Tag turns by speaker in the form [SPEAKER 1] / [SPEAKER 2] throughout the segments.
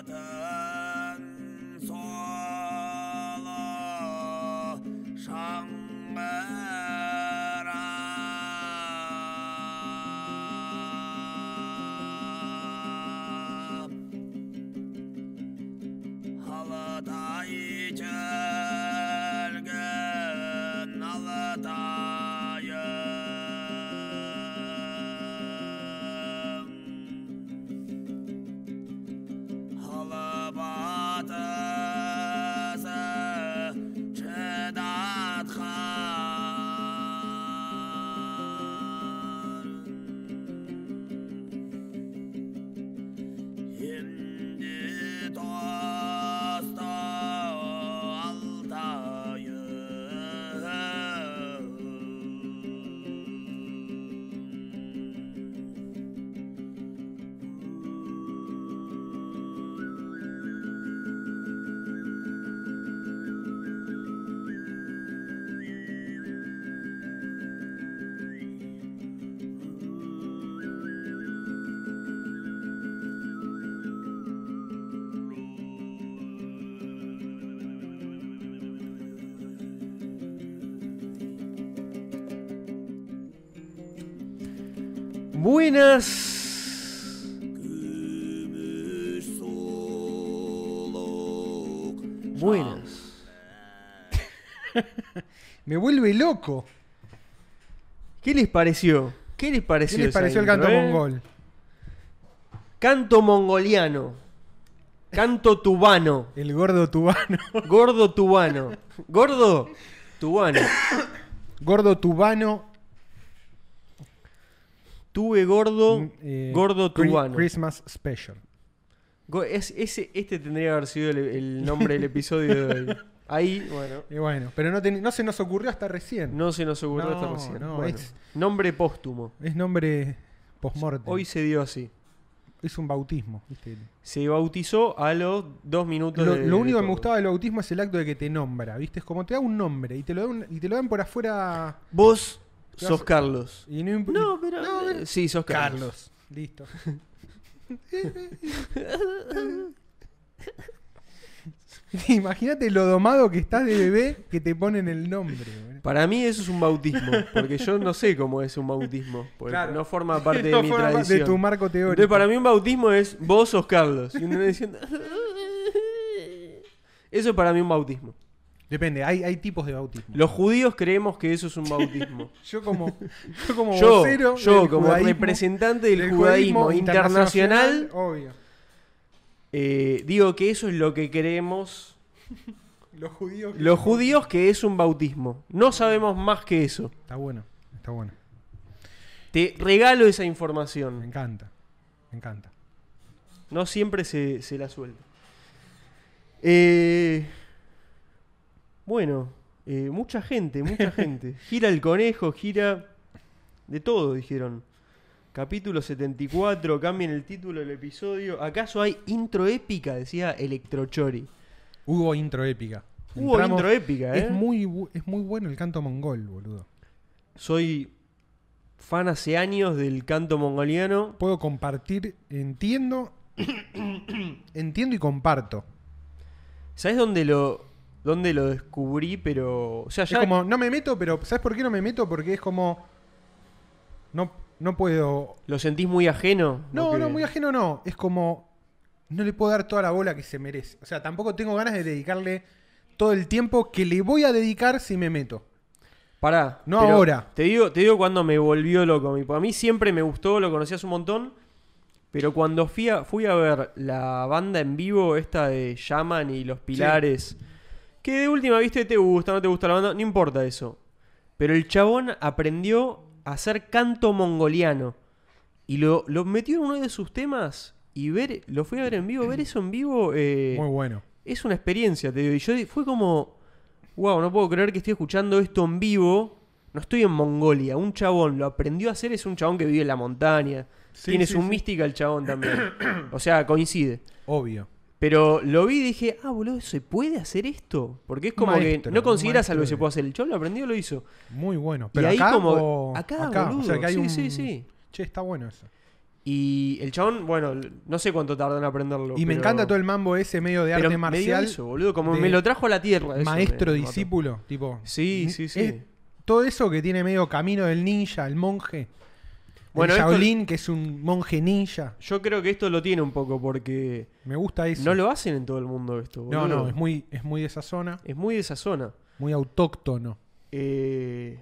[SPEAKER 1] 藤索罗上门啊，Halatayı çelgen alatayım Halabatası çıdat Hindi dosta altayım
[SPEAKER 2] Buenas.
[SPEAKER 1] Gümüş soluk
[SPEAKER 2] Buenas.
[SPEAKER 3] Ah, Me vuelve loco.
[SPEAKER 2] ¿Qué les pareció? ¿Qué les
[SPEAKER 3] ¿Qué
[SPEAKER 2] pareció?
[SPEAKER 3] les
[SPEAKER 2] esa
[SPEAKER 3] pareció el
[SPEAKER 2] intro,
[SPEAKER 3] canto
[SPEAKER 2] eh?
[SPEAKER 3] mongol?
[SPEAKER 2] Canto mongoliano. Canto tubano.
[SPEAKER 3] El gordo tubano.
[SPEAKER 2] Gordo tubano. Gordo tubano.
[SPEAKER 3] Gordo tubano.
[SPEAKER 2] Tuve gordo.
[SPEAKER 3] eh,
[SPEAKER 2] gordo
[SPEAKER 3] Cri-
[SPEAKER 2] tubano.
[SPEAKER 3] Christmas Special.
[SPEAKER 2] Go- es- ese, este tendría que haber sido el, el nombre del episodio de hoy. Ahí, bueno.
[SPEAKER 3] Y bueno, pero no, ten- no se nos ocurrió hasta recién.
[SPEAKER 2] No se nos ocurrió
[SPEAKER 3] No,
[SPEAKER 2] hasta recién.
[SPEAKER 3] no,
[SPEAKER 2] Bueno,
[SPEAKER 3] es-
[SPEAKER 2] Nombre póstumo.
[SPEAKER 3] Es nombre postmortem.
[SPEAKER 2] Hoy se dio así.
[SPEAKER 3] Es un bautismo. ¿viste?
[SPEAKER 2] Se bautizó a los dos minutos
[SPEAKER 3] Lo,
[SPEAKER 2] de-
[SPEAKER 3] lo
[SPEAKER 2] de
[SPEAKER 3] único que me
[SPEAKER 2] todo.
[SPEAKER 3] gustaba del bautismo es el acto de que te nombra, ¿viste? Es como te da un nombre y te lo dan, y te lo dan por afuera.
[SPEAKER 2] Vos
[SPEAKER 3] ¿Qué
[SPEAKER 2] sos
[SPEAKER 3] vas-
[SPEAKER 2] Carlos.
[SPEAKER 3] Y no, imp-
[SPEAKER 2] No, pero.
[SPEAKER 3] No,
[SPEAKER 2] eh, sí, sos Carlos.
[SPEAKER 3] Carlos. Listo. Imagínate lo domado que estás de bebé que te ponen el nombre. boludo.
[SPEAKER 2] Para mí eso es un bautismo. Porque yo no sé cómo es un bautismo. Porque
[SPEAKER 3] Claro.
[SPEAKER 2] no forma parte
[SPEAKER 3] No
[SPEAKER 2] de mi
[SPEAKER 3] forma parte
[SPEAKER 2] tradición.
[SPEAKER 3] de tu marco teórico.
[SPEAKER 2] Entonces, para mí un bautismo es vos sos Carlos. Y uno diciendo. Eso es para mí un bautismo.
[SPEAKER 3] Depende, hay, hay tipos de bautismo.
[SPEAKER 2] Los judíos creemos que eso es un bautismo.
[SPEAKER 3] Yo como, yo como
[SPEAKER 2] yo,
[SPEAKER 3] vocero
[SPEAKER 2] yo
[SPEAKER 3] del
[SPEAKER 2] como
[SPEAKER 3] judaísmo-
[SPEAKER 2] representante del, judaísmo, internacional,
[SPEAKER 3] Obvio.
[SPEAKER 2] eh, digo que eso es lo que creemos
[SPEAKER 3] Los judíos.
[SPEAKER 2] los judíos que es un bautismo. No sabemos más que eso.
[SPEAKER 3] Está bueno, está bueno.
[SPEAKER 2] Te regalo esa
[SPEAKER 3] Me
[SPEAKER 2] información.
[SPEAKER 3] encanta, me encanta.
[SPEAKER 2] No siempre se, se la suelta. Eh, bueno, eh, mucha gente, mucha gente. Gira el conejo, gira de todo, dijeron. Capítulo 74, cambien el título del episodio. ¿Acaso hay intro épica? Decía Electrochori.
[SPEAKER 3] Hubo intro épica.
[SPEAKER 2] Hubo
[SPEAKER 3] Entramos-
[SPEAKER 2] intro épica, ¿eh?
[SPEAKER 3] Es muy, bu- es muy bueno el canto mongol, boludo.
[SPEAKER 2] Soy fan hace años del canto mongoliano.
[SPEAKER 3] Puedo compartir, entiendo, entiendo y comparto.
[SPEAKER 2] ¿Sabes dónde lo, dónde lo descubrí? Pero. O sea, ya.
[SPEAKER 3] Es como, no me meto, pero ¿sabes por qué no me meto? Porque es como, no, no puedo...
[SPEAKER 2] ¿Lo sentís muy ajeno?
[SPEAKER 3] No,
[SPEAKER 2] ¿O qué?
[SPEAKER 3] no, muy ajeno no. Es como, no le puedo dar toda la bola que se merece. O sea, tampoco tengo ganas de dedicarle todo el tiempo que le voy a dedicar si me meto.
[SPEAKER 2] Pará.
[SPEAKER 3] No
[SPEAKER 2] pero
[SPEAKER 3] ahora.
[SPEAKER 2] Te digo, te digo cuando me volvió loco. a mí. Porque A mí siempre me gustó, lo conocías un montón. Pero cuando fui a, fui a ver la banda en vivo, esta de Shaman y Los Pilares, que de última, viste, te gusta, no te gusta la banda, no importa eso. Pero el chabón aprendió a hacer canto mongoliano. Y lo, lo metió en uno de sus temas y ver, lo fui a ver en vivo, ver eso en vivo. eh,
[SPEAKER 3] Muy bueno.
[SPEAKER 2] es una experiencia, te digo. Y yo di- fue como, wow, no puedo creer que estoy escuchando esto en vivo. No estoy en Mongolia. Un chabón lo aprendió a hacer, es un chabón que vive en la montaña.
[SPEAKER 3] Sí,
[SPEAKER 2] Tiene
[SPEAKER 3] sí,
[SPEAKER 2] su
[SPEAKER 3] sí.
[SPEAKER 2] mística el chabón también. o sea, coincide.
[SPEAKER 3] Obvio.
[SPEAKER 2] Pero lo vi y dije, ah, boludo, ¿se puede hacer esto? Porque es como
[SPEAKER 3] Maestro,
[SPEAKER 2] que no consideras
[SPEAKER 3] maestro
[SPEAKER 2] algo que se
[SPEAKER 3] de-
[SPEAKER 2] puede hacer. El chabón lo aprendió, lo hizo.
[SPEAKER 3] Muy bueno. Pero
[SPEAKER 2] y ahí
[SPEAKER 3] acá
[SPEAKER 2] como,
[SPEAKER 3] o-
[SPEAKER 2] acá,
[SPEAKER 3] o
[SPEAKER 2] boludo.
[SPEAKER 3] sea, que hay
[SPEAKER 2] sí,
[SPEAKER 3] un-
[SPEAKER 2] sí, sí.
[SPEAKER 3] Che, está bueno eso.
[SPEAKER 2] Y el chabón, bueno, no sé cuánto tarda en aprenderlo.
[SPEAKER 3] Y me encanta todo el mambo ese medio de arte marcial.
[SPEAKER 2] eso, boludo, como
[SPEAKER 3] de
[SPEAKER 2] me lo trajo a la tierra. eso
[SPEAKER 3] maestro
[SPEAKER 2] me- me mató.
[SPEAKER 3] discípulo, tipo.
[SPEAKER 2] Sí, sí, sí.
[SPEAKER 3] es todo eso que tiene medio camino del ninja, el monje.
[SPEAKER 2] Bueno,
[SPEAKER 3] el
[SPEAKER 2] esto-
[SPEAKER 3] Shaolin, que es un monje ninja.
[SPEAKER 2] Yo creo que esto lo tiene un poco porque
[SPEAKER 3] Me gusta eso.
[SPEAKER 2] no lo hacen en todo el mundo esto.
[SPEAKER 3] no,
[SPEAKER 2] boludo.
[SPEAKER 3] no, es muy, es muy de esa zona,
[SPEAKER 2] es muy de esa zona.
[SPEAKER 3] muy autóctono.
[SPEAKER 2] Eh,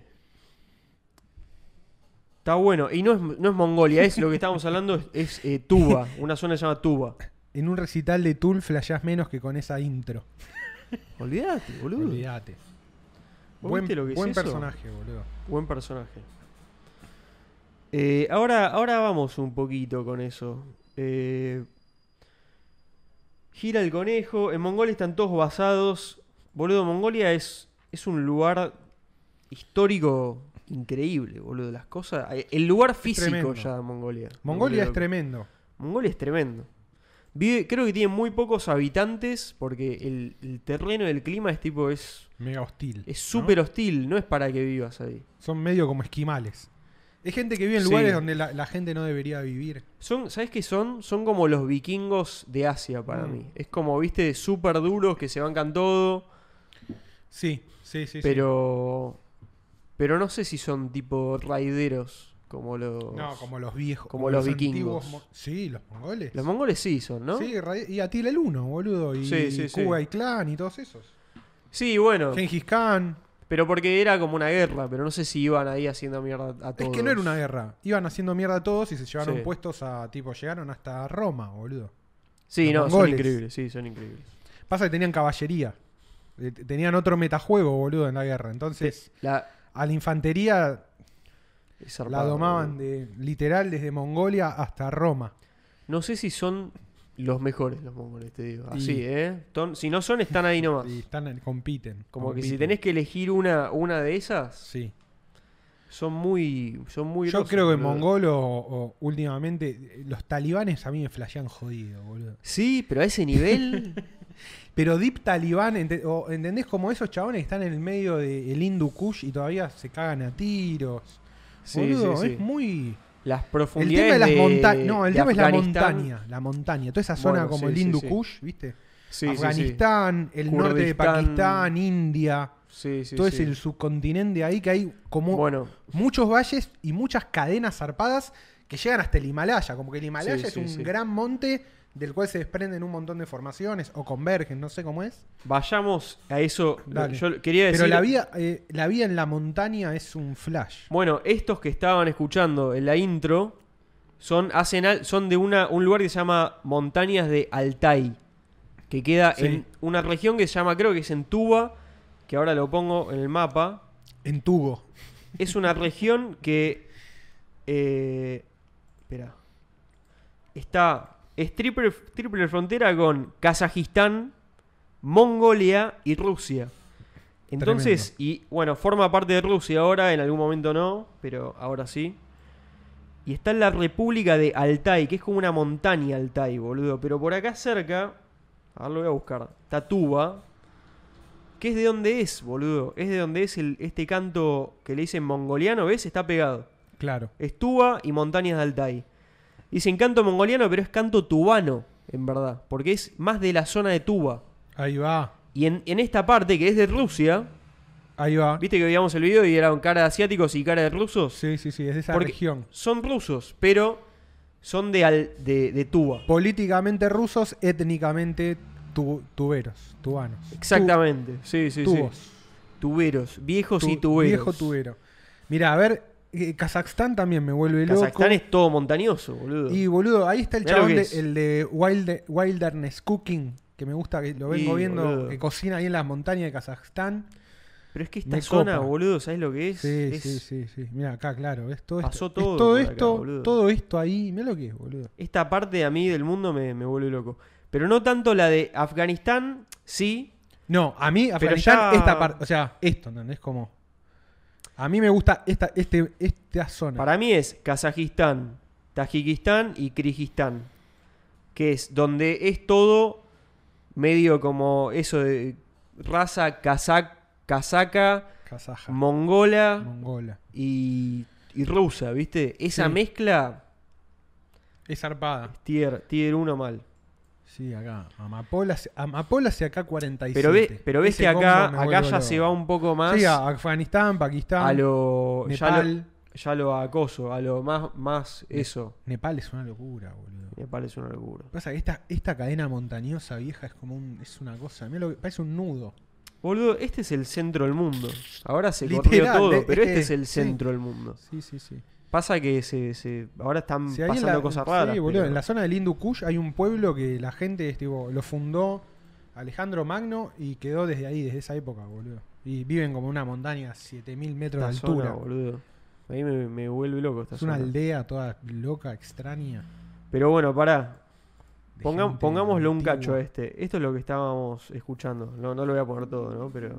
[SPEAKER 2] Está bueno. Y no es, no es Mongolia, es lo que estábamos hablando, es, es, eh, Tuba, una zona que se llama Tuba.
[SPEAKER 3] En un recital de Tool flashás menos que con esa intro.
[SPEAKER 2] Olvídate, boludo.
[SPEAKER 3] Olvídate.
[SPEAKER 2] ¿Vos
[SPEAKER 3] Buen,
[SPEAKER 2] viste lo que es
[SPEAKER 3] buen
[SPEAKER 2] eso?
[SPEAKER 3] personaje, boludo.
[SPEAKER 2] Buen personaje. Eh, ahora, ahora vamos un poquito con eso. Eh, gira el conejo. En Mongolia están todos basados. Boludo, Mongolia es, es un lugar histórico increíble, boludo. Las cosas. El lugar físico
[SPEAKER 3] tremendo.
[SPEAKER 2] ya de Mongolia.
[SPEAKER 3] Mongolia es
[SPEAKER 2] Mongolia-
[SPEAKER 3] tremendo.
[SPEAKER 2] Mongolia es tremendo. Vive- creo que tiene muy pocos habitantes porque el, el terreno del clima es tipo. Es
[SPEAKER 3] Mega hostil.
[SPEAKER 2] es
[SPEAKER 3] ¿no?
[SPEAKER 2] súper hostil, no es para que vivas ahí.
[SPEAKER 3] Son medio como esquimales. Es gente que vive en
[SPEAKER 2] Sí.
[SPEAKER 3] lugares donde la, la gente no debería vivir.
[SPEAKER 2] Son, ¿Sabes qué son? Son como los vikingos de Asia para
[SPEAKER 3] Mm.
[SPEAKER 2] mí. Es como, viste, súper duros que se bancan todo.
[SPEAKER 3] Sí, sí, sí. sí.
[SPEAKER 2] pero. Pero no sé si son tipo raideros. Como los.
[SPEAKER 3] No, como los viejos.
[SPEAKER 2] como los
[SPEAKER 3] antiguos
[SPEAKER 2] vikingos.
[SPEAKER 3] mo- Sí, los mongoles.
[SPEAKER 2] Los mongoles sí son, ¿no?
[SPEAKER 3] Sí, ra- y Atila el Uno, boludo. Y
[SPEAKER 2] Sí, sí, sí.
[SPEAKER 3] Kublai Clan y todos esos.
[SPEAKER 2] Sí, bueno.
[SPEAKER 3] Gengis Khan.
[SPEAKER 2] Pero porque era como una guerra, pero no sé si iban ahí haciendo mierda a
[SPEAKER 3] Es
[SPEAKER 2] todos.
[SPEAKER 3] que no era una guerra. Iban haciendo mierda a todos y se llevaron
[SPEAKER 2] Sí.
[SPEAKER 3] puestos a. Tipo, llegaron hasta Roma, boludo.
[SPEAKER 2] Sí,
[SPEAKER 3] Los
[SPEAKER 2] no,
[SPEAKER 3] mongoles.
[SPEAKER 2] son increíbles, sí, son increíbles.
[SPEAKER 3] Pasa que tenían caballería. Eh, t- Tenían otro metajuego, boludo, en la guerra. Entonces,
[SPEAKER 2] La,
[SPEAKER 3] a la infantería
[SPEAKER 2] es
[SPEAKER 3] la
[SPEAKER 2] zarpado,
[SPEAKER 3] domaban
[SPEAKER 2] boludo.
[SPEAKER 3] de literal desde Mongolia hasta Roma.
[SPEAKER 2] No sé si son los mejores los mongoles, te digo.
[SPEAKER 3] Y-
[SPEAKER 2] Así, ¿eh? Ton- si no son, están ahí nomás.
[SPEAKER 3] Y están, compiten.
[SPEAKER 2] Como que si
[SPEAKER 3] compiten.
[SPEAKER 2] tenés que elegir una, una de esas,
[SPEAKER 3] Sí.
[SPEAKER 2] son muy. Son muy
[SPEAKER 3] Yo
[SPEAKER 2] grosas,
[SPEAKER 3] creo que en
[SPEAKER 2] boludo.
[SPEAKER 3] Mongolo o- o últimamente eh, los talibanes a mí me flashean jodido, boludo.
[SPEAKER 2] Sí, pero a ese nivel.
[SPEAKER 3] Pero Deep Talibán, ente- o, ¿entendés? Como esos chabones que están en el medio del Hindu Kush y todavía se cagan a tiros.
[SPEAKER 2] sí,
[SPEAKER 3] boludo,
[SPEAKER 2] sí, sí.
[SPEAKER 3] es muy.
[SPEAKER 2] Las
[SPEAKER 3] El
[SPEAKER 2] profundidades.
[SPEAKER 3] tema de las montañas.
[SPEAKER 2] montañas.
[SPEAKER 3] No, el tema es la montaña. La montaña. Toda esa zona
[SPEAKER 2] Bueno,
[SPEAKER 3] como
[SPEAKER 2] sí,
[SPEAKER 3] el
[SPEAKER 2] sí,
[SPEAKER 3] Hindu
[SPEAKER 2] sí.
[SPEAKER 3] Kush, ¿viste?
[SPEAKER 2] Sí, sí, sí.
[SPEAKER 3] Afganistán, el norte de
[SPEAKER 2] Kurdistán.
[SPEAKER 3] Pakistán, India.
[SPEAKER 2] Sí, sí,
[SPEAKER 3] todo
[SPEAKER 2] sí.
[SPEAKER 3] es el subcontinente ahí que hay como
[SPEAKER 2] Bueno,
[SPEAKER 3] muchos valles y muchas cadenas zarpadas que llegan hasta el Himalaya. Como que el Himalaya
[SPEAKER 2] Sí,
[SPEAKER 3] es
[SPEAKER 2] sí,
[SPEAKER 3] un
[SPEAKER 2] sí.
[SPEAKER 3] gran monte del cual se desprenden un montón de formaciones o convergen, no sé cómo es.
[SPEAKER 2] vayamos a eso.
[SPEAKER 3] Dale.
[SPEAKER 2] Yo quería decir.
[SPEAKER 3] Pero la vía, eh, la vía en la montaña es un flash.
[SPEAKER 2] Bueno, estos que estaban escuchando en la intro son, hacen al- son de una, un lugar que se llama Montañas de Altai, que queda
[SPEAKER 3] Sí.
[SPEAKER 2] en una región que se llama, creo que es en Tuba, que ahora lo pongo en el mapa.
[SPEAKER 3] En tubo.
[SPEAKER 2] Es una región que. eh, espera. Está. Es triple, triple frontera con Kazajistán, Mongolia y Rusia. Entonces, y bueno, forma parte de Rusia ahora, en algún momento no, pero ahora sí. Y está en la República de Altai, que es como una montaña Altai, boludo. Pero por acá cerca, a ver, lo voy a buscar, Tatuba, que es de donde es, boludo. Es de donde es el- este canto que le dicen mongoliano, ¿ves? Está pegado.
[SPEAKER 3] Claro.
[SPEAKER 2] Es Tuba y montañas de Altai. Dicen canto mongoliano, pero es canto tubano, en verdad, porque es más de la zona de Tuba.
[SPEAKER 3] Ahí va.
[SPEAKER 2] Y en, en esta parte, que es de Rusia,
[SPEAKER 3] Ahí va.
[SPEAKER 2] viste que veíamos el video y eran cara de asiáticos y cara de rusos.
[SPEAKER 3] Sí, sí, sí, es de esa
[SPEAKER 2] Porque
[SPEAKER 3] región.
[SPEAKER 2] Son rusos, pero son de, al- de, de Tuba.
[SPEAKER 3] Políticamente rusos, étnicamente tu- tuberos, tubanos.
[SPEAKER 2] Exactamente, sí, sí,
[SPEAKER 3] Tu-
[SPEAKER 2] sí.
[SPEAKER 3] tubos.
[SPEAKER 2] Tuberos, viejos y
[SPEAKER 3] Tu-
[SPEAKER 2] tuberos.
[SPEAKER 3] Viejo tubero. Mira, a ver, eh, Kazajstán también me vuelve loco.
[SPEAKER 2] Kazajstán es todo montañoso, boludo.
[SPEAKER 3] Y boludo, ahí está el
[SPEAKER 2] Mirá lo
[SPEAKER 3] chabón
[SPEAKER 2] que
[SPEAKER 3] de-
[SPEAKER 2] es.
[SPEAKER 3] el de Wild- Wilderness Cooking, que me gusta, que lo vengo
[SPEAKER 2] Y,
[SPEAKER 3] viendo,
[SPEAKER 2] boludo.
[SPEAKER 3] que cocina ahí en las montañas de Kazajstán.
[SPEAKER 2] pero es que esta
[SPEAKER 3] me
[SPEAKER 2] zona,
[SPEAKER 3] copa.
[SPEAKER 2] boludo, ¿sabes lo que es?
[SPEAKER 3] Sí,
[SPEAKER 2] Es
[SPEAKER 3] sí, sí, sí. Mira acá, claro, ves todo
[SPEAKER 2] Pasó
[SPEAKER 3] esto. Es
[SPEAKER 2] todo
[SPEAKER 3] todo
[SPEAKER 2] por acá,
[SPEAKER 3] esto,
[SPEAKER 2] boludo.
[SPEAKER 3] todo esto ahí, mira lo que es, boludo.
[SPEAKER 2] Esta parte a mí del mundo me, me vuelve loco. Pero no tanto la de Afganistán, sí.
[SPEAKER 3] No, a mí Afganistán
[SPEAKER 2] ya-
[SPEAKER 3] esta parte, o sea, esto, ¿entendés? Como a mí me gusta esta este esta zona.
[SPEAKER 2] Para mí es Kazajistán, Tajikistán y Kirguistán. Que es donde es todo medio como eso de raza kazak, kazaca,
[SPEAKER 3] Kazaja,
[SPEAKER 2] mongola
[SPEAKER 3] Mongola.
[SPEAKER 2] y, y rusa, ¿viste? Esa
[SPEAKER 3] Sí.
[SPEAKER 2] mezcla
[SPEAKER 3] Es zarpada.
[SPEAKER 2] Tier, tier 1 mal.
[SPEAKER 3] Sí, acá. Amapola, se- Amapola hacia acá 47.
[SPEAKER 2] Pero, ve, pero ves
[SPEAKER 3] Ese
[SPEAKER 2] que acá,
[SPEAKER 3] combo me
[SPEAKER 2] acá
[SPEAKER 3] vuelve
[SPEAKER 2] ya se
[SPEAKER 3] loco.
[SPEAKER 2] va un poco más
[SPEAKER 3] Sí, a Afganistán, Pakistán,
[SPEAKER 2] a lo. Ya lo,
[SPEAKER 3] Nepal.
[SPEAKER 2] ya lo acoso, a lo más, más eso.
[SPEAKER 3] Nepal es una locura, boludo.
[SPEAKER 2] Me parece una locura.
[SPEAKER 3] Pasa que esta, esta cadena montañosa vieja es como un, es una cosa. Mirá lo que- parece un nudo.
[SPEAKER 2] Boludo, este es el centro del mundo. Ahora se corrió
[SPEAKER 3] Literal,
[SPEAKER 2] todo,
[SPEAKER 3] eh,
[SPEAKER 2] pero
[SPEAKER 3] es
[SPEAKER 2] este
[SPEAKER 3] que-
[SPEAKER 2] es el
[SPEAKER 3] sí.
[SPEAKER 2] centro del mundo.
[SPEAKER 3] Sí, sí, sí.
[SPEAKER 2] Pasa que se, se- ahora están
[SPEAKER 3] Si ahí en
[SPEAKER 2] Mm, pasando
[SPEAKER 3] la-
[SPEAKER 2] cosas raras.
[SPEAKER 3] Sí, boludo.
[SPEAKER 2] pero-
[SPEAKER 3] En la zona del Hindu Kush hay un pueblo que la gente es, tipo, lo fundó Alejandro Magno y quedó desde ahí, desde esa época, boludo. Y viven como una montaña a 7000 metros de
[SPEAKER 2] esta zona,
[SPEAKER 3] altura.
[SPEAKER 2] boludo. A mí me, me vuelve loco esta
[SPEAKER 3] es una
[SPEAKER 2] zona.
[SPEAKER 3] aldea toda loca, extraña.
[SPEAKER 2] Pero bueno, pará.
[SPEAKER 3] de
[SPEAKER 2] Ponga-
[SPEAKER 3] gente
[SPEAKER 2] pongámosle un
[SPEAKER 3] antigua.
[SPEAKER 2] cacho a este. Esto es lo que estábamos escuchando. No, no lo voy a poner todo, ¿no? Pero.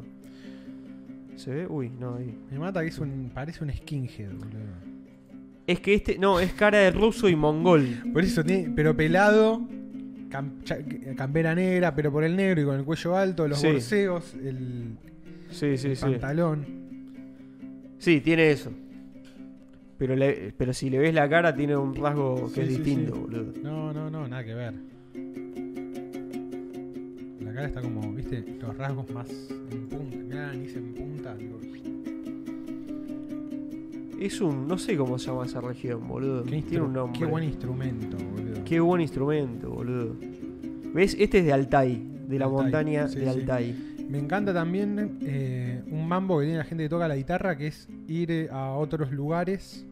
[SPEAKER 2] ¿Se ve? Uy, no, ahí.
[SPEAKER 3] Me mata que es un, parece un skinhead, boludo.
[SPEAKER 2] Es que este. No, es cara de ruso y mongol.
[SPEAKER 3] Por eso tiene, pero pelado, cam- cha- campera negra, pero por el negro y con el cuello alto, los
[SPEAKER 2] Sí.
[SPEAKER 3] borseos, el,
[SPEAKER 2] Sí, sí,
[SPEAKER 3] el
[SPEAKER 2] sí.
[SPEAKER 3] pantalón.
[SPEAKER 2] Sí, tiene eso. Pero, le- pero si le ves la cara, tiene un rasgo que
[SPEAKER 3] Sí,
[SPEAKER 2] es
[SPEAKER 3] sí,
[SPEAKER 2] distinto,
[SPEAKER 3] sí.
[SPEAKER 2] boludo.
[SPEAKER 3] No, no, no, nada que ver. La cara está como, viste, los rasgos más en punta. Mirá la nariz en punta. digo,
[SPEAKER 2] Es un. No sé cómo se llama esa región, boludo.
[SPEAKER 3] qué,
[SPEAKER 2] tiene un
[SPEAKER 3] instru-
[SPEAKER 2] nombre.
[SPEAKER 3] qué buen instrumento, boludo.
[SPEAKER 2] Qué buen instrumento, boludo. ¿Ves? Este es de Altai, de la
[SPEAKER 3] Altai,
[SPEAKER 2] montaña
[SPEAKER 3] sí,
[SPEAKER 2] de
[SPEAKER 3] sí.
[SPEAKER 2] Altai.
[SPEAKER 3] Me encanta también eh, un mambo que tiene la gente que toca la guitarra, que es ir eh, a otros lugares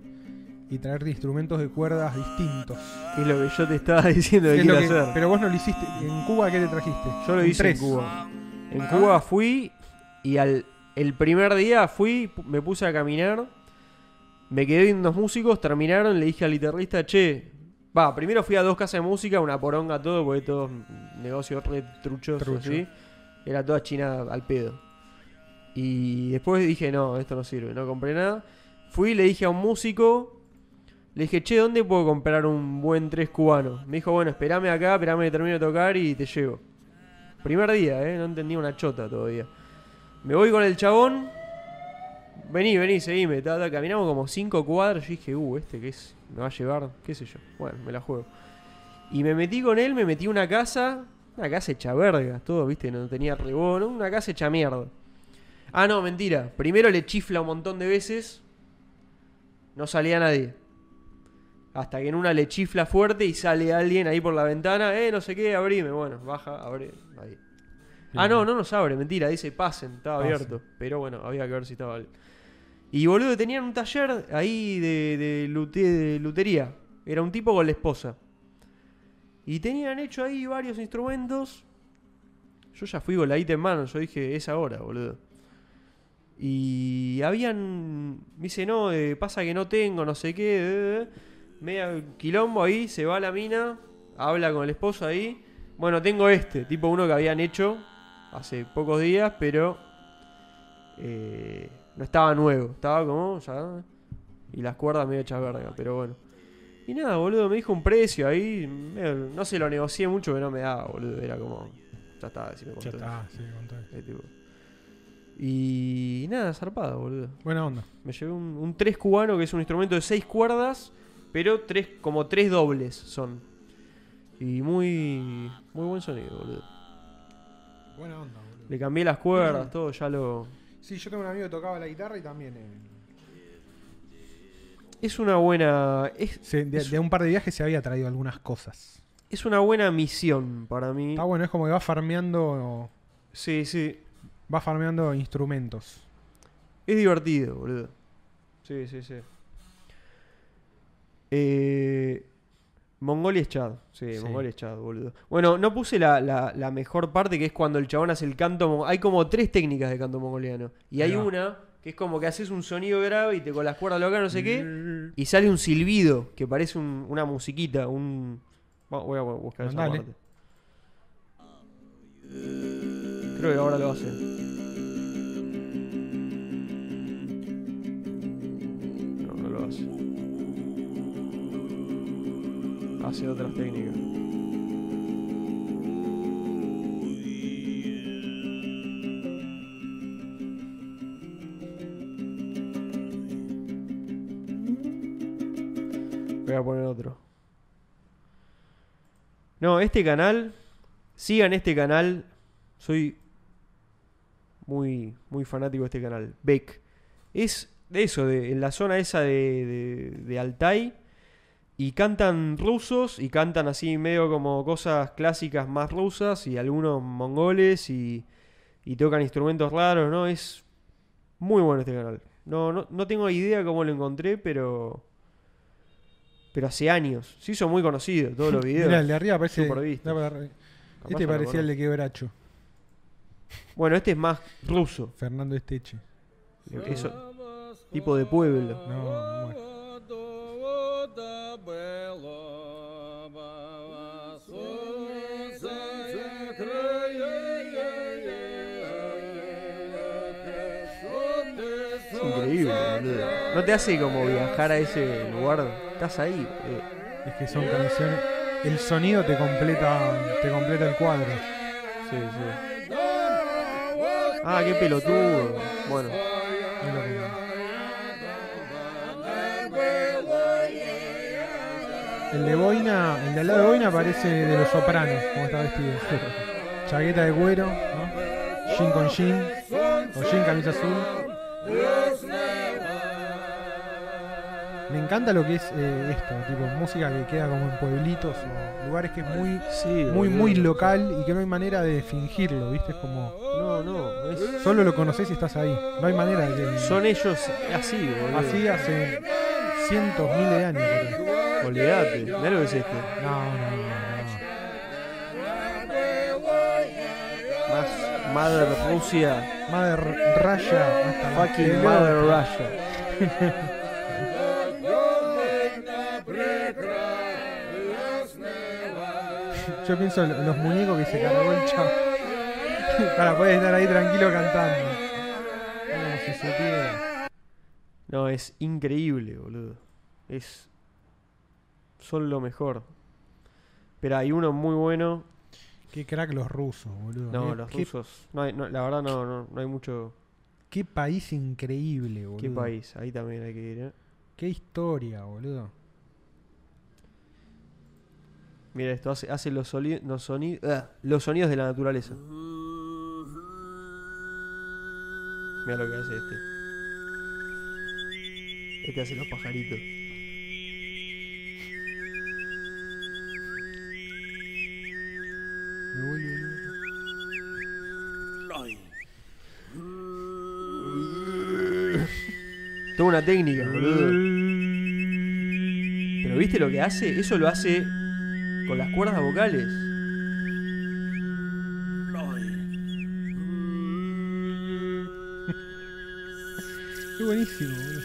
[SPEAKER 3] y traer instrumentos de cuerdas distintos.
[SPEAKER 2] Que es lo que yo te estaba diciendo que
[SPEAKER 3] Es lo
[SPEAKER 2] quiero
[SPEAKER 3] que-
[SPEAKER 2] hacer.
[SPEAKER 3] Pero vos no lo hiciste. ¿En Cuba qué te trajiste?
[SPEAKER 2] Yo lo
[SPEAKER 3] Un
[SPEAKER 2] hice
[SPEAKER 3] tres. Ah.
[SPEAKER 2] en Cuba. En Cuba fui y al el primer día fui, pu- me puse a caminar, me quedé viendo unos músicos, terminaron, le dije al guitarrista, che, va, primero fui a dos casas de música, una poronga todo, porque todos negocios re truchos
[SPEAKER 3] Trucho.
[SPEAKER 2] así. Era toda China al pedo. Y después dije, no, esto no sirve, no compré nada. Fui, le dije a un músico, le dije, che, ¿dónde puedo comprar un buen tres cubano? Me dijo, bueno, esperame acá, esperame que termine de tocar y te llevo. Primer día, ¿eh? No entendía una chota todavía. Me voy con el chabón. Vení, vení, seguime. ta, ta. Caminamos como cinco cuadros. Yo dije, uh, este que es, me va a llevar, qué sé yo. Bueno, me la juego. Y me metí con él, me metí a una casa. Una casa hecha verga, todo, viste, no tenía rebón, una casa hecha mierda. Ah, no, mentira. Primero le chifla un montón de veces. No salía nadie. Hasta que en una le chifla fuerte y sale alguien ahí por la ventana. Eh, no sé qué, abrime. Bueno, baja, abre. Ahí. Ah, no, no nos abre, mentira, dice pasen, estaba
[SPEAKER 3] Pasen.
[SPEAKER 2] abierto. Pero bueno, había que ver si estaba. Y boludo, tenían un taller ahí de, de, lute- de lutería. Era un tipo con la esposa. Y tenían hecho ahí varios instrumentos. Yo ya fui con la guita en mano, yo dije, es ahora, boludo. Y habían. Me dice, no, eh, pasa que no tengo, no sé qué. eh, eh". Media quilombo ahí, se va a la mina, habla con el esposo ahí. Bueno, tengo este, tipo uno que habían hecho hace pocos días, pero eh, no estaba nuevo, estaba como ya. eh, Y las cuerdas medio hechas verga, pero bueno. Y nada, boludo, me dijo un precio ahí. medio- no se lo negocié mucho que no me daba, boludo. Era como. Ya está, si me
[SPEAKER 3] Ya
[SPEAKER 2] contó.
[SPEAKER 3] está, sí, con todo.
[SPEAKER 2] Eh, tipo. Y nada, zarpado, boludo.
[SPEAKER 3] Buena onda.
[SPEAKER 2] Me llevé un, un tres cubano que es un instrumento de seis cuerdas, pero tres, como tres dobles son. Y muy, muy buen sonido, boludo.
[SPEAKER 3] Buena onda, boludo.
[SPEAKER 2] Le cambié las cuerdas, todo, ya lo.
[SPEAKER 3] Sí, yo tengo un amigo que tocaba la guitarra y también. eh,
[SPEAKER 2] Es una buena. Es,
[SPEAKER 3] se- de, de un par de viajes se había traído algunas cosas.
[SPEAKER 2] es una buena misión para mí.
[SPEAKER 3] Está bueno, es como que va farmeando.
[SPEAKER 2] Sí, sí.
[SPEAKER 3] Va farmeando instrumentos.
[SPEAKER 2] Es divertido, boludo. Sí, sí, sí. Eh, Mongolia es Chad. Sí,
[SPEAKER 3] Sí.
[SPEAKER 2] Mongolia es Chad, boludo. Bueno, no puse la, la- la mejor parte que es cuando el chabón hace el canto. mon- Hay como tres técnicas de canto mongoliano. Y
[SPEAKER 3] Ahí
[SPEAKER 2] hay
[SPEAKER 3] va.
[SPEAKER 2] una que es como que haces un sonido grave y te con las cuerdas locas, no sé qué. Y sale un silbido que parece un- una musiquita. Un. Va- Voy a bu- buscar esa
[SPEAKER 3] Mandale.
[SPEAKER 2] parte. Creo que ahora lo hace. No, no lo hace. Hace otras técnicas. Voy a poner otro. No, este canal, sigan este canal. Soy muy, muy fanático de este canal. Beck. Es de eso, de, en la zona esa de, de- de Altai. Y cantan rusos y cantan así medio como cosas clásicas más rusas y algunos mongoles y, y tocan instrumentos raros, ¿no? Es muy bueno este canal. No, no, no tengo idea cómo lo encontré, pero... Pero hace años. Se hizo muy conocido todos los videos.
[SPEAKER 3] Mira, el de arriba parece.
[SPEAKER 2] Super visto.
[SPEAKER 3] da para arriba.
[SPEAKER 2] Capaz
[SPEAKER 3] Este
[SPEAKER 2] no lo
[SPEAKER 3] parecía el de quebracho.
[SPEAKER 2] Bueno, este es más ruso.
[SPEAKER 3] Fernando Esteche.
[SPEAKER 2] Eso, tipo de pueblo.
[SPEAKER 3] No, bueno.
[SPEAKER 2] Es increíble, boludo. No te hace como viajar a ese lugar. Estás ahí. eh.
[SPEAKER 3] Es que son canciones. El sonido te completa, te completa el cuadro.
[SPEAKER 2] Sí, sí. Ah, qué pelotudo. Bueno,
[SPEAKER 3] Es lo que- El de Boina, el de al lado de Boina parece de los sopranos, como está vestido. Chaqueta de cuero, ¿no? Jean con jean. O jean camisa azul. Me encanta lo que es eh, esto, tipo música que queda como en pueblitos o lugares que es muy,
[SPEAKER 2] sí.
[SPEAKER 3] muy,
[SPEAKER 2] boludo.
[SPEAKER 3] muy local y que no hay manera de fingirlo, ¿viste? Es como.
[SPEAKER 2] No, no. es-
[SPEAKER 3] Solo lo conoces si estás ahí. No hay manera de que.
[SPEAKER 2] Son ellos así, boludo.
[SPEAKER 3] Así hace cientos, miles de años. creo.
[SPEAKER 2] Olvídate. Mirá lo que es este.
[SPEAKER 3] No, no, no, no.
[SPEAKER 2] Más Mother Rusia.
[SPEAKER 3] Mother Raya hasta la
[SPEAKER 2] Fucking
[SPEAKER 3] pelota.
[SPEAKER 2] Mother Russia.
[SPEAKER 3] Yo pienso en los muñecos que se cargó el chavo. Para poder estar ahí tranquilo cantando. Como si supiera.
[SPEAKER 2] No, es increíble, boludo. Es. Son lo mejor. Pero hay uno muy bueno
[SPEAKER 3] Qué crack los rusos, boludo.
[SPEAKER 2] No,
[SPEAKER 3] Qué-
[SPEAKER 2] los
[SPEAKER 3] qué,
[SPEAKER 2] rusos. No hay- no, la verdad no, no, no hay mucho.
[SPEAKER 3] Qué país increíble, boludo.
[SPEAKER 2] ¿Qué país? Ahí también hay que ir. ¿eh?
[SPEAKER 3] Qué historia, boludo.
[SPEAKER 2] Mira esto, hace, hace los, soli- los soni- ah, los sonidos de la naturaleza. Mira lo que hace este. Este hace los pajaritos.
[SPEAKER 3] Me vuelve loco.
[SPEAKER 2] Tengo una técnica, boludo. Pero viste lo que hace? Eso lo hace con las cuerdas vocales.
[SPEAKER 3] Qué buenísimo, boludo.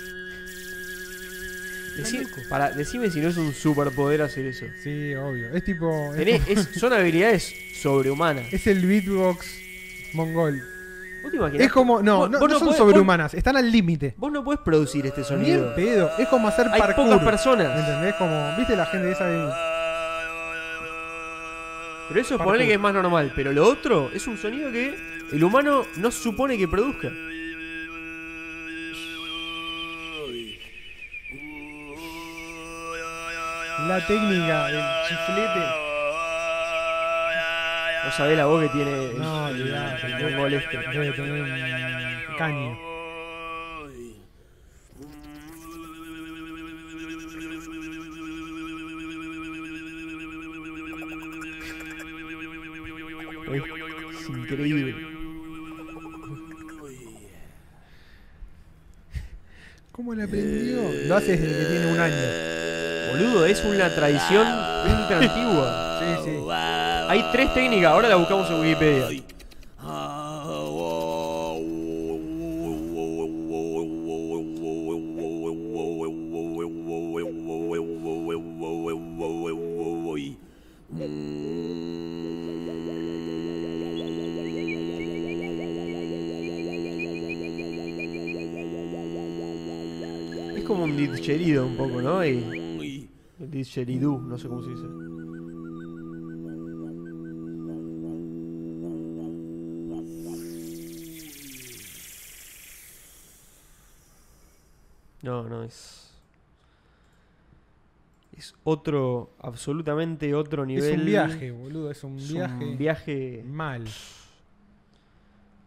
[SPEAKER 2] Decí- para, decime si no es un superpoder hacer eso.
[SPEAKER 3] Sí, obvio. Es tipo. es
[SPEAKER 2] Tenés- es- son habilidades sobrehumanas.
[SPEAKER 3] Es el beatbox mongol.
[SPEAKER 2] ¿Vos te imaginás?
[SPEAKER 3] Es como. No,
[SPEAKER 2] Vos-
[SPEAKER 3] no,
[SPEAKER 2] vos
[SPEAKER 3] no son
[SPEAKER 2] podés-
[SPEAKER 3] sobrehumanas, están al límite.
[SPEAKER 2] Vos, vos no podés producir este
[SPEAKER 3] Ni
[SPEAKER 2] sonido.
[SPEAKER 3] en pedo. Es como hacer
[SPEAKER 2] Hay
[SPEAKER 3] parkour.
[SPEAKER 2] pocas personas.
[SPEAKER 3] ¿Entendés? Como. ¿Viste la gente esa de.
[SPEAKER 2] Pero eso
[SPEAKER 3] Parkour.
[SPEAKER 2] ponele que es más normal. Pero lo otro es un sonido que el humano no se supone que produzca.
[SPEAKER 3] La técnica del chiflete.
[SPEAKER 2] No sabés la voz que tiene el,
[SPEAKER 3] No,
[SPEAKER 2] el-
[SPEAKER 3] olvidate,
[SPEAKER 2] el
[SPEAKER 3] no.
[SPEAKER 2] mongol este.
[SPEAKER 3] Debe tener un caño.
[SPEAKER 2] Es increíble.
[SPEAKER 3] ¿Cómo la aprendió?
[SPEAKER 2] Eh,
[SPEAKER 3] Lo hace desde que tiene un año. eh,
[SPEAKER 2] Boludo, es una tradición ultra antigua.
[SPEAKER 3] Sí, sí.
[SPEAKER 2] Hay tres técnicas, ahora la buscamos en Wikipedia. Es como un didgeridoo un poco, ¿no? Y el didgeridoo, no sé cómo se dice. No, no es. es otro, absolutamente otro nivel.
[SPEAKER 3] Es un viaje, boludo. Es un
[SPEAKER 2] Es
[SPEAKER 3] viaje.
[SPEAKER 2] un viaje.
[SPEAKER 3] Mal.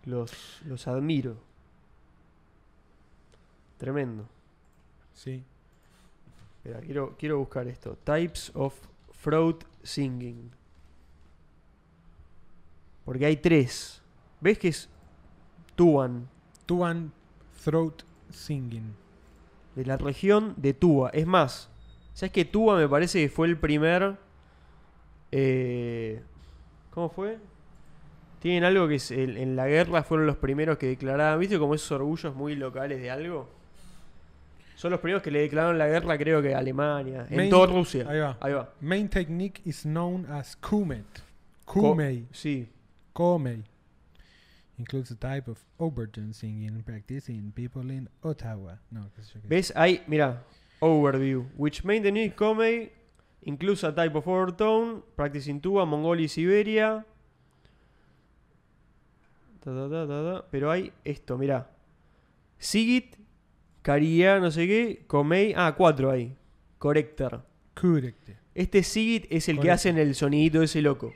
[SPEAKER 2] Los, los admiro. Tremendo.
[SPEAKER 3] Sí.
[SPEAKER 2] Espera, quiero, quiero buscar esto. Types of Throat Singing. Porque hay tres. ¿Ves que es Tuan?
[SPEAKER 3] Tuan Throat Singing.
[SPEAKER 2] De la región de Tua. Es más, ¿sabes que Tua me parece que fue el primer. eh, ¿Cómo fue? Tienen algo que es el- en la guerra fueron los primeros que declaraban. ¿Viste como esos orgullos muy locales de algo? Son los primeros que le declararon la guerra, creo que a Alemania. En
[SPEAKER 3] Main-
[SPEAKER 2] toda Rusia.
[SPEAKER 3] ahí va.
[SPEAKER 2] Ahí va.
[SPEAKER 3] Main technique is known as Kumet.
[SPEAKER 2] Co-
[SPEAKER 3] Kumei.
[SPEAKER 2] Sí.
[SPEAKER 3] Komei. Includes a type of overtone singing practice in people in Ottawa. No, qué sé yo qué.
[SPEAKER 2] ¿Ves? Ahí, mira. Overview. Which made the new comedy includes a type of overtone, practicing tuba, Mongolia y Siberia. Ta, ta, ta, ta, ta. Pero hay esto, mira. Sigit, Caria, no sé qué, Comey. Ah, cuatro ahí. Corrector.
[SPEAKER 3] Correcte.
[SPEAKER 2] Este Sigit es el que
[SPEAKER 3] Correcto.
[SPEAKER 2] hacen el sonidito ese loco.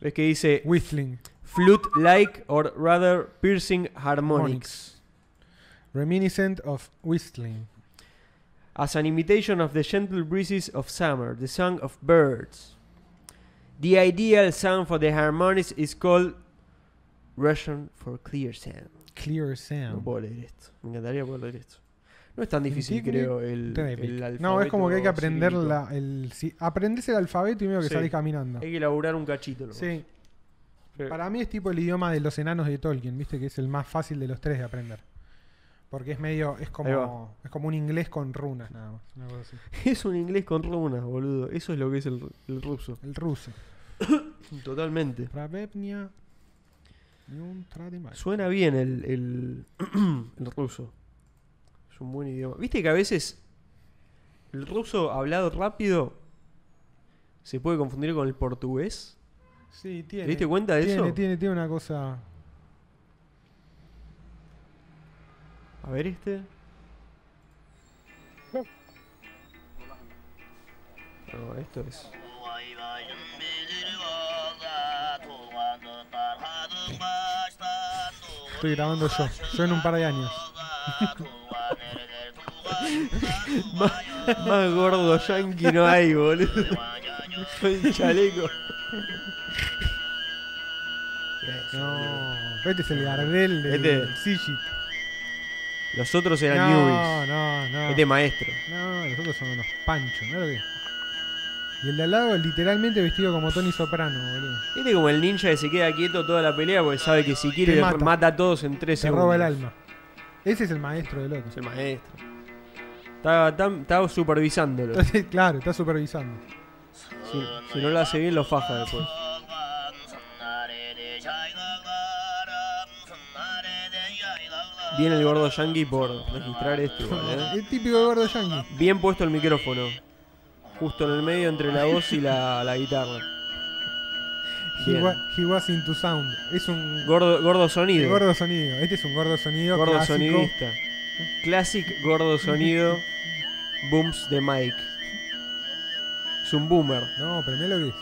[SPEAKER 2] ¿Ves que dice
[SPEAKER 3] Whistling.
[SPEAKER 2] flute-like or rather piercing harmonics.
[SPEAKER 3] Reminiscent of whistling.
[SPEAKER 2] as an imitation of the gentle breezes of summer, the song of birds. The ideal sound for the harmonics is called Russian for clear sound.
[SPEAKER 3] Clear
[SPEAKER 2] No
[SPEAKER 3] sound.
[SPEAKER 2] puedo leer esto. Me encantaría poder leer esto. No es tan difícil,
[SPEAKER 3] Indigni-
[SPEAKER 2] creo, el,
[SPEAKER 3] Typic.
[SPEAKER 2] el alfabeto.
[SPEAKER 3] no, es como que hay que aprender
[SPEAKER 2] cirílico.
[SPEAKER 3] la, el, si- aprenderse el alfabeto y medio que
[SPEAKER 2] Sí.
[SPEAKER 3] salís caminando.
[SPEAKER 2] Hay que elaborar un cachito. nomás.
[SPEAKER 3] Sí.
[SPEAKER 2] Pero-
[SPEAKER 3] Para mí es tipo el idioma de los enanos de Tolkien, viste que es el más fácil de los tres de aprender. Porque es medio,
[SPEAKER 2] Ahí
[SPEAKER 3] es como,
[SPEAKER 2] va.
[SPEAKER 3] es como un inglés con runas nada más. una cosa así.
[SPEAKER 2] Es un inglés con runas, boludo. Eso es lo que es el, el ruso.
[SPEAKER 3] El ruso.
[SPEAKER 2] Totalmente.
[SPEAKER 3] Pravepnia. Niun tradimai.
[SPEAKER 2] Suena bien el, el- el ruso. Es un buen idioma. Viste que a veces el ruso hablado rápido se puede confundir con el portugués.
[SPEAKER 3] Sí, tiene.
[SPEAKER 2] ¿Te diste cuenta de
[SPEAKER 3] tiene,
[SPEAKER 2] eso?
[SPEAKER 3] Tiene, tiene una cosa.
[SPEAKER 2] A ver este. No, esto es.
[SPEAKER 1] Ойбайым белір болса, туғанды тарқатып баштан, туған
[SPEAKER 3] Estoy grabando yo. Yo en un par de años.
[SPEAKER 1] болса, туған ерлер, туған
[SPEAKER 2] Más, más gordo yankee no hay, boludo.
[SPEAKER 1] ана.
[SPEAKER 2] Con el chaleco.
[SPEAKER 3] No. Este es el Gardel de
[SPEAKER 2] Este-
[SPEAKER 3] Sigit.
[SPEAKER 2] Los otros eran newbies.
[SPEAKER 3] No, no, no.
[SPEAKER 2] Este maestro.
[SPEAKER 3] No, los otros son unos panchos, mirá lo que es. Y el de al lado literalmente vestido como Tony Soprano, boludo.
[SPEAKER 2] Este como el ninja que se queda quieto toda la pelea porque sabe que si quiere
[SPEAKER 3] Te
[SPEAKER 2] le-
[SPEAKER 3] mata.
[SPEAKER 2] mata. a todos en tres
[SPEAKER 3] Se
[SPEAKER 2] segundos.
[SPEAKER 3] roba el alma. Ese es el maestro del
[SPEAKER 2] Es
[SPEAKER 3] otro.
[SPEAKER 2] el maestro. Está, está- está supervisándolo.
[SPEAKER 3] Entonces, claro, está supervisando.
[SPEAKER 2] Si, si no lo hace bien, lo faja después. Bien el gordo yankee por registrar esto igual, ¿eh?
[SPEAKER 3] Es típico de gordo yankee.
[SPEAKER 2] Bien puesto el micrófono. Justo en el medio entre la voz y la, la guitarra.
[SPEAKER 3] He,
[SPEAKER 2] Bien.
[SPEAKER 3] wa- he was into sound. Es un
[SPEAKER 2] Gordo, gordo
[SPEAKER 3] gordo,
[SPEAKER 2] sonido.
[SPEAKER 3] sonido. Este es un gordo sonido.
[SPEAKER 2] Gordo
[SPEAKER 3] clásico.
[SPEAKER 2] sonidista. Classic gordo sonido. Booms de Mike. Es un boomer.
[SPEAKER 3] No, pero mirá lo que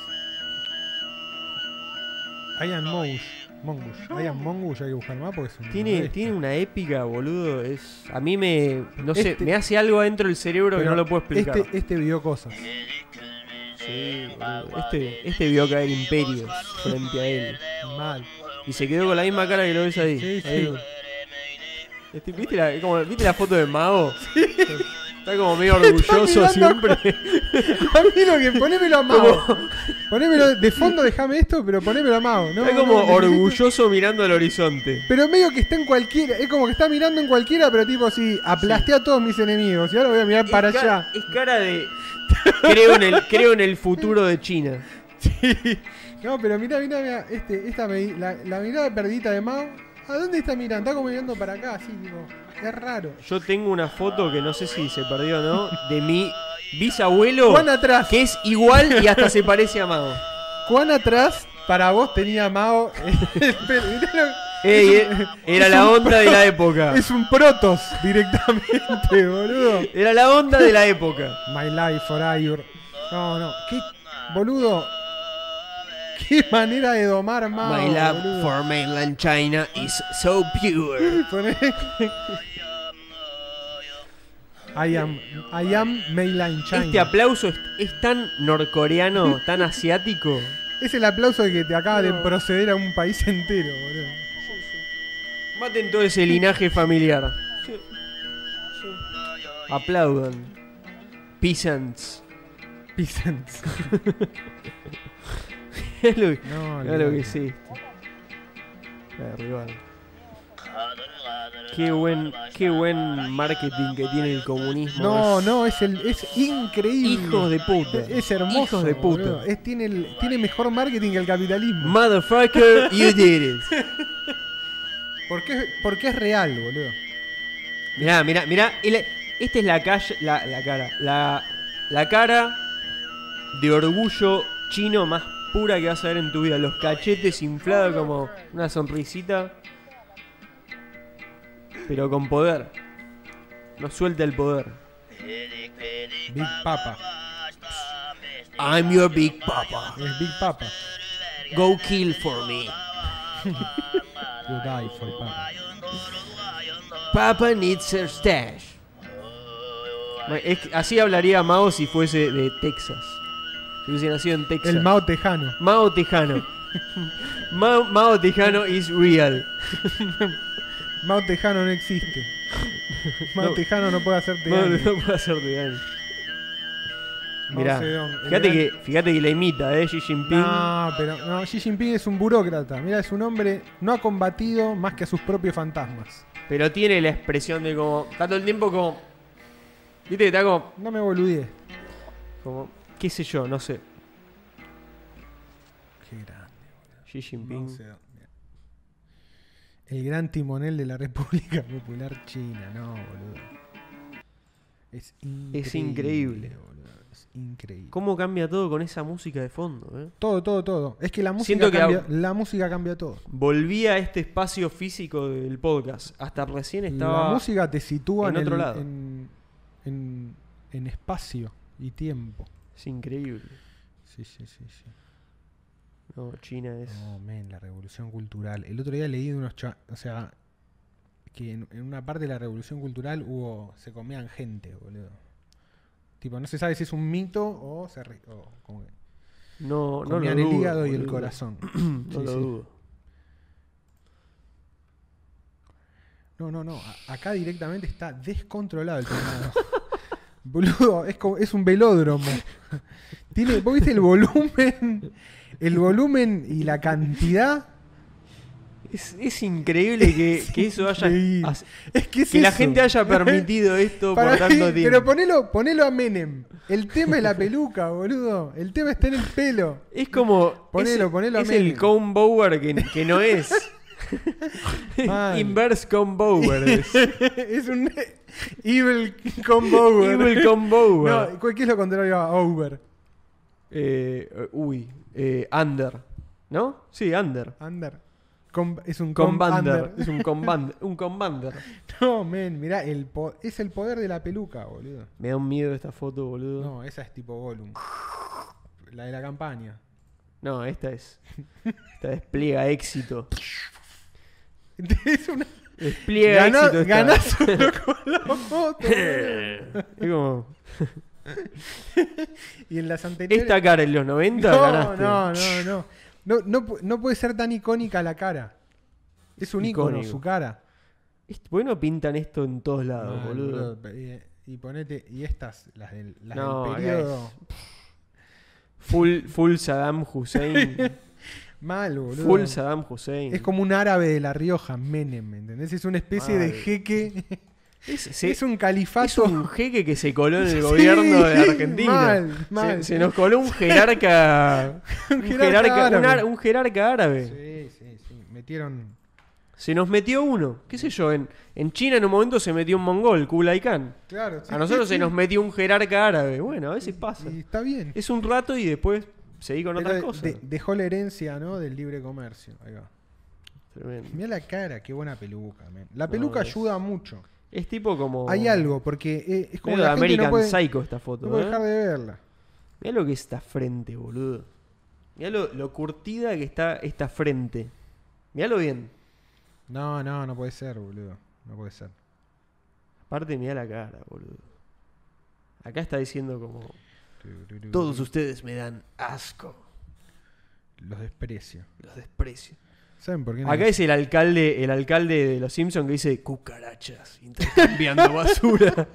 [SPEAKER 3] es. Ian Mongush. Mongush. Ian Mongush hay que buscar más porque es un.
[SPEAKER 2] Tiene,
[SPEAKER 3] bestia.
[SPEAKER 2] tiene una épica, boludo. Es, a mí me. No sé,
[SPEAKER 3] Este-
[SPEAKER 2] me hace algo adentro del cerebro
[SPEAKER 3] Pero
[SPEAKER 2] que no lo puedo explicar.
[SPEAKER 3] Este, este vio cosas.
[SPEAKER 2] Sí, boludo. Este, este vio caer imperios frente a él.
[SPEAKER 3] Mal.
[SPEAKER 2] Y se quedó con la misma cara que lo ves ahí.
[SPEAKER 3] Sí, sí.
[SPEAKER 2] Ahí. Este- ¿viste, la, como- ¿Viste la foto de Mago? Está como medio orgulloso
[SPEAKER 3] mirando
[SPEAKER 2] siempre.
[SPEAKER 3] A mí lo que ponémelo a Mago. Ponémelo de fondo, déjame esto, pero ponémelo a Mago. No,
[SPEAKER 2] Está como
[SPEAKER 3] no,
[SPEAKER 2] orgulloso mirando al horizonte.
[SPEAKER 3] Pero medio que está en cualquiera, es como que está mirando en cualquiera, pero tipo así, aplasté a todos mis enemigos y ahora voy a mirar para
[SPEAKER 2] es ca-
[SPEAKER 3] allá.
[SPEAKER 2] Es cara de. Creo en, el, creo en el futuro de China.
[SPEAKER 3] No, pero mirá, mirá, mirá, este, esta medi- la, la mirada perdita de Mao, ¿a dónde está mirando? Está como mirando para acá, así, tipo, es raro.
[SPEAKER 2] Yo tengo una foto que no sé si se perdió o no, de mi bisabuelo,
[SPEAKER 3] Juan atrás,
[SPEAKER 2] que es igual y hasta se parece a Mago.
[SPEAKER 3] Juan atrás, para vos tenía Mao. eh, Pero mirá lo-
[SPEAKER 2] Ey, eh, era la onda de la época.
[SPEAKER 3] Es un Protos directamente, boludo.
[SPEAKER 2] Era la onda de la época.
[SPEAKER 3] My life for Ayur. No, no. ¿Qué, boludo? ¿Qué manera de domar más?
[SPEAKER 2] My love for mainland China is so pure.
[SPEAKER 3] I am, I am mainline China.
[SPEAKER 2] Este aplauso es, es tan norcoreano, tan asiático.
[SPEAKER 3] es el aplauso que te acaba de proceder a un país entero, boludo.
[SPEAKER 2] Maten todo ese linaje familiar. Aplaudan. Peasants.
[SPEAKER 3] Peasants.
[SPEAKER 2] Es lo que-
[SPEAKER 3] No,
[SPEAKER 2] Claro que
[SPEAKER 3] olvidate.
[SPEAKER 2] sí. La de rival. Qué buen, qué buen marketing que tiene el comunismo.
[SPEAKER 3] No,
[SPEAKER 2] Es-
[SPEAKER 3] no, es, el, es increíble.
[SPEAKER 2] Hijos de puta.
[SPEAKER 3] Es, es hermoso.
[SPEAKER 2] Hijos de puta. Mm.
[SPEAKER 3] boludo. Es, tiene, el- tiene mejor marketing que el capitalismo.
[SPEAKER 2] Motherfucker, you did it.
[SPEAKER 3] Porque, es- porque es real, boludo.
[SPEAKER 2] Mirá, mirá, mirá. el- Esta es la calle. La, la cara. La, la cara de orgullo chino más pura que vas a ver en tu vida. Los cachetes inflados como una sonrisita. Pero con poder. No suelta el poder.
[SPEAKER 3] Big Papa.
[SPEAKER 2] I'm your big papa.
[SPEAKER 3] Es Big Papa.
[SPEAKER 2] Go kill for me.
[SPEAKER 3] You die for Papa.
[SPEAKER 2] Papa needs her stash. así hablaría Mao si fuese de Texas. Si hubiese nacido en Texas.
[SPEAKER 3] El Mao Tejano.
[SPEAKER 2] Mao Tejano. Mao, Mao Tejano is real.
[SPEAKER 3] Mao Tejano no existe. Mao
[SPEAKER 2] No.
[SPEAKER 3] Tejano no puede hacerte
[SPEAKER 2] Mao
[SPEAKER 3] daño.
[SPEAKER 2] no puede hacerte daño.
[SPEAKER 3] Mao
[SPEAKER 2] Mirá,
[SPEAKER 3] Zedong, el
[SPEAKER 2] fíjate
[SPEAKER 3] gran-
[SPEAKER 2] que, fíjate que la imita, ¿eh? Xi Jinping.
[SPEAKER 3] No, pero no, Xi Jinping es un burócrata. Mira, es un hombre no ha combatido más que a sus propios fantasmas.
[SPEAKER 2] Pero tiene la expresión de como. Está todo el tiempo como. Viste que está como.
[SPEAKER 3] No me boludé.
[SPEAKER 2] como qué sé yo, no sé.
[SPEAKER 3] Qué grande.
[SPEAKER 2] Xi Jinping.
[SPEAKER 3] El gran timonel de la República Popular China, no, boludo. Es increíble.
[SPEAKER 2] increíble.
[SPEAKER 3] boludo, Es increíble.
[SPEAKER 2] ¿Cómo cambia todo con esa música de fondo, eh?
[SPEAKER 3] Todo, todo, todo. Es que la música
[SPEAKER 2] Siento que
[SPEAKER 3] cambia,
[SPEAKER 2] hago-
[SPEAKER 3] la música cambia todo.
[SPEAKER 2] Volví a este espacio físico del podcast. Hasta recién estaba.
[SPEAKER 3] La música te sitúa
[SPEAKER 2] en
[SPEAKER 3] en,
[SPEAKER 2] otro
[SPEAKER 3] el-
[SPEAKER 2] lado.
[SPEAKER 3] En, en- en espacio y tiempo.
[SPEAKER 2] Es increíble.
[SPEAKER 3] Sí, sí, sí, sí.
[SPEAKER 2] No, China es.
[SPEAKER 3] No, men, la revolución cultural. El otro día leí de unos cha- o sea, que en, en una parte de la revolución cultural hubo se comían gente, boludo. Tipo, no se sabe si es un mito o se ri- o como que
[SPEAKER 2] No, no lo
[SPEAKER 3] comían
[SPEAKER 2] dudo,
[SPEAKER 3] el hígado y el
[SPEAKER 2] boludo.
[SPEAKER 3] corazón.
[SPEAKER 2] No
[SPEAKER 3] Sí,
[SPEAKER 2] lo
[SPEAKER 3] sí.
[SPEAKER 2] dudo.
[SPEAKER 3] No, no, no. A- Acá directamente está descontrolado el tornado. Boludo, es, como- es un velódromo. Tiene, ¿Vos viste el volumen? El volumen y la cantidad.
[SPEAKER 2] Es, es increíble que, que eso haya.
[SPEAKER 3] increíble.
[SPEAKER 2] as-
[SPEAKER 3] Es que, es
[SPEAKER 2] que la
[SPEAKER 3] eso.
[SPEAKER 2] gente haya permitido esto
[SPEAKER 3] Para
[SPEAKER 2] por
[SPEAKER 3] mí,
[SPEAKER 2] tanto tiempo.
[SPEAKER 3] pero ponelo, ponelo a Menem. El tema es la peluca, boludo. El tema está en el pelo.
[SPEAKER 2] Es como.
[SPEAKER 3] Ponelo,
[SPEAKER 2] es,
[SPEAKER 3] ponelo a
[SPEAKER 2] Es el
[SPEAKER 3] Menem.
[SPEAKER 2] combower que, que no es.
[SPEAKER 3] Mal.
[SPEAKER 2] Inverse combower. es.
[SPEAKER 3] es un evil combo. over.
[SPEAKER 2] Evil combower.
[SPEAKER 3] No, ¿qué es lo contrario a over?
[SPEAKER 2] Eh, uy. eh, under. ¿No? Sí, under.
[SPEAKER 3] Under. Com- es un com
[SPEAKER 2] Combander.
[SPEAKER 3] under.
[SPEAKER 2] Es un combander. Un combander.
[SPEAKER 3] No, men, mirá, el po- es el poder de la peluca, boludo.
[SPEAKER 2] Me da un miedo esta foto, boludo. No,
[SPEAKER 3] No, esa es tipo Gollum. La de la campaña.
[SPEAKER 2] esta es. Esta despliega éxito.
[SPEAKER 3] Es una...
[SPEAKER 2] Despliega
[SPEAKER 3] Ganó-
[SPEAKER 2] éxito. Esta.
[SPEAKER 3] ganás uno con la foto.
[SPEAKER 2] Es como.
[SPEAKER 3] Y en las anteriores...
[SPEAKER 2] Esta cara en los 90
[SPEAKER 3] no,
[SPEAKER 2] ganaste.
[SPEAKER 3] no, no, no, no. No, pu- no puede ser tan icónica la cara. Es un ícono
[SPEAKER 2] Icónico.
[SPEAKER 3] su cara.
[SPEAKER 2] Es- ¿Por qué no pintan esto en todos lados,
[SPEAKER 3] Mal,
[SPEAKER 2] boludo?
[SPEAKER 3] boludo. Y, y ponete... Y estas, las del, las
[SPEAKER 2] No,
[SPEAKER 3] del
[SPEAKER 2] acá
[SPEAKER 3] periodo...
[SPEAKER 2] Full, full Saddam Hussein.
[SPEAKER 3] Mal, boludo.
[SPEAKER 2] full Saddam Hussein.
[SPEAKER 3] es como un árabe de La Rioja, Menem, ¿me entendés? Es una especie de
[SPEAKER 2] Mal.
[SPEAKER 3] jeque...
[SPEAKER 2] Es- se-
[SPEAKER 3] Es un califato.
[SPEAKER 2] es un jeque que se coló en el
[SPEAKER 3] Sí,
[SPEAKER 2] gobierno de Argentina.
[SPEAKER 3] mal,
[SPEAKER 2] Se- Se,
[SPEAKER 3] mal.
[SPEAKER 2] nos coló un jerarca. un,
[SPEAKER 3] jerarca
[SPEAKER 2] jerarca, un
[SPEAKER 3] árabe.
[SPEAKER 2] ar- un jerarca árabe.
[SPEAKER 3] Sí, sí, sí. Metieron.
[SPEAKER 2] Se nos metió uno. ¿Qué sé yo? En, en China en un momento se metió un mongol, Kublai Khan.
[SPEAKER 3] Claro, sí,
[SPEAKER 2] A nosotros
[SPEAKER 3] sí,
[SPEAKER 2] se nos
[SPEAKER 3] sí.
[SPEAKER 2] metió un jerarca árabe. Bueno, a veces pasa.
[SPEAKER 3] Y está bien.
[SPEAKER 2] Es un rato y después seguí con
[SPEAKER 3] Pero
[SPEAKER 2] otras
[SPEAKER 3] de-
[SPEAKER 2] cosas.
[SPEAKER 3] de- dejó la herencia, ¿no? Del libre comercio. Ahí va.
[SPEAKER 2] Tremendo.
[SPEAKER 3] Mira la cara, qué buena peluca. man. La peluca
[SPEAKER 2] es-
[SPEAKER 3] ayuda mucho.
[SPEAKER 2] Es tipo como.
[SPEAKER 3] Hay algo, porque eh, es como
[SPEAKER 2] medio de
[SPEAKER 3] la gente
[SPEAKER 2] American
[SPEAKER 3] no puede,
[SPEAKER 2] Psycho esta foto.
[SPEAKER 3] no puede
[SPEAKER 2] ¿eh?
[SPEAKER 3] dejar de verla.
[SPEAKER 2] Mirá lo que es esta frente, boludo. Mirá lo, lo curtida que está esta frente. Mirá lo bien.
[SPEAKER 3] No, no, no puede ser, boludo. No puede ser.
[SPEAKER 2] Aparte, mirá la cara, boludo. Acá está diciendo como. Todos ustedes me dan asco.
[SPEAKER 3] Los desprecio.
[SPEAKER 2] Los desprecio.
[SPEAKER 3] ¿Saben por qué no?
[SPEAKER 2] Acá es el alcalde, el alcalde de los Simpsons que dice cucarachas intercambiando basura.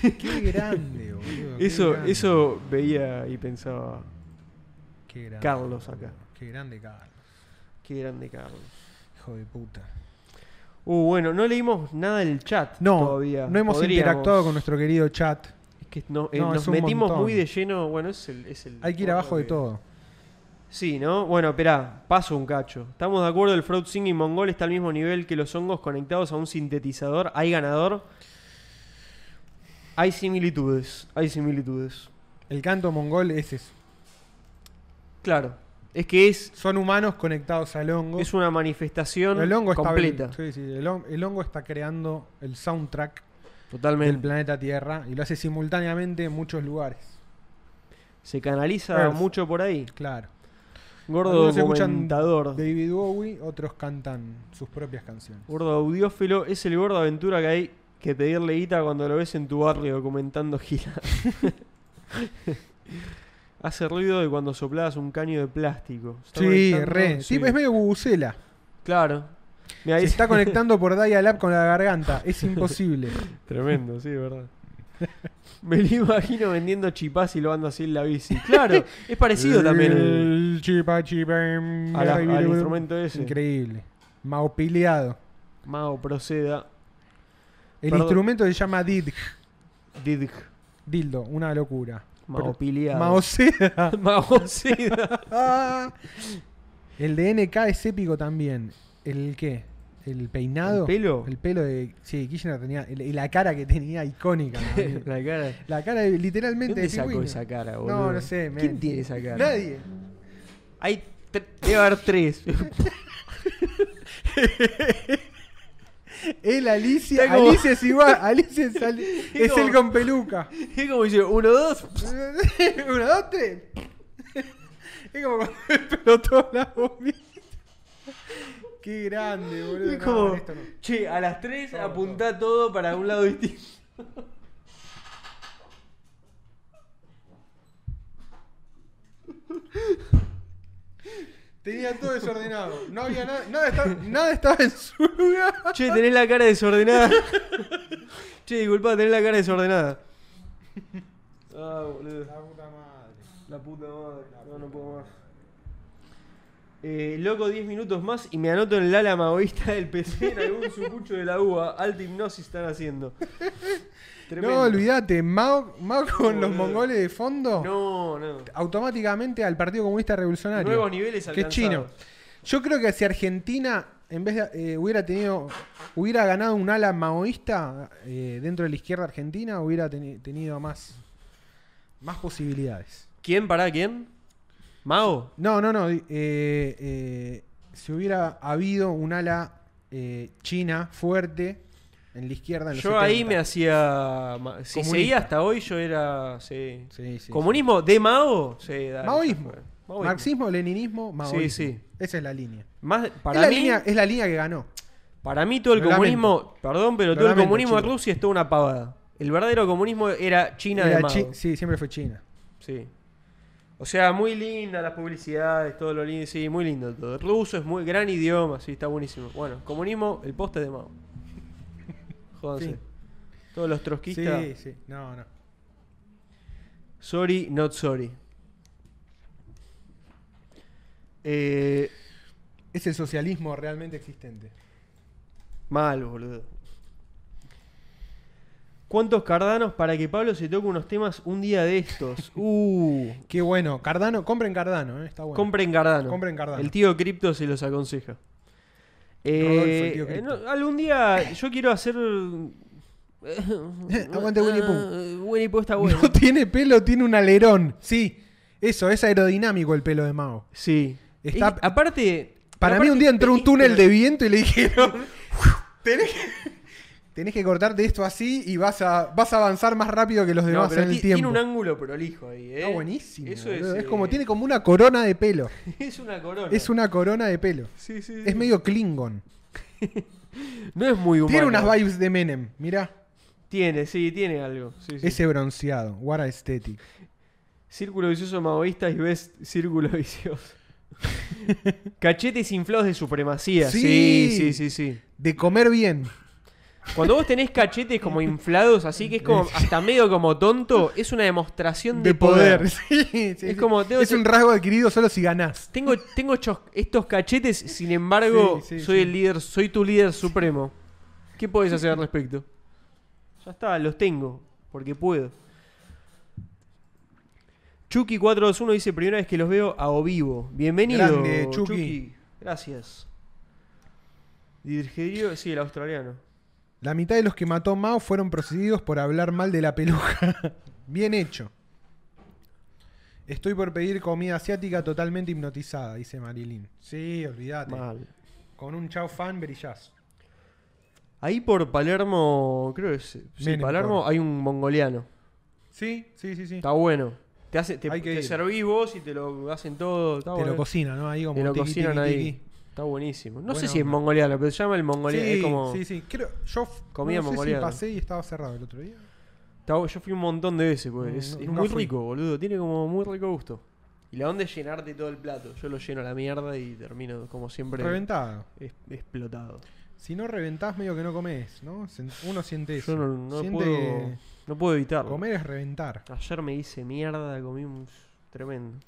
[SPEAKER 3] Qué grande, boludo. qué
[SPEAKER 2] Eso,
[SPEAKER 3] grande.
[SPEAKER 2] eso veía y pensaba.
[SPEAKER 3] Qué grande,
[SPEAKER 2] Carlos acá.
[SPEAKER 3] Qué grande Carlos.
[SPEAKER 2] Qué grande Carlos.
[SPEAKER 3] Hijo de puta.
[SPEAKER 2] Uh, bueno, no leímos nada del chat
[SPEAKER 3] No,
[SPEAKER 2] todavía.
[SPEAKER 3] no hemos
[SPEAKER 2] Podríamos.
[SPEAKER 3] interactuado con nuestro querido chat.
[SPEAKER 2] Es que no- eh,
[SPEAKER 3] No,
[SPEAKER 2] nos
[SPEAKER 3] es un
[SPEAKER 2] metimos
[SPEAKER 3] montón.
[SPEAKER 2] muy de lleno. Bueno, es el. es el
[SPEAKER 3] Hay que ir
[SPEAKER 2] punto
[SPEAKER 3] abajo de
[SPEAKER 2] que-
[SPEAKER 3] todo.
[SPEAKER 2] Sí, ¿no? Bueno, esperá, paso un cacho. Estamos de acuerdo, el Fraud Singing Mongol está al mismo nivel que los hongos conectados a un sintetizador. ¿Hay ganador? Hay similitudes, hay similitudes.
[SPEAKER 3] El canto mongol es eso.
[SPEAKER 2] Claro, es que es,
[SPEAKER 3] Son humanos conectados al hongo.
[SPEAKER 2] es una manifestación
[SPEAKER 3] el hongo
[SPEAKER 2] completa.
[SPEAKER 3] está sí, sí, el, hon- el hongo está creando el soundtrack del
[SPEAKER 2] Totalmente.
[SPEAKER 3] planeta Tierra y lo hace simultáneamente en muchos lugares.
[SPEAKER 2] Se canaliza
[SPEAKER 3] Earth.
[SPEAKER 2] mucho por ahí.
[SPEAKER 3] Claro.
[SPEAKER 2] Gordo
[SPEAKER 3] Algunos escuchan
[SPEAKER 2] documentador.
[SPEAKER 3] David Bowie, otros cantan sus propias canciones.
[SPEAKER 2] Gordo audiófilo es el gordo aventura que hay que pedirle guita cuando lo ves en tu barrio documentando giras. Hace ruido de cuando soplabas un caño de plástico. Está
[SPEAKER 3] Sí,
[SPEAKER 2] conectando-
[SPEAKER 3] re. Sí,
[SPEAKER 2] sí.
[SPEAKER 3] es medio bubucela.
[SPEAKER 2] Claro. Mirá,
[SPEAKER 3] Se
[SPEAKER 2] es
[SPEAKER 3] está conectando por Dial-Up con la garganta. Es imposible.
[SPEAKER 2] tremendo, sí, verdad. Me lo imagino vendiendo chipás y lo ando así en la bici. Claro, es parecido también el-
[SPEAKER 3] El chipa chipa, em,
[SPEAKER 2] a la-
[SPEAKER 3] ay,
[SPEAKER 2] al
[SPEAKER 3] biru, biru.
[SPEAKER 2] instrumento ese.
[SPEAKER 3] Increíble. Maupileado.
[SPEAKER 2] Mago proceda.
[SPEAKER 3] El
[SPEAKER 2] Perdón.
[SPEAKER 3] instrumento se llama didg.
[SPEAKER 2] Didg.
[SPEAKER 3] Dildo, una locura.
[SPEAKER 2] Mago pileado.
[SPEAKER 3] Maoceda.
[SPEAKER 2] Mago seda.
[SPEAKER 3] Ah. El de NK es épico también. ¿El qué? ¿El peinado?
[SPEAKER 2] ¿El pelo?
[SPEAKER 3] El pelo de. Sí, Kirchner tenía. el- y la cara que tenía icónica. amigo.
[SPEAKER 2] La cara.
[SPEAKER 3] la cara de, literalmente
[SPEAKER 2] ¿Dónde
[SPEAKER 3] de
[SPEAKER 2] sacó
[SPEAKER 3] pingüino.
[SPEAKER 2] esa cara, boludo?
[SPEAKER 3] No, no sé.
[SPEAKER 2] ¿Quién
[SPEAKER 3] man.
[SPEAKER 2] tiene esa cara?
[SPEAKER 3] Nadie.
[SPEAKER 2] Hay tre- debe haber tres.
[SPEAKER 3] Él, Alicia.
[SPEAKER 2] Está como-
[SPEAKER 3] Alicia es igual. Alicia es, al- es
[SPEAKER 2] como-
[SPEAKER 3] el con peluca.
[SPEAKER 2] es como dice, uno, dos.
[SPEAKER 3] Uno, dos, tres. es como cuando explotó la bombilla. Qué grande, boludo.
[SPEAKER 2] Es
[SPEAKER 3] No,
[SPEAKER 2] como,
[SPEAKER 3] esto no.
[SPEAKER 2] che, a las tres apuntá todo para un lado distinto.
[SPEAKER 3] Tenía todo desordenado. No había nada. Nada estaba, nada estaba en su lugar.
[SPEAKER 2] Che, tenés la cara desordenada. che, disculpa, tenés la cara desordenada. Ah, boludo.
[SPEAKER 3] La puta madre.
[SPEAKER 2] La puta madre. No, no puedo más. Eh, loco, 10 minutos más y me anoto en el ala maoísta del PC en algún sucucho de la UBA. Alta hipnosis están haciendo.
[SPEAKER 3] No,
[SPEAKER 2] Tremendo.
[SPEAKER 3] olvídate. Mao, Mao con
[SPEAKER 2] No,
[SPEAKER 3] los
[SPEAKER 2] boludo.
[SPEAKER 3] mongoles de fondo.
[SPEAKER 2] No, no.
[SPEAKER 3] Automáticamente al Partido Comunista Revolucionario.
[SPEAKER 2] Nuevos niveles
[SPEAKER 3] Qué
[SPEAKER 2] alcanzados.
[SPEAKER 3] chino. Yo creo que si Argentina, en vez de eh, hubiera tenido, hubiera ganado un ala maoísta eh, dentro de la izquierda argentina, hubiera teni- tenido más, más posibilidades.
[SPEAKER 2] ¿Quién para quién? ¿Mao?
[SPEAKER 3] No, no, no. di- eh, eh, si hubiera habido un ala eh, china fuerte en la izquierda. En los
[SPEAKER 2] Yo ahí
[SPEAKER 3] 70.
[SPEAKER 2] me hacía. ma- Si
[SPEAKER 3] Comunista.
[SPEAKER 2] seguía hasta hoy, yo era. Sí.
[SPEAKER 3] Sí, sí,
[SPEAKER 2] ¿Comunismo de Mao? Sí, dale,
[SPEAKER 3] Maoísmo.
[SPEAKER 2] ya fue. Maoísmo.
[SPEAKER 3] Marxismo, leninismo, maoísmo.
[SPEAKER 2] sí.
[SPEAKER 3] Esa es la línea.
[SPEAKER 2] Más,
[SPEAKER 3] es,
[SPEAKER 2] para,
[SPEAKER 3] la
[SPEAKER 2] mí,
[SPEAKER 3] línea eh, es la línea que ganó.
[SPEAKER 2] para mí, todo el
[SPEAKER 3] Lo
[SPEAKER 2] comunismo. Perdón, pero
[SPEAKER 3] Lo
[SPEAKER 2] todo el
[SPEAKER 3] lamento,
[SPEAKER 2] comunismo de
[SPEAKER 3] chico.
[SPEAKER 2] Rusia es toda una pavada. El verdadero comunismo era China
[SPEAKER 3] Era
[SPEAKER 2] de Mao.
[SPEAKER 3] chi- sí, siempre fue China.
[SPEAKER 2] Sí. O sea, muy linda las publicidades, todo lo lindo. Sí, muy lindo todo. Ruso es muy gran idioma, sí, está buenísimo. Bueno, comunismo, el poste de Mao. Jódanse.
[SPEAKER 3] Fin.
[SPEAKER 2] Todos los trotskistas.
[SPEAKER 3] Sí, sí. No, no.
[SPEAKER 2] Sorry, not sorry. Eh,
[SPEAKER 3] Es el socialismo realmente existente.
[SPEAKER 2] mal, boludo. ¿Cuántos cardanos para que Pablo se toque unos temas un día de estos? Uh,
[SPEAKER 3] Qué bueno. Cardano, compren Cardano, eh, está bueno.
[SPEAKER 2] compren Cardano.
[SPEAKER 3] Compren Cardano.
[SPEAKER 2] El tío Cripto se los aconseja.
[SPEAKER 3] Rodolfo,
[SPEAKER 2] Eh,
[SPEAKER 3] el tío Cripto.
[SPEAKER 2] eh, no, algún día yo quiero hacer.
[SPEAKER 3] Aguante Winnie
[SPEAKER 2] Pooh. Ah, Winnie Pooh está bueno.
[SPEAKER 3] no tiene pelo, tiene un alerón. Sí. Eso, es aerodinámico el pelo de Mao.
[SPEAKER 2] Sí.
[SPEAKER 3] Está-
[SPEAKER 2] Y aparte,
[SPEAKER 3] Para mí
[SPEAKER 2] aparte-
[SPEAKER 3] un día entró un túnel
[SPEAKER 2] pero-
[SPEAKER 3] de viento y le dijeron, tenés que, tenés que cortarte esto así y vas a, vas a avanzar más rápido que los
[SPEAKER 2] No,
[SPEAKER 3] demás
[SPEAKER 2] pero
[SPEAKER 3] en
[SPEAKER 2] ti-
[SPEAKER 3] el
[SPEAKER 2] tiene
[SPEAKER 3] tiempo.
[SPEAKER 2] un ángulo prolijo ahí, ¿eh?
[SPEAKER 3] Está buenísimo.
[SPEAKER 2] Eso
[SPEAKER 3] boludo.
[SPEAKER 2] es,
[SPEAKER 3] es,
[SPEAKER 2] eh,
[SPEAKER 3] como, tiene como una corona de pelo.
[SPEAKER 2] Es una corona.
[SPEAKER 3] Es una corona de pelo.
[SPEAKER 2] Sí, sí,
[SPEAKER 3] Es
[SPEAKER 2] sí.
[SPEAKER 3] medio Klingon.
[SPEAKER 2] No es muy humano.
[SPEAKER 3] Tiene unas vibes de Menem, mirá.
[SPEAKER 2] Tiene, sí, tiene algo. Sí, sí.
[SPEAKER 3] Ese bronceado, what a aesthetic.
[SPEAKER 2] Círculo vicioso maoísta y ves círculo vicioso. Cachetes inflados de supremacía. Sí, sí,
[SPEAKER 3] Sí.
[SPEAKER 2] sí, sí.
[SPEAKER 3] De comer bien.
[SPEAKER 2] Cuando vos tenés cachetes como inflados, así que es como hasta medio como tonto, es una demostración de,
[SPEAKER 3] De poder. Sí, sí,
[SPEAKER 2] Es
[SPEAKER 3] sí.
[SPEAKER 2] como, tengo
[SPEAKER 3] es
[SPEAKER 2] que-
[SPEAKER 3] un rasgo adquirido solo si ganás.
[SPEAKER 2] Tengo, tengo chos- estos cachetes, sin embargo,
[SPEAKER 3] Sí, sí,
[SPEAKER 2] soy
[SPEAKER 3] sí.
[SPEAKER 2] el líder, soy tu líder supremo. ¿Qué podés hacer al respecto? Ya está, los tengo, porque puedo. Chucky421 dice, primera vez que los veo a o vivo. Bienvenido,
[SPEAKER 3] Grande,
[SPEAKER 2] Chucky.
[SPEAKER 3] Chucky.
[SPEAKER 2] Gracias. Dirigido, sí, el australiano.
[SPEAKER 3] La mitad de los que mató Mao fueron procedidos por hablar mal de la peluca. Bien hecho. Estoy por pedir comida asiática totalmente hipnotizada, dice Marilyn. Sí, olvídate.
[SPEAKER 2] Mal.
[SPEAKER 3] Con un chau fan brillás.
[SPEAKER 2] Ahí por Palermo, creo que es... sí,
[SPEAKER 3] Menem,
[SPEAKER 2] Palermo
[SPEAKER 3] por-
[SPEAKER 2] hay un mongoliano.
[SPEAKER 3] Sí, sí, sí, sí.
[SPEAKER 2] Está bueno. Te, hace, te,
[SPEAKER 3] Hay que
[SPEAKER 2] te
[SPEAKER 3] ir.
[SPEAKER 2] servís vos y te lo hacen todo. Está
[SPEAKER 3] Te
[SPEAKER 2] bueno.
[SPEAKER 3] lo cocina, ¿no? Ahí como
[SPEAKER 2] Te lo
[SPEAKER 3] tiqui,
[SPEAKER 2] cocinan
[SPEAKER 3] tiqui,
[SPEAKER 2] ahí.
[SPEAKER 3] tiqui.
[SPEAKER 2] Está buenísimo. No sé
[SPEAKER 3] Buena
[SPEAKER 2] si es
[SPEAKER 3] onda.
[SPEAKER 2] mongoliano, pero se llama el mongoliano.
[SPEAKER 3] Sí,
[SPEAKER 2] es como.
[SPEAKER 3] sí, sí. Creo, yo f-
[SPEAKER 2] Comida
[SPEAKER 3] no sé si
[SPEAKER 2] mongoliana.
[SPEAKER 3] pasé y estaba cerrado el otro día.
[SPEAKER 2] Está bu- yo fui un montón de veces, pues.
[SPEAKER 3] No,
[SPEAKER 2] es
[SPEAKER 3] no,
[SPEAKER 2] es
[SPEAKER 3] no
[SPEAKER 2] muy
[SPEAKER 3] fui.
[SPEAKER 2] rico, boludo. Tiene como muy rico gusto. Y la onda es llenarte todo el plato. Yo lo lleno a la mierda y termino, como siempre,
[SPEAKER 3] Reventado.
[SPEAKER 2] es- explotado.
[SPEAKER 3] Si no reventás, medio que no comes, ¿no? Sen- Uno siente eso.
[SPEAKER 2] Yo no, no
[SPEAKER 3] siente
[SPEAKER 2] puedo, no puedo
[SPEAKER 3] que
[SPEAKER 2] evitarlo.
[SPEAKER 3] comer es reventar.
[SPEAKER 2] Ayer me hice mierda, comí un. Tremendo.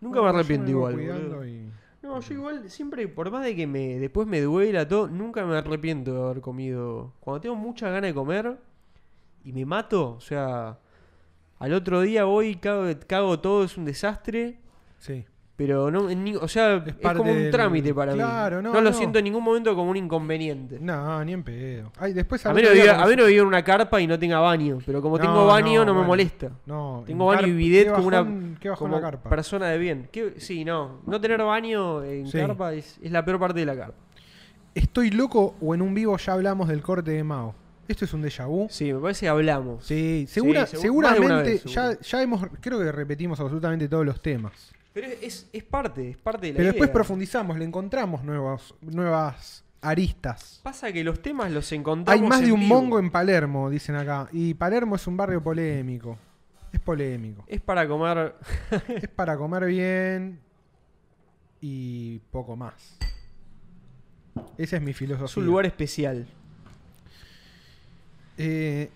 [SPEAKER 2] Nunca
[SPEAKER 3] Bueno, yo
[SPEAKER 2] me arrepiento
[SPEAKER 3] vengo
[SPEAKER 2] igual,
[SPEAKER 3] cuidando
[SPEAKER 2] boludo.
[SPEAKER 3] y-
[SPEAKER 2] No, yo igual, siempre, por más de que me después me duela todo, nunca me arrepiento de haber comido. Cuando tengo mucha gana de comer y me mato, o sea, al otro día voy y cago, cago todo, es un desastre,
[SPEAKER 3] Sí.
[SPEAKER 2] pero no, en ni- o sea, es,
[SPEAKER 3] parte
[SPEAKER 2] como un
[SPEAKER 3] del-
[SPEAKER 2] trámite para
[SPEAKER 3] Claro,
[SPEAKER 2] mí.
[SPEAKER 3] no,
[SPEAKER 2] lo
[SPEAKER 3] no.
[SPEAKER 2] siento en ningún momento como un inconveniente.
[SPEAKER 3] No, ni en pedo. Ay, después
[SPEAKER 2] A
[SPEAKER 3] al
[SPEAKER 2] menos
[SPEAKER 3] otro día
[SPEAKER 2] viva-
[SPEAKER 3] cuando
[SPEAKER 2] a
[SPEAKER 3] se-
[SPEAKER 2] menos vivo en una carpa y no tenga baño, pero como
[SPEAKER 3] No,
[SPEAKER 2] tengo baño no,
[SPEAKER 3] no,
[SPEAKER 2] me
[SPEAKER 3] bueno.
[SPEAKER 2] molesta.
[SPEAKER 3] No,
[SPEAKER 2] Tengo
[SPEAKER 3] en
[SPEAKER 2] baño y
[SPEAKER 3] carpa-
[SPEAKER 2] bidet
[SPEAKER 3] qué
[SPEAKER 2] como una
[SPEAKER 3] bajón- qué bajón
[SPEAKER 2] como
[SPEAKER 3] la carpa.
[SPEAKER 2] persona de bien. ¿Qué- Sí, no, no tener baño en
[SPEAKER 3] Sí.
[SPEAKER 2] carpa es- es la peor parte de la carpa.
[SPEAKER 3] ¿Estoy loco o en un vivo ya hablamos del corte de Mao? ¿Esto es un déjà vu?
[SPEAKER 2] Sí, me parece que hablamos.
[SPEAKER 3] Sí,
[SPEAKER 2] segu-
[SPEAKER 3] segura-
[SPEAKER 2] más de una
[SPEAKER 3] seguramente
[SPEAKER 2] vez,
[SPEAKER 3] ya,
[SPEAKER 2] seguro.
[SPEAKER 3] ya hemos, creo que repetimos absolutamente todos los temas.
[SPEAKER 2] Pero es, es parte, es parte de la
[SPEAKER 3] Pero después
[SPEAKER 2] idea.
[SPEAKER 3] profundizamos, le encontramos nuevos, nuevas aristas.
[SPEAKER 2] Pasa que los temas los encontramos
[SPEAKER 3] Hay más
[SPEAKER 2] en
[SPEAKER 3] de un
[SPEAKER 2] vivo.
[SPEAKER 3] mongo en Palermo, dicen acá. Y Palermo es un barrio polémico. Es polémico.
[SPEAKER 2] Es para comer...
[SPEAKER 3] es para comer bien y poco más. Esa es mi filosofía.
[SPEAKER 2] es un lugar especial.
[SPEAKER 3] Eh,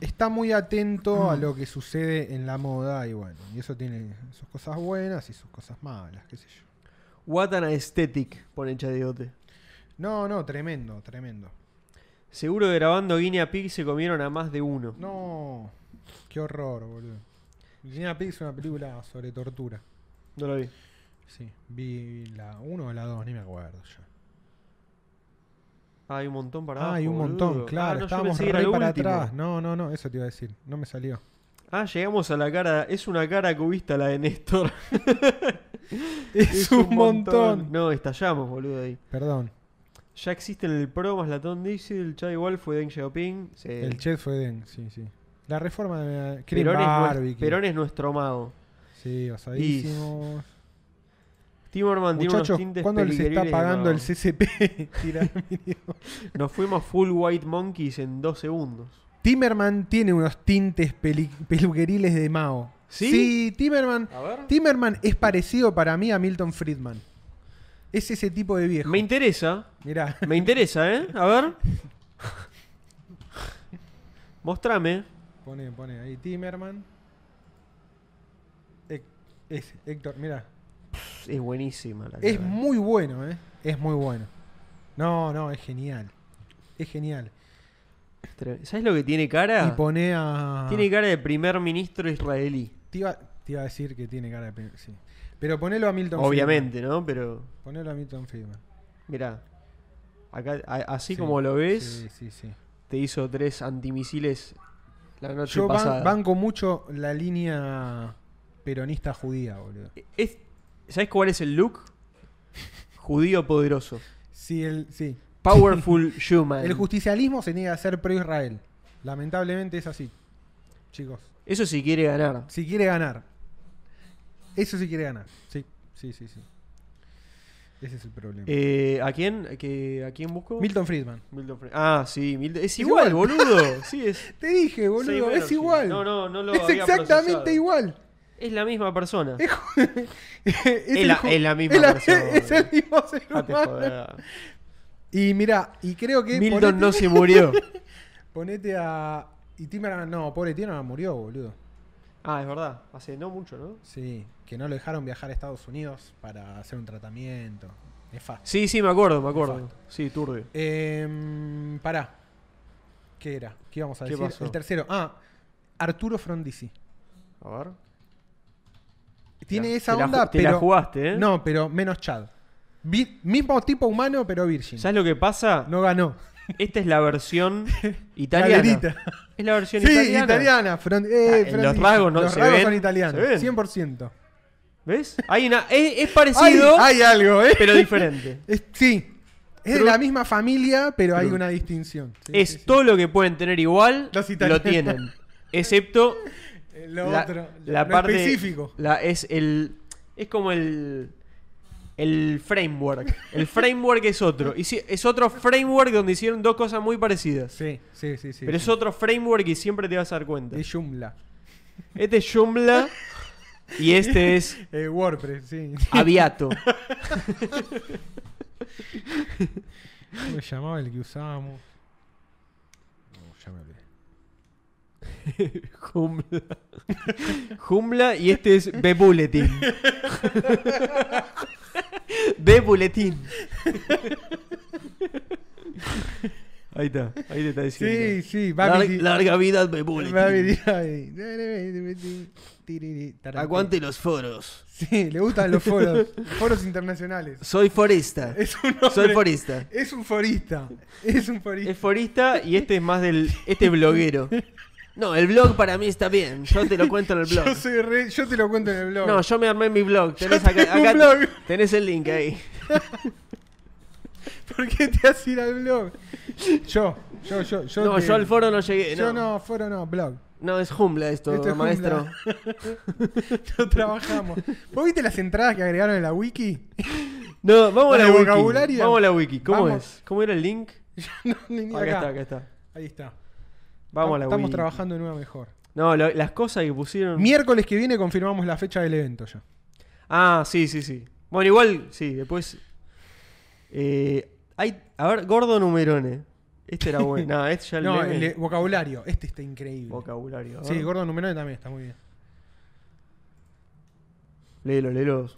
[SPEAKER 3] está muy atento
[SPEAKER 2] Mm.
[SPEAKER 3] a lo que sucede en la moda y bueno, y eso tiene sus cosas buenas y sus cosas malas, qué sé yo.
[SPEAKER 2] What an aesthetic, pone Chadeote.
[SPEAKER 3] No, no, tremendo, tremendo.
[SPEAKER 2] Seguro que grabando Guinea Pig se comieron a más de uno.
[SPEAKER 3] No, qué horror, boludo. Guinea Pig es una película sobre tortura.
[SPEAKER 2] No lo vi.
[SPEAKER 3] Sí, vi la 1 o la 2, ni me acuerdo ya.
[SPEAKER 2] Ah, hay un montón para
[SPEAKER 3] Ah,
[SPEAKER 2] abajo,
[SPEAKER 3] hay un montón,
[SPEAKER 2] boludo. Ah,
[SPEAKER 3] claro,
[SPEAKER 2] no, yo
[SPEAKER 3] estábamos
[SPEAKER 2] pensé que era
[SPEAKER 3] re
[SPEAKER 2] lo
[SPEAKER 3] para
[SPEAKER 2] último.
[SPEAKER 3] atrás. No, no, no, eso te iba a decir, no me salió.
[SPEAKER 2] Ah, llegamos a la cara... Es una cara cubista la de Néstor.
[SPEAKER 3] Es, un montón.
[SPEAKER 2] No, estallamos, boludo, ahí.
[SPEAKER 3] Perdón,
[SPEAKER 2] Ya existen el Pro más Latón Dixie, el Chad igual fue Deng Xiaoping. Sí.
[SPEAKER 3] el chef fue Deng, sí, sí. La reforma de Cream
[SPEAKER 2] Perón es, nues-
[SPEAKER 3] Barbecue.
[SPEAKER 2] Perón es nuestro mago.
[SPEAKER 3] Sí, osadísimos.
[SPEAKER 2] Timorman tiene unos
[SPEAKER 3] Muchachos,
[SPEAKER 2] tintes
[SPEAKER 3] ¿cuándo les está
[SPEAKER 2] peliqueriles de
[SPEAKER 3] pagando el
[SPEAKER 2] mago.
[SPEAKER 3] CCP? Tira el video.
[SPEAKER 2] Nos fuimos full White Monkeys en dos segundos.
[SPEAKER 3] Timerman tiene unos tintes peli- peluqueriles de Mao.
[SPEAKER 2] ¿Sí?
[SPEAKER 3] Timerman.
[SPEAKER 2] A ver.
[SPEAKER 3] Timerman es parecido para mí a Milton Friedman. Es ese tipo de viejo.
[SPEAKER 2] Me interesa,
[SPEAKER 3] Mirá,
[SPEAKER 2] me interesa, ¿eh? A ver. Mostrame.
[SPEAKER 3] pone, pone ahí Timerman. Hec- Es Héctor, mirá.
[SPEAKER 2] Es buenísima la
[SPEAKER 3] Es
[SPEAKER 2] cara.
[SPEAKER 3] muy bueno, ¿eh? Es muy bueno. No, no, es genial. Es genial.
[SPEAKER 2] Tre- ¿Sabes lo que tiene cara?
[SPEAKER 3] Y pone
[SPEAKER 2] Ah.
[SPEAKER 3] a.
[SPEAKER 2] Tiene cara de primer ministro israelí.
[SPEAKER 3] Te iba, te iba a decir que tiene cara de pe- sí. Pero ponelo a Milton
[SPEAKER 2] Obviamente, ¿no? Pero.
[SPEAKER 3] Friedman. Ponelo a Milton Friedman.
[SPEAKER 2] Mirá. Acá, a- así
[SPEAKER 3] Sí,
[SPEAKER 2] como lo ves,
[SPEAKER 3] Sí, sí, sí.
[SPEAKER 2] te hizo tres antimisiles la noche
[SPEAKER 3] Yo ban-
[SPEAKER 2] pasada.
[SPEAKER 3] banco mucho la línea peronista judía, boludo.
[SPEAKER 2] Es, ¿Sabes cuál es el look? Judío poderoso.
[SPEAKER 3] Sí, el, sí.
[SPEAKER 2] Powerful Human.
[SPEAKER 3] el justicialismo se niega a ser pro-Israel. Lamentablemente es así, chicos.
[SPEAKER 2] Eso si quiere ganar.
[SPEAKER 3] Si quiere ganar. Eso sí quiere ganar. Sí, sí, sí, sí. Ese es el problema.
[SPEAKER 2] Eh, ¿A quién? ¿Que- ¿A quién busco?
[SPEAKER 3] Milton Friedman.
[SPEAKER 2] Milton Fre- Ah, sí, Milton. Es
[SPEAKER 3] Es
[SPEAKER 2] igual,
[SPEAKER 3] igual.
[SPEAKER 2] boludo. Sí, es.
[SPEAKER 3] Te dije, boludo,
[SPEAKER 2] Sí, bueno,
[SPEAKER 3] es
[SPEAKER 2] sí.
[SPEAKER 3] igual.
[SPEAKER 2] No, no, no lo
[SPEAKER 3] es
[SPEAKER 2] había
[SPEAKER 3] exactamente
[SPEAKER 2] procesado.
[SPEAKER 3] igual.
[SPEAKER 2] Es la misma persona.
[SPEAKER 3] Es, es el
[SPEAKER 2] la-
[SPEAKER 3] ju-
[SPEAKER 2] es la misma
[SPEAKER 3] es
[SPEAKER 2] persona.
[SPEAKER 3] Es el mismo ser
[SPEAKER 2] Dejate
[SPEAKER 3] humano.
[SPEAKER 2] joder.
[SPEAKER 3] Y mirá, y creo que.
[SPEAKER 2] Milton no
[SPEAKER 3] ponete,
[SPEAKER 2] se murió.
[SPEAKER 3] ponete a. Y Timerman, no, pobre Timerman murió, boludo.
[SPEAKER 2] Ah, es verdad. Hace no mucho, ¿no?
[SPEAKER 3] Sí, que no lo dejaron viajar a Estados Unidos para hacer un tratamiento. Es fácil.
[SPEAKER 2] Sí, sí, me acuerdo, me acuerdo. Sí, turbio.
[SPEAKER 3] Em, pará. ¿Qué era? ¿Qué íbamos a
[SPEAKER 2] ¿Qué
[SPEAKER 3] decir?
[SPEAKER 2] pasó?
[SPEAKER 3] El tercero. Ah, Arturo Frondizi.
[SPEAKER 2] A ver.
[SPEAKER 3] Tiene
[SPEAKER 2] Te la-
[SPEAKER 3] esa
[SPEAKER 2] te la
[SPEAKER 3] onda,
[SPEAKER 2] ju- te la
[SPEAKER 3] pero.
[SPEAKER 2] jugaste, ¿eh?
[SPEAKER 3] No, pero menos Chad. Vi- mismo tipo humano, pero virgin.
[SPEAKER 2] ¿Sabes lo que pasa?
[SPEAKER 3] No ganó.
[SPEAKER 2] Esta es la versión italiana.
[SPEAKER 3] Galerita.
[SPEAKER 2] Es la versión
[SPEAKER 3] Sí,
[SPEAKER 2] italiana.
[SPEAKER 3] italiana. Fron- eh,
[SPEAKER 2] Ah, en
[SPEAKER 3] Frondizi.
[SPEAKER 2] los rasgos no
[SPEAKER 3] Los
[SPEAKER 2] se
[SPEAKER 3] rasgos
[SPEAKER 2] ven, se
[SPEAKER 3] son
[SPEAKER 2] ven.
[SPEAKER 3] italianos. 100%.
[SPEAKER 2] ¿Ves? Hay una, es, es parecido,
[SPEAKER 3] hay, hay algo, ¿eh?
[SPEAKER 2] pero diferente.
[SPEAKER 3] Es- sí. Es de
[SPEAKER 2] True.
[SPEAKER 3] la misma familia, pero hay
[SPEAKER 2] True.
[SPEAKER 3] una distinción. Sí,
[SPEAKER 2] es
[SPEAKER 3] sí, sí.
[SPEAKER 2] todo lo que pueden tener igual,
[SPEAKER 3] Los
[SPEAKER 2] lo
[SPEAKER 3] italianos.
[SPEAKER 2] tienen. Excepto
[SPEAKER 3] Eh, Lo
[SPEAKER 2] la,
[SPEAKER 3] otro.
[SPEAKER 2] la
[SPEAKER 3] lo
[SPEAKER 2] parte
[SPEAKER 3] específico.
[SPEAKER 2] la- es el es como el el framework. El framework es otro. Y sí, es otro framework donde hicieron dos cosas muy parecidas.
[SPEAKER 3] Sí, sí, sí, sí.
[SPEAKER 2] pero es
[SPEAKER 3] sí.
[SPEAKER 2] otro framework y siempre te vas a dar cuenta.
[SPEAKER 3] Es Joomla.
[SPEAKER 2] Este es Joomla y este es
[SPEAKER 3] Eh, WordPress, sí.
[SPEAKER 2] Aviato.
[SPEAKER 3] ¿Cómo se llamaba el que usábamos? No, ya me olvidé.
[SPEAKER 2] Joomla. Joomla y este es B-Bulletin. B-Bulletin. Ahí está, ahí te está
[SPEAKER 3] Sí,
[SPEAKER 2] diciendo.
[SPEAKER 3] sí, va a
[SPEAKER 2] Lar-
[SPEAKER 3] venir-
[SPEAKER 2] larga vida al
[SPEAKER 3] va a
[SPEAKER 2] B-Bulletin.
[SPEAKER 3] venir ahí. Tiriri, tarantino.
[SPEAKER 2] Aguante los foros.
[SPEAKER 3] Sí, le gustan los foros. foros internacionales.
[SPEAKER 2] Soy forista.
[SPEAKER 3] Es un hombre-
[SPEAKER 2] Soy forista.
[SPEAKER 3] Es un forista. Es un forista.
[SPEAKER 2] Es forista y este es más del. Este es bloguero. No, el blog para mí está bien. Yo te lo cuento en el blog.
[SPEAKER 3] Yo soy re- yo te lo cuento en el blog.
[SPEAKER 2] No, yo me armé mi blog. Tenés,
[SPEAKER 3] Yo
[SPEAKER 2] acá-
[SPEAKER 3] tengo un
[SPEAKER 2] acá-
[SPEAKER 3] blog.
[SPEAKER 2] tenés el link ahí.
[SPEAKER 3] ¿Por qué te has ido al blog? Yo, yo, yo, yo.
[SPEAKER 2] No,
[SPEAKER 3] te-
[SPEAKER 2] yo al foro no llegué.
[SPEAKER 3] Yo Eh, no, foro no, blog.
[SPEAKER 2] No, es Joomla esto,
[SPEAKER 3] Esto es Joomla.
[SPEAKER 2] maestro.
[SPEAKER 3] No trabajamos. ¿Vos viste las entradas que agregaron en la wiki?
[SPEAKER 2] No, vamos a
[SPEAKER 3] Para
[SPEAKER 2] la
[SPEAKER 3] el
[SPEAKER 2] wiki.
[SPEAKER 3] vocabulario.
[SPEAKER 2] Vamos a la wiki. ¿Cómo
[SPEAKER 3] Vamos.
[SPEAKER 2] es? ¿Cómo era el link?
[SPEAKER 3] No, ni- ni
[SPEAKER 2] Acá,
[SPEAKER 3] acá.
[SPEAKER 2] está, acá está.
[SPEAKER 3] Ahí está.
[SPEAKER 2] Vamos a la
[SPEAKER 3] Estamos
[SPEAKER 2] wiki.
[SPEAKER 3] trabajando en una mejor.
[SPEAKER 2] No, lo- las cosas que pusieron.
[SPEAKER 3] Miércoles que viene confirmamos la fecha del evento ya.
[SPEAKER 2] Ah, sí, sí, sí. Bueno, igual, sí, después. Eh, hay, a ver, Gordo Numerone. Este era bueno. no, este ya
[SPEAKER 3] No,
[SPEAKER 2] leí.
[SPEAKER 3] el de vocabulario. Este está increíble.
[SPEAKER 2] vocabulario. a
[SPEAKER 3] Sí,
[SPEAKER 2] ver.
[SPEAKER 3] gordo numerón también está muy bien.
[SPEAKER 2] Léelo, léelo.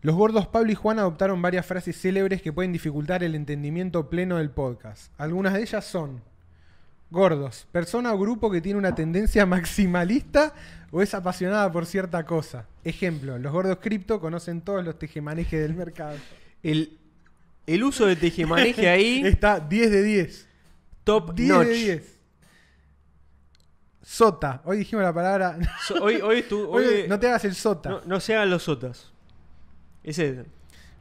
[SPEAKER 3] Los gordos Pablo y Juan adoptaron varias frases célebres que pueden dificultar el entendimiento pleno del podcast. Algunas de ellas son gordos, persona o grupo que tiene una tendencia maximalista o es apasionada por cierta cosa. Ejemplo, los gordos cripto conocen todos los tejemanejes del mercado.
[SPEAKER 2] El, el uso de tejemaneje ahí,
[SPEAKER 3] Está 10 de 10.
[SPEAKER 2] top
[SPEAKER 3] 10
[SPEAKER 2] notch.
[SPEAKER 3] de 10. Sota. Hoy dijimos la palabra...
[SPEAKER 2] So- hoy, hoy, tú, hoy,
[SPEAKER 3] Hoy no te hagas el sota.
[SPEAKER 2] No, no se hagan los sotas. Ese.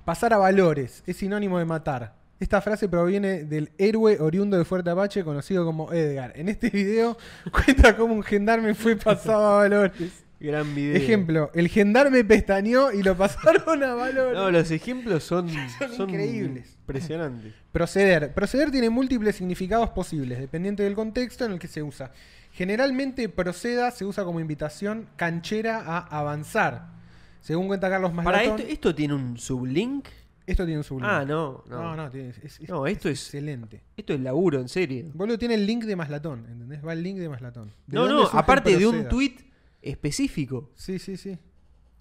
[SPEAKER 3] Pasar a valores es sinónimo de matar. Esta frase proviene del héroe oriundo de Fuerte Apache conocido como Edgar. En este video cuenta cómo un gendarme fue pasado a valores.
[SPEAKER 2] Gran video.
[SPEAKER 3] Ejemplo, el gendarme pestañeó y lo pasaron a valores.
[SPEAKER 2] No, los ejemplos son, son,
[SPEAKER 3] increíbles.
[SPEAKER 2] Impresionantes.
[SPEAKER 3] Proceder. Proceder tiene múltiples significados posibles, dependiente del contexto en el que se usa. Generalmente proceda se usa como invitación canchera a avanzar. Según cuenta Carlos
[SPEAKER 2] Para
[SPEAKER 3] Maslatón,
[SPEAKER 2] esto,
[SPEAKER 3] esto,
[SPEAKER 2] esto tiene un sublink.
[SPEAKER 3] tiene un sublink.
[SPEAKER 2] Ah, no, no.
[SPEAKER 3] no, no, tiene- es- es-
[SPEAKER 2] No, esto es-
[SPEAKER 3] excelente.
[SPEAKER 2] Esto es laburo, en serio.
[SPEAKER 3] Boludo, tiene el link de Maslatón, ¿entendés? Va el link de Maslatón. ¿De
[SPEAKER 2] No,
[SPEAKER 3] dónde
[SPEAKER 2] no,
[SPEAKER 3] surge el
[SPEAKER 2] aparte de un
[SPEAKER 3] Proceda?
[SPEAKER 2] tweet específico.
[SPEAKER 3] Sí, sí, sí.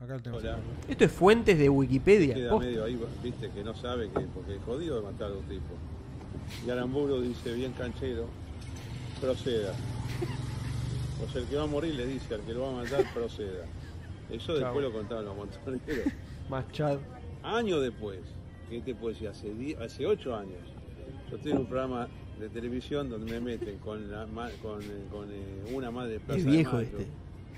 [SPEAKER 3] Acá lo tenemos.
[SPEAKER 2] Esto es fuentes de Wikipedia.
[SPEAKER 4] Queda
[SPEAKER 2] posta.
[SPEAKER 4] medio ahí, viste, que no sabe que, porque es jodido de matar a un tipo. Y Aramburu dice, bien canchero, proceda. O sea, el que va a morir le dice al que lo va a matar, proceda. Eso después lo contaban los montoneros.
[SPEAKER 2] Más chad.
[SPEAKER 4] Años después, ¿qué te puedo decir? Hace, die- hace ocho años, yo estoy en un programa de televisión donde me meten con, la ma- con, eh, con, eh, una madre de Plaza de
[SPEAKER 2] viejo
[SPEAKER 4] Mayo,
[SPEAKER 2] este.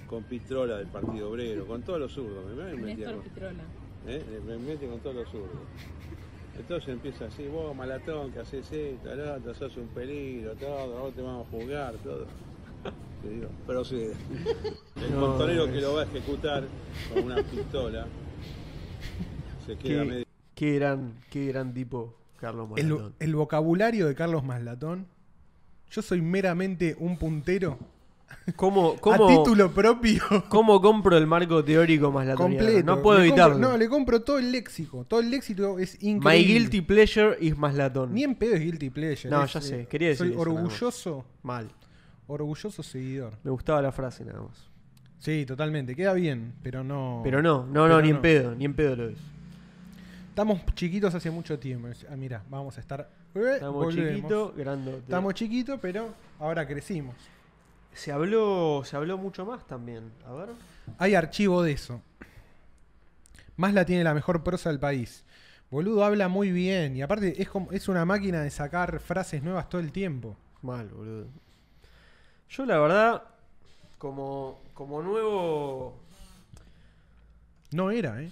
[SPEAKER 4] con Pitrola del Partido Obrero, con todos los zurdos. Me, me metían
[SPEAKER 5] Néstor
[SPEAKER 4] con-
[SPEAKER 5] Pitrola.
[SPEAKER 4] ¿eh? Me mete con todos los zurdos. Entonces empieza así, vos malatón, que haces esto, lo otro, sos un peligro, todo, vos te vamos a juzgar, todo. Te digo, proceda. El
[SPEAKER 2] No,
[SPEAKER 4] montonero que
[SPEAKER 2] es-
[SPEAKER 4] lo va a ejecutar con una pistola se queda medio.
[SPEAKER 2] Qué, qué gran, qué gran tipo, Carlos
[SPEAKER 3] El,
[SPEAKER 2] Maratón.
[SPEAKER 3] el vocabulario de Carlos Maslatón. Yo soy meramente un puntero.
[SPEAKER 2] ¿Cómo, cómo,
[SPEAKER 3] A título propio.
[SPEAKER 2] cómo compro el marco teórico más la
[SPEAKER 3] completo.
[SPEAKER 2] No puedo
[SPEAKER 3] Le compro-
[SPEAKER 2] evitarlo.
[SPEAKER 3] no, le compro todo el léxico. Todo el léxico es increíble.
[SPEAKER 2] My guilty pleasure is más latón.
[SPEAKER 3] Ni en pedo es guilty pleasure.
[SPEAKER 2] No,
[SPEAKER 3] es,
[SPEAKER 2] ya sé,
[SPEAKER 3] eh,
[SPEAKER 2] quería decir
[SPEAKER 3] Soy
[SPEAKER 2] eso, nada más.
[SPEAKER 3] orgulloso,
[SPEAKER 2] Mal.
[SPEAKER 3] orgulloso seguidor.
[SPEAKER 2] Me gustaba la frase nada más.
[SPEAKER 3] Sí, totalmente. Queda bien, pero no.
[SPEAKER 2] Pero no, no, no,
[SPEAKER 3] Pero
[SPEAKER 2] ni en pedo, ni en pedo lo es.
[SPEAKER 3] Estamos chiquitos hace mucho tiempo. Ah, mira, vamos a estar. eh,
[SPEAKER 2] Estamos
[SPEAKER 3] volvemos.
[SPEAKER 2] chiquitos, grandote.
[SPEAKER 3] Estamos chiquitos, pero ahora crecimos.
[SPEAKER 2] Se habló, se habló mucho más también. A ver.
[SPEAKER 3] Hay archivo de eso. Más la tiene la mejor prosa del país. Boludo habla muy bien. Y aparte es, como, es una máquina de sacar frases nuevas todo el tiempo.
[SPEAKER 2] Mal, boludo. Yo la verdad, como, como nuevo...
[SPEAKER 3] No era, ¿eh?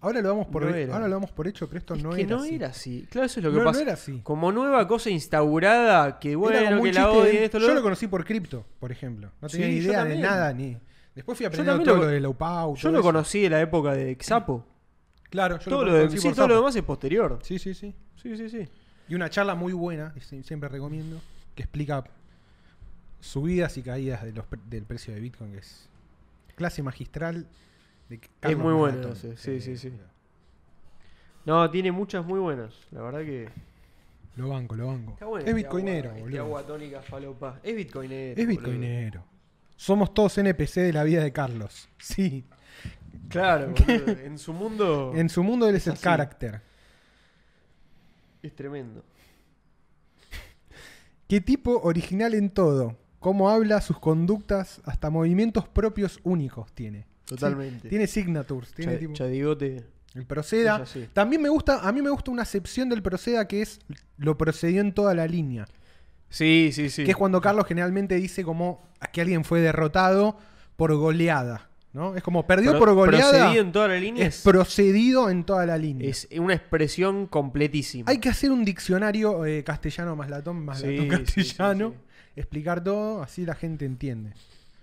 [SPEAKER 3] Ahora lo damos por,
[SPEAKER 2] No era.
[SPEAKER 3] ahora lo damos por hecho, pero esto
[SPEAKER 2] es
[SPEAKER 3] no
[SPEAKER 2] que
[SPEAKER 3] era.
[SPEAKER 2] no
[SPEAKER 3] así.
[SPEAKER 2] era así. Claro, eso es lo que
[SPEAKER 3] No, no
[SPEAKER 2] pasa.
[SPEAKER 3] era así.
[SPEAKER 2] Como nueva cosa instaurada, que
[SPEAKER 3] Era
[SPEAKER 2] bueno,
[SPEAKER 3] como
[SPEAKER 2] que
[SPEAKER 3] un
[SPEAKER 2] la
[SPEAKER 3] chiste de-
[SPEAKER 2] odien, esto
[SPEAKER 3] Yo
[SPEAKER 2] lo...
[SPEAKER 3] lo conocí por cripto, por ejemplo. No tenía
[SPEAKER 2] Sí,
[SPEAKER 3] ni
[SPEAKER 2] yo
[SPEAKER 3] idea de
[SPEAKER 2] también.
[SPEAKER 3] nada, ni. Después fui aprendiendo
[SPEAKER 2] también
[SPEAKER 3] todo
[SPEAKER 2] lo
[SPEAKER 3] lo,
[SPEAKER 2] con-
[SPEAKER 3] de low pau.
[SPEAKER 2] Yo
[SPEAKER 3] todo
[SPEAKER 2] lo
[SPEAKER 3] eso.
[SPEAKER 2] conocí de la época de Xapo.
[SPEAKER 3] Claro, yo
[SPEAKER 2] Todo
[SPEAKER 3] lo
[SPEAKER 2] lo, de-
[SPEAKER 3] conocí
[SPEAKER 2] sí,
[SPEAKER 3] por
[SPEAKER 2] todo lo
[SPEAKER 3] Zapo.
[SPEAKER 2] demás es posterior.
[SPEAKER 3] Sí, sí, sí.
[SPEAKER 2] Sí, sí, sí.
[SPEAKER 3] Y una charla muy buena, que sie- siempre recomiendo, que explica subidas y caídas de los pre- del precio de Bitcoin, que es clase magistral de Carlos
[SPEAKER 2] muy buena
[SPEAKER 3] Maratón.
[SPEAKER 2] esa, sí, sí, sí.
[SPEAKER 3] mira.
[SPEAKER 2] No, tiene muchas muy buenas. La verdad que...
[SPEAKER 3] Lo banco, lo banco.
[SPEAKER 2] Está bueno
[SPEAKER 3] es
[SPEAKER 2] este
[SPEAKER 3] bitcoinero,
[SPEAKER 2] agua- este
[SPEAKER 3] boludo.
[SPEAKER 2] agua tónica falopa. Es bitcoinero.
[SPEAKER 3] es
[SPEAKER 2] boludo.
[SPEAKER 3] bitcoinero. Somos todos NPC de la vida de Carlos. Sí.
[SPEAKER 2] Claro, boludo. en su mundo
[SPEAKER 3] En su mundo él es el
[SPEAKER 2] Oh. Así.
[SPEAKER 3] carácter.
[SPEAKER 2] es tremendo.
[SPEAKER 3] ¿Qué tipo original en todo? ¿Cómo habla, sus conductas, hasta movimientos propios únicos tiene?
[SPEAKER 2] Totalmente.
[SPEAKER 3] Tiene signatures, tiene
[SPEAKER 2] Cha-
[SPEAKER 3] tipo-
[SPEAKER 2] Chadigote.
[SPEAKER 3] El proceda.
[SPEAKER 2] Es así.
[SPEAKER 3] También me gusta, a mí me gusta una acepción del proceda que es lo procedió en toda la línea.
[SPEAKER 2] Sí, sí, sí.
[SPEAKER 3] Que es cuando Carlos generalmente dice como a que alguien fue derrotado por goleada. ¿no? Es como perdió
[SPEAKER 2] Pro-
[SPEAKER 3] por goleada.
[SPEAKER 2] procedido en toda la línea
[SPEAKER 3] Es
[SPEAKER 2] es,
[SPEAKER 3] procedido en toda la línea.
[SPEAKER 2] es una expresión completísima.
[SPEAKER 3] Hay que hacer un diccionario eh, castellano más latón, más
[SPEAKER 2] Sí,
[SPEAKER 3] latón
[SPEAKER 2] sí, sí,
[SPEAKER 3] castellano.
[SPEAKER 2] sí.
[SPEAKER 3] Explicar todo, así la gente entiende.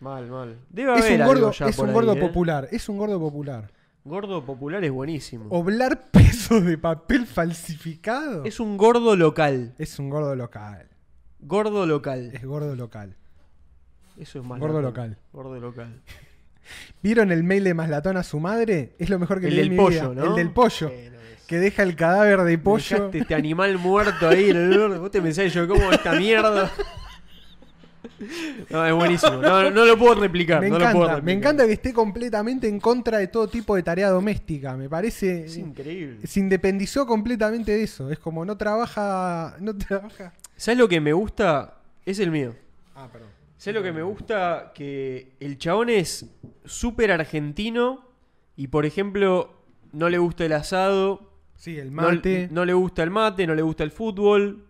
[SPEAKER 2] Mal, mal. Debe
[SPEAKER 3] Es
[SPEAKER 2] haber
[SPEAKER 3] un
[SPEAKER 2] algo
[SPEAKER 3] gordo,
[SPEAKER 2] ya
[SPEAKER 3] es
[SPEAKER 2] por
[SPEAKER 3] un
[SPEAKER 2] ahí,
[SPEAKER 3] gordo
[SPEAKER 2] ¿eh?
[SPEAKER 3] popular, es un gordo popular.
[SPEAKER 2] Gordo popular es buenísimo.
[SPEAKER 3] Oh. Oblar pesos de papel falsificado
[SPEAKER 2] Es un gordo local.
[SPEAKER 3] es un gordo local.
[SPEAKER 2] Gordo local.
[SPEAKER 3] Es gordo local.
[SPEAKER 2] Eso es más.
[SPEAKER 3] Gordo
[SPEAKER 2] latón.
[SPEAKER 3] local.
[SPEAKER 2] Gordo local.
[SPEAKER 3] ¿Vieron el mail de Maslatón a su madre? Es lo mejor que
[SPEAKER 2] El
[SPEAKER 3] leí en
[SPEAKER 2] del
[SPEAKER 3] mi
[SPEAKER 2] pollo,
[SPEAKER 3] vida.
[SPEAKER 2] ¿no?
[SPEAKER 3] El del pollo.
[SPEAKER 2] Bueno, es-
[SPEAKER 3] Que deja el cadáver de pollo.
[SPEAKER 2] Dejaste este animal muerto ahí. en el horno. Vos te pensás yo como esta mierda. No, es buenísimo. No, no lo puedo replicar.
[SPEAKER 3] Me
[SPEAKER 2] no lo puedo
[SPEAKER 3] encanta, me
[SPEAKER 2] replicar.
[SPEAKER 3] encanta que esté completamente en contra de todo tipo de tarea doméstica. Me parece. eh,
[SPEAKER 2] Es increíble.
[SPEAKER 3] Se independizó completamente de eso. Es como no trabaja. No trabaja.
[SPEAKER 2] ¿Sabes lo que me gusta? Es el mío.
[SPEAKER 3] Ah, perdón.
[SPEAKER 2] ¿Sabes lo que me gusta? Que el chabón es súper argentino y, por ejemplo, no le gusta el asado,
[SPEAKER 3] Sí, el
[SPEAKER 2] no-
[SPEAKER 3] mate.
[SPEAKER 2] No, le gusta el mate, no le gusta el fútbol.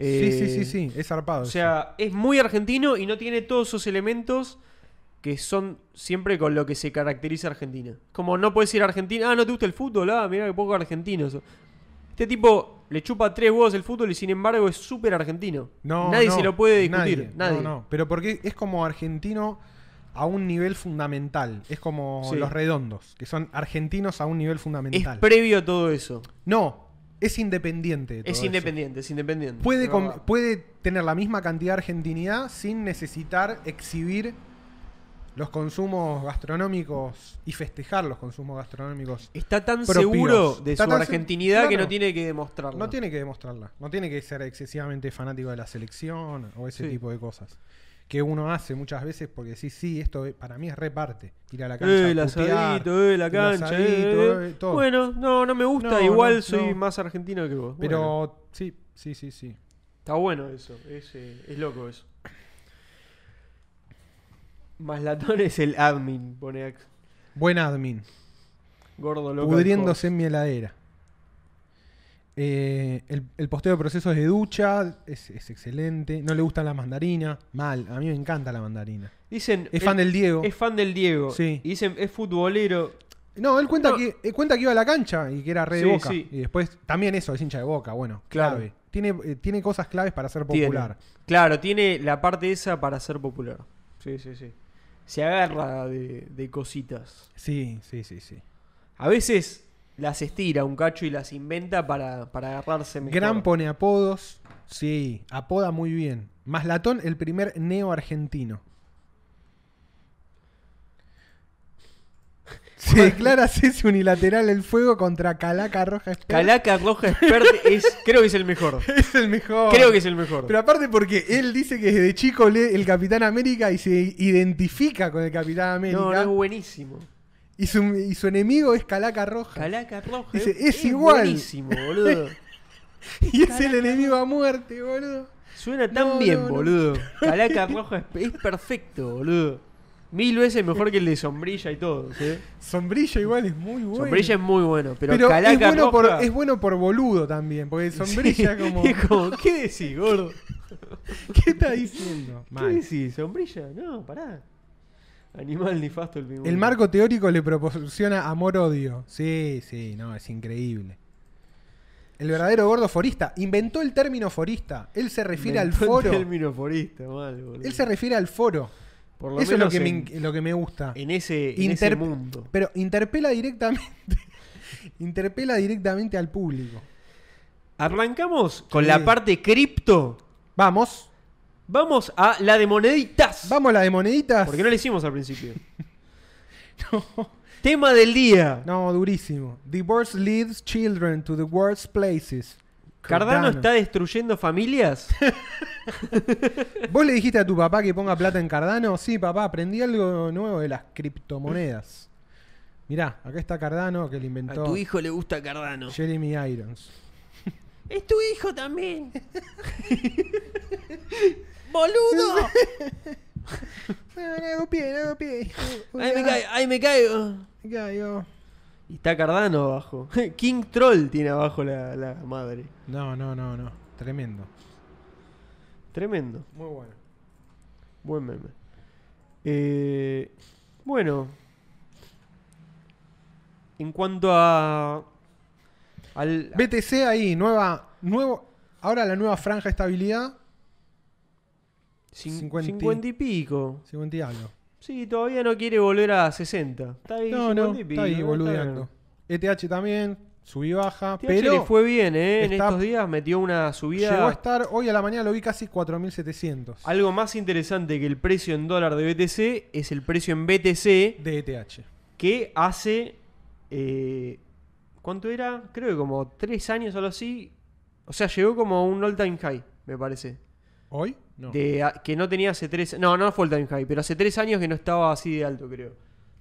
[SPEAKER 2] Eh,
[SPEAKER 3] sí, sí, sí, sí. Es zarpado.
[SPEAKER 2] O
[SPEAKER 3] eso.
[SPEAKER 2] sea, es muy argentino y no tiene todos esos elementos que son siempre con lo que se caracteriza Argentina. Como no puedes ir a Argentina, ah, no te gusta el fútbol, ah, mira que poco argentino. eso. Este tipo le chupa tres huevos el fútbol y sin embargo es súper argentino.
[SPEAKER 3] No,
[SPEAKER 2] nadie
[SPEAKER 3] no,
[SPEAKER 2] se lo puede discutir,
[SPEAKER 3] nadie,
[SPEAKER 2] nadie.
[SPEAKER 3] No, no, pero porque es como argentino a un nivel fundamental. Es como
[SPEAKER 2] Sí.
[SPEAKER 3] los redondos, que son argentinos a un nivel
[SPEAKER 2] Es
[SPEAKER 3] fundamental.
[SPEAKER 2] previo a todo eso.
[SPEAKER 3] no, es independiente. de todo
[SPEAKER 2] Es
[SPEAKER 3] eso.
[SPEAKER 2] independiente, es independiente.
[SPEAKER 3] Puede,
[SPEAKER 2] Es
[SPEAKER 3] com-
[SPEAKER 2] verdad.
[SPEAKER 3] puede tener la misma cantidad de argentinidad sin necesitar exhibir los consumos gastronómicos y festejar los consumos gastronómicos.
[SPEAKER 2] Está tan
[SPEAKER 3] propios.
[SPEAKER 2] seguro de
[SPEAKER 3] Está
[SPEAKER 2] su
[SPEAKER 3] tan se-
[SPEAKER 2] argentinidad que
[SPEAKER 3] claro.
[SPEAKER 2] no tiene que demostrarlo.
[SPEAKER 3] No tiene que demostrarla. No tiene que ser excesivamente fanático de la selección o ese
[SPEAKER 2] Sí.
[SPEAKER 3] tipo de cosas. Que uno hace muchas veces porque sí, sí, esto es- para mí es reparte. Ir a la cancha.
[SPEAKER 2] Eh,
[SPEAKER 3] a
[SPEAKER 2] el
[SPEAKER 3] putear,
[SPEAKER 2] asadito, eh, la
[SPEAKER 3] el
[SPEAKER 2] cancha.
[SPEAKER 3] asadito,
[SPEAKER 2] eh, eh.
[SPEAKER 3] eh, todo.
[SPEAKER 2] Bueno, no, no me gusta.
[SPEAKER 3] No,
[SPEAKER 2] Igual
[SPEAKER 3] no,
[SPEAKER 2] soy
[SPEAKER 3] no.
[SPEAKER 2] más argentino que vos.
[SPEAKER 3] Pero
[SPEAKER 2] Bueno,
[SPEAKER 3] sí, sí, sí, sí.
[SPEAKER 2] está bueno eso. Es, eh, es loco eso. Maslatón es el admin, pone Ax.
[SPEAKER 3] Buen admin.
[SPEAKER 2] Gordo loco.
[SPEAKER 3] Pudriéndose en mi heladera. Eh, el, el posteo de procesos de ducha es, es excelente. No le gustan las mandarinas. Mal, a mí me encanta la mandarina.
[SPEAKER 2] Dicen,
[SPEAKER 3] Es fan del Diego.
[SPEAKER 2] Es fan del Diego.
[SPEAKER 3] Sí.
[SPEAKER 2] Y dicen, es futbolero.
[SPEAKER 3] No, él cuenta,
[SPEAKER 2] No.
[SPEAKER 3] Que, él cuenta que iba a la cancha y que era re de
[SPEAKER 2] Sí,
[SPEAKER 3] boca.
[SPEAKER 2] sí.
[SPEAKER 3] Y después, también eso, es hincha de boca, bueno,
[SPEAKER 2] Claro.
[SPEAKER 3] clave. Tiene, eh, tiene cosas claves para ser
[SPEAKER 2] Tiene.
[SPEAKER 3] popular.
[SPEAKER 2] Claro, tiene la parte esa para ser popular. Sí, sí, sí. Se agarra de, de cositas.
[SPEAKER 3] Sí, sí, sí, sí.
[SPEAKER 2] A veces las estira un cacho y las inventa para, para agarrarse mejor.
[SPEAKER 3] Gran pone apodos. Sí, apoda muy bien. Maslatón, el primer neo argentino. Se declara cese unilateral el fuego contra Calaca Roja Expert.
[SPEAKER 2] Calaca Roja Expert es, creo que es el mejor.
[SPEAKER 3] es el mejor.
[SPEAKER 2] Creo que es el mejor.
[SPEAKER 3] Pero aparte porque él dice que desde chico lee el Capitán América y se identifica con el Capitán América.
[SPEAKER 2] no, no, es buenísimo.
[SPEAKER 3] y, su, y su enemigo es Calaca Roja.
[SPEAKER 2] Calaca Roja
[SPEAKER 3] Dice, "Es igual".
[SPEAKER 2] buenísimo, boludo.
[SPEAKER 3] y es el enemigo a muerte, boludo.
[SPEAKER 2] Suena tan
[SPEAKER 3] No, no,
[SPEAKER 2] bien,
[SPEAKER 3] no.
[SPEAKER 2] boludo. Calaca Roja es, es perfecto, boludo. Mil veces mejor que el de Sombrilla y todo. ¿sí?
[SPEAKER 3] Sombrilla igual es muy bueno.
[SPEAKER 2] Sombrilla es muy bueno, pero,
[SPEAKER 3] Pero,
[SPEAKER 2] Calaca
[SPEAKER 3] es,
[SPEAKER 2] Roja...
[SPEAKER 3] bueno por, es bueno por boludo también, porque sombrilla
[SPEAKER 2] Sí,
[SPEAKER 3] como...
[SPEAKER 2] es como, ¿qué decís, gordo?
[SPEAKER 3] ¿Qué está diciendo?
[SPEAKER 2] ¿Qué decís, sombrilla? No, pará. Animal nefasto el pingüino.
[SPEAKER 3] El marco teórico le proporciona amor-odio. Sí, sí, no, es increíble. El verdadero gordo forista. Inventó el término forista. Él se refiere al
[SPEAKER 2] Inventó el
[SPEAKER 3] foro.
[SPEAKER 2] término forista, mal, boludo.
[SPEAKER 3] Él se refiere al foro.
[SPEAKER 2] Por
[SPEAKER 3] Eso es lo
[SPEAKER 2] menos
[SPEAKER 3] que, me,
[SPEAKER 2] en,
[SPEAKER 3] in- lo que me gusta.
[SPEAKER 2] en ese, en ese
[SPEAKER 3] Inter-
[SPEAKER 2] mundo.
[SPEAKER 3] Pero interpela directamente. interpela directamente al público.
[SPEAKER 2] Arrancamos con
[SPEAKER 3] Sí.
[SPEAKER 2] la parte cripto.
[SPEAKER 3] Vamos.
[SPEAKER 2] Vamos a la de moneditas.
[SPEAKER 3] Vamos a la de moneditas.
[SPEAKER 2] Porque no le hicimos al principio.
[SPEAKER 3] no.
[SPEAKER 2] Tema del día.
[SPEAKER 3] No, durísimo. Divorce leads children to the worst places.
[SPEAKER 2] Cardano está destruyendo familias.
[SPEAKER 3] ¿Vos le dijiste a tu papá que ponga plata en Cardano? Sí, papá, aprendí algo nuevo de las criptomonedas. Mirá, acá está Cardano que lo
[SPEAKER 2] A
[SPEAKER 3] inventó
[SPEAKER 2] tu hijo le gusta Cardano.
[SPEAKER 3] Jeremy Irons.
[SPEAKER 2] Es tu hijo también. Boludo.
[SPEAKER 3] Ah, no hago pie, no hago pie. Uy,
[SPEAKER 2] Ahí me
[SPEAKER 3] ah,
[SPEAKER 2] caigo. Ahí me caigo.
[SPEAKER 3] me caigo.
[SPEAKER 2] Y está Cardano abajo. King Troll tiene abajo la, la madre.
[SPEAKER 3] No, no, no, no. Tremendo.
[SPEAKER 2] Tremendo.
[SPEAKER 3] Muy bueno.
[SPEAKER 2] Buen meme. Eh, bueno. En cuanto a... Al,
[SPEAKER 3] BTC ahí, nueva, nuevo. Ahora la nueva franja de estabilidad.
[SPEAKER 2] cin-
[SPEAKER 3] 50.
[SPEAKER 2] 50 y pico.
[SPEAKER 3] Según te hablo.
[SPEAKER 2] Sí, todavía no quiere volver a 60. Está ahí,
[SPEAKER 3] No, no,
[SPEAKER 2] 50 y
[SPEAKER 3] está ahí
[SPEAKER 2] pico,
[SPEAKER 3] boludeando. ETH también, subí baja,
[SPEAKER 2] TH
[SPEAKER 3] pero
[SPEAKER 2] le fue bien, ¿eh? En
[SPEAKER 3] está-
[SPEAKER 2] estos días metió una subida.
[SPEAKER 3] llegó a estar, hoy a la mañana lo vi casi 4700
[SPEAKER 2] Algo más interesante que el precio en dólar de BTC es el precio en BTC
[SPEAKER 3] de E ETH.
[SPEAKER 2] que hace. eh, ¿Cuánto era? Creo que como tres años o algo así. O sea, llegó como a un all-time high, me parece.
[SPEAKER 3] ¿Hoy? No.
[SPEAKER 2] De, a- que no tenía hace tres. No, no fue all-time high, pero hace tres años que no estaba así de alto, creo.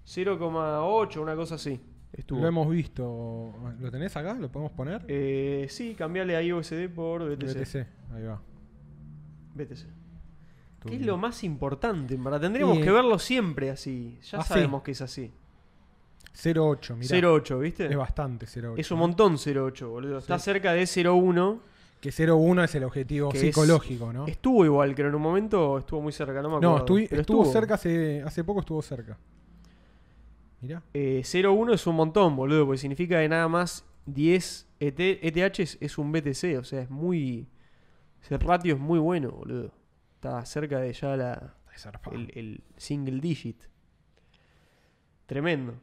[SPEAKER 2] 0,8, una cosa así. Estuvo.
[SPEAKER 3] Lo hemos visto. ¿Lo tenés acá? ¿Lo podemos poner?
[SPEAKER 2] Eh, sí, cambiale ahí USD por BTC.
[SPEAKER 3] BTC, ahí va.
[SPEAKER 2] BTC.
[SPEAKER 3] Tú
[SPEAKER 2] ¿Qué es
[SPEAKER 3] bien.
[SPEAKER 2] lo más importante? en verdad? Tendríamos
[SPEAKER 3] Y,
[SPEAKER 2] que
[SPEAKER 3] eh,
[SPEAKER 2] verlo siempre así. Ya
[SPEAKER 3] así.
[SPEAKER 2] sabemos que es así.
[SPEAKER 3] 0.8, mirá.
[SPEAKER 2] 0.8, ¿viste?
[SPEAKER 3] Es bastante 0.8.
[SPEAKER 2] Es un montón 0.8, boludo. Está
[SPEAKER 3] Sí.
[SPEAKER 2] cerca de 0.1.
[SPEAKER 3] Que 0.1 es el objetivo
[SPEAKER 2] que es-
[SPEAKER 3] psicológico, ¿no?
[SPEAKER 2] Estuvo igual, creo. En un momento estuvo muy cerca, no me acuerdo.
[SPEAKER 3] no, estuvi-
[SPEAKER 2] pero
[SPEAKER 3] estuvo, cerca hace, hace poco, estuvo cerca. Mirá.
[SPEAKER 2] Eh, 0.1 es un montón, boludo, porque significa que nada más E 10 ET ETH es, es un BTC. O sea, es muy... Ese ratio es muy bueno, boludo. Está cerca de ya la,
[SPEAKER 3] Ay, zarpado.
[SPEAKER 2] el, el single digit. Tremendo.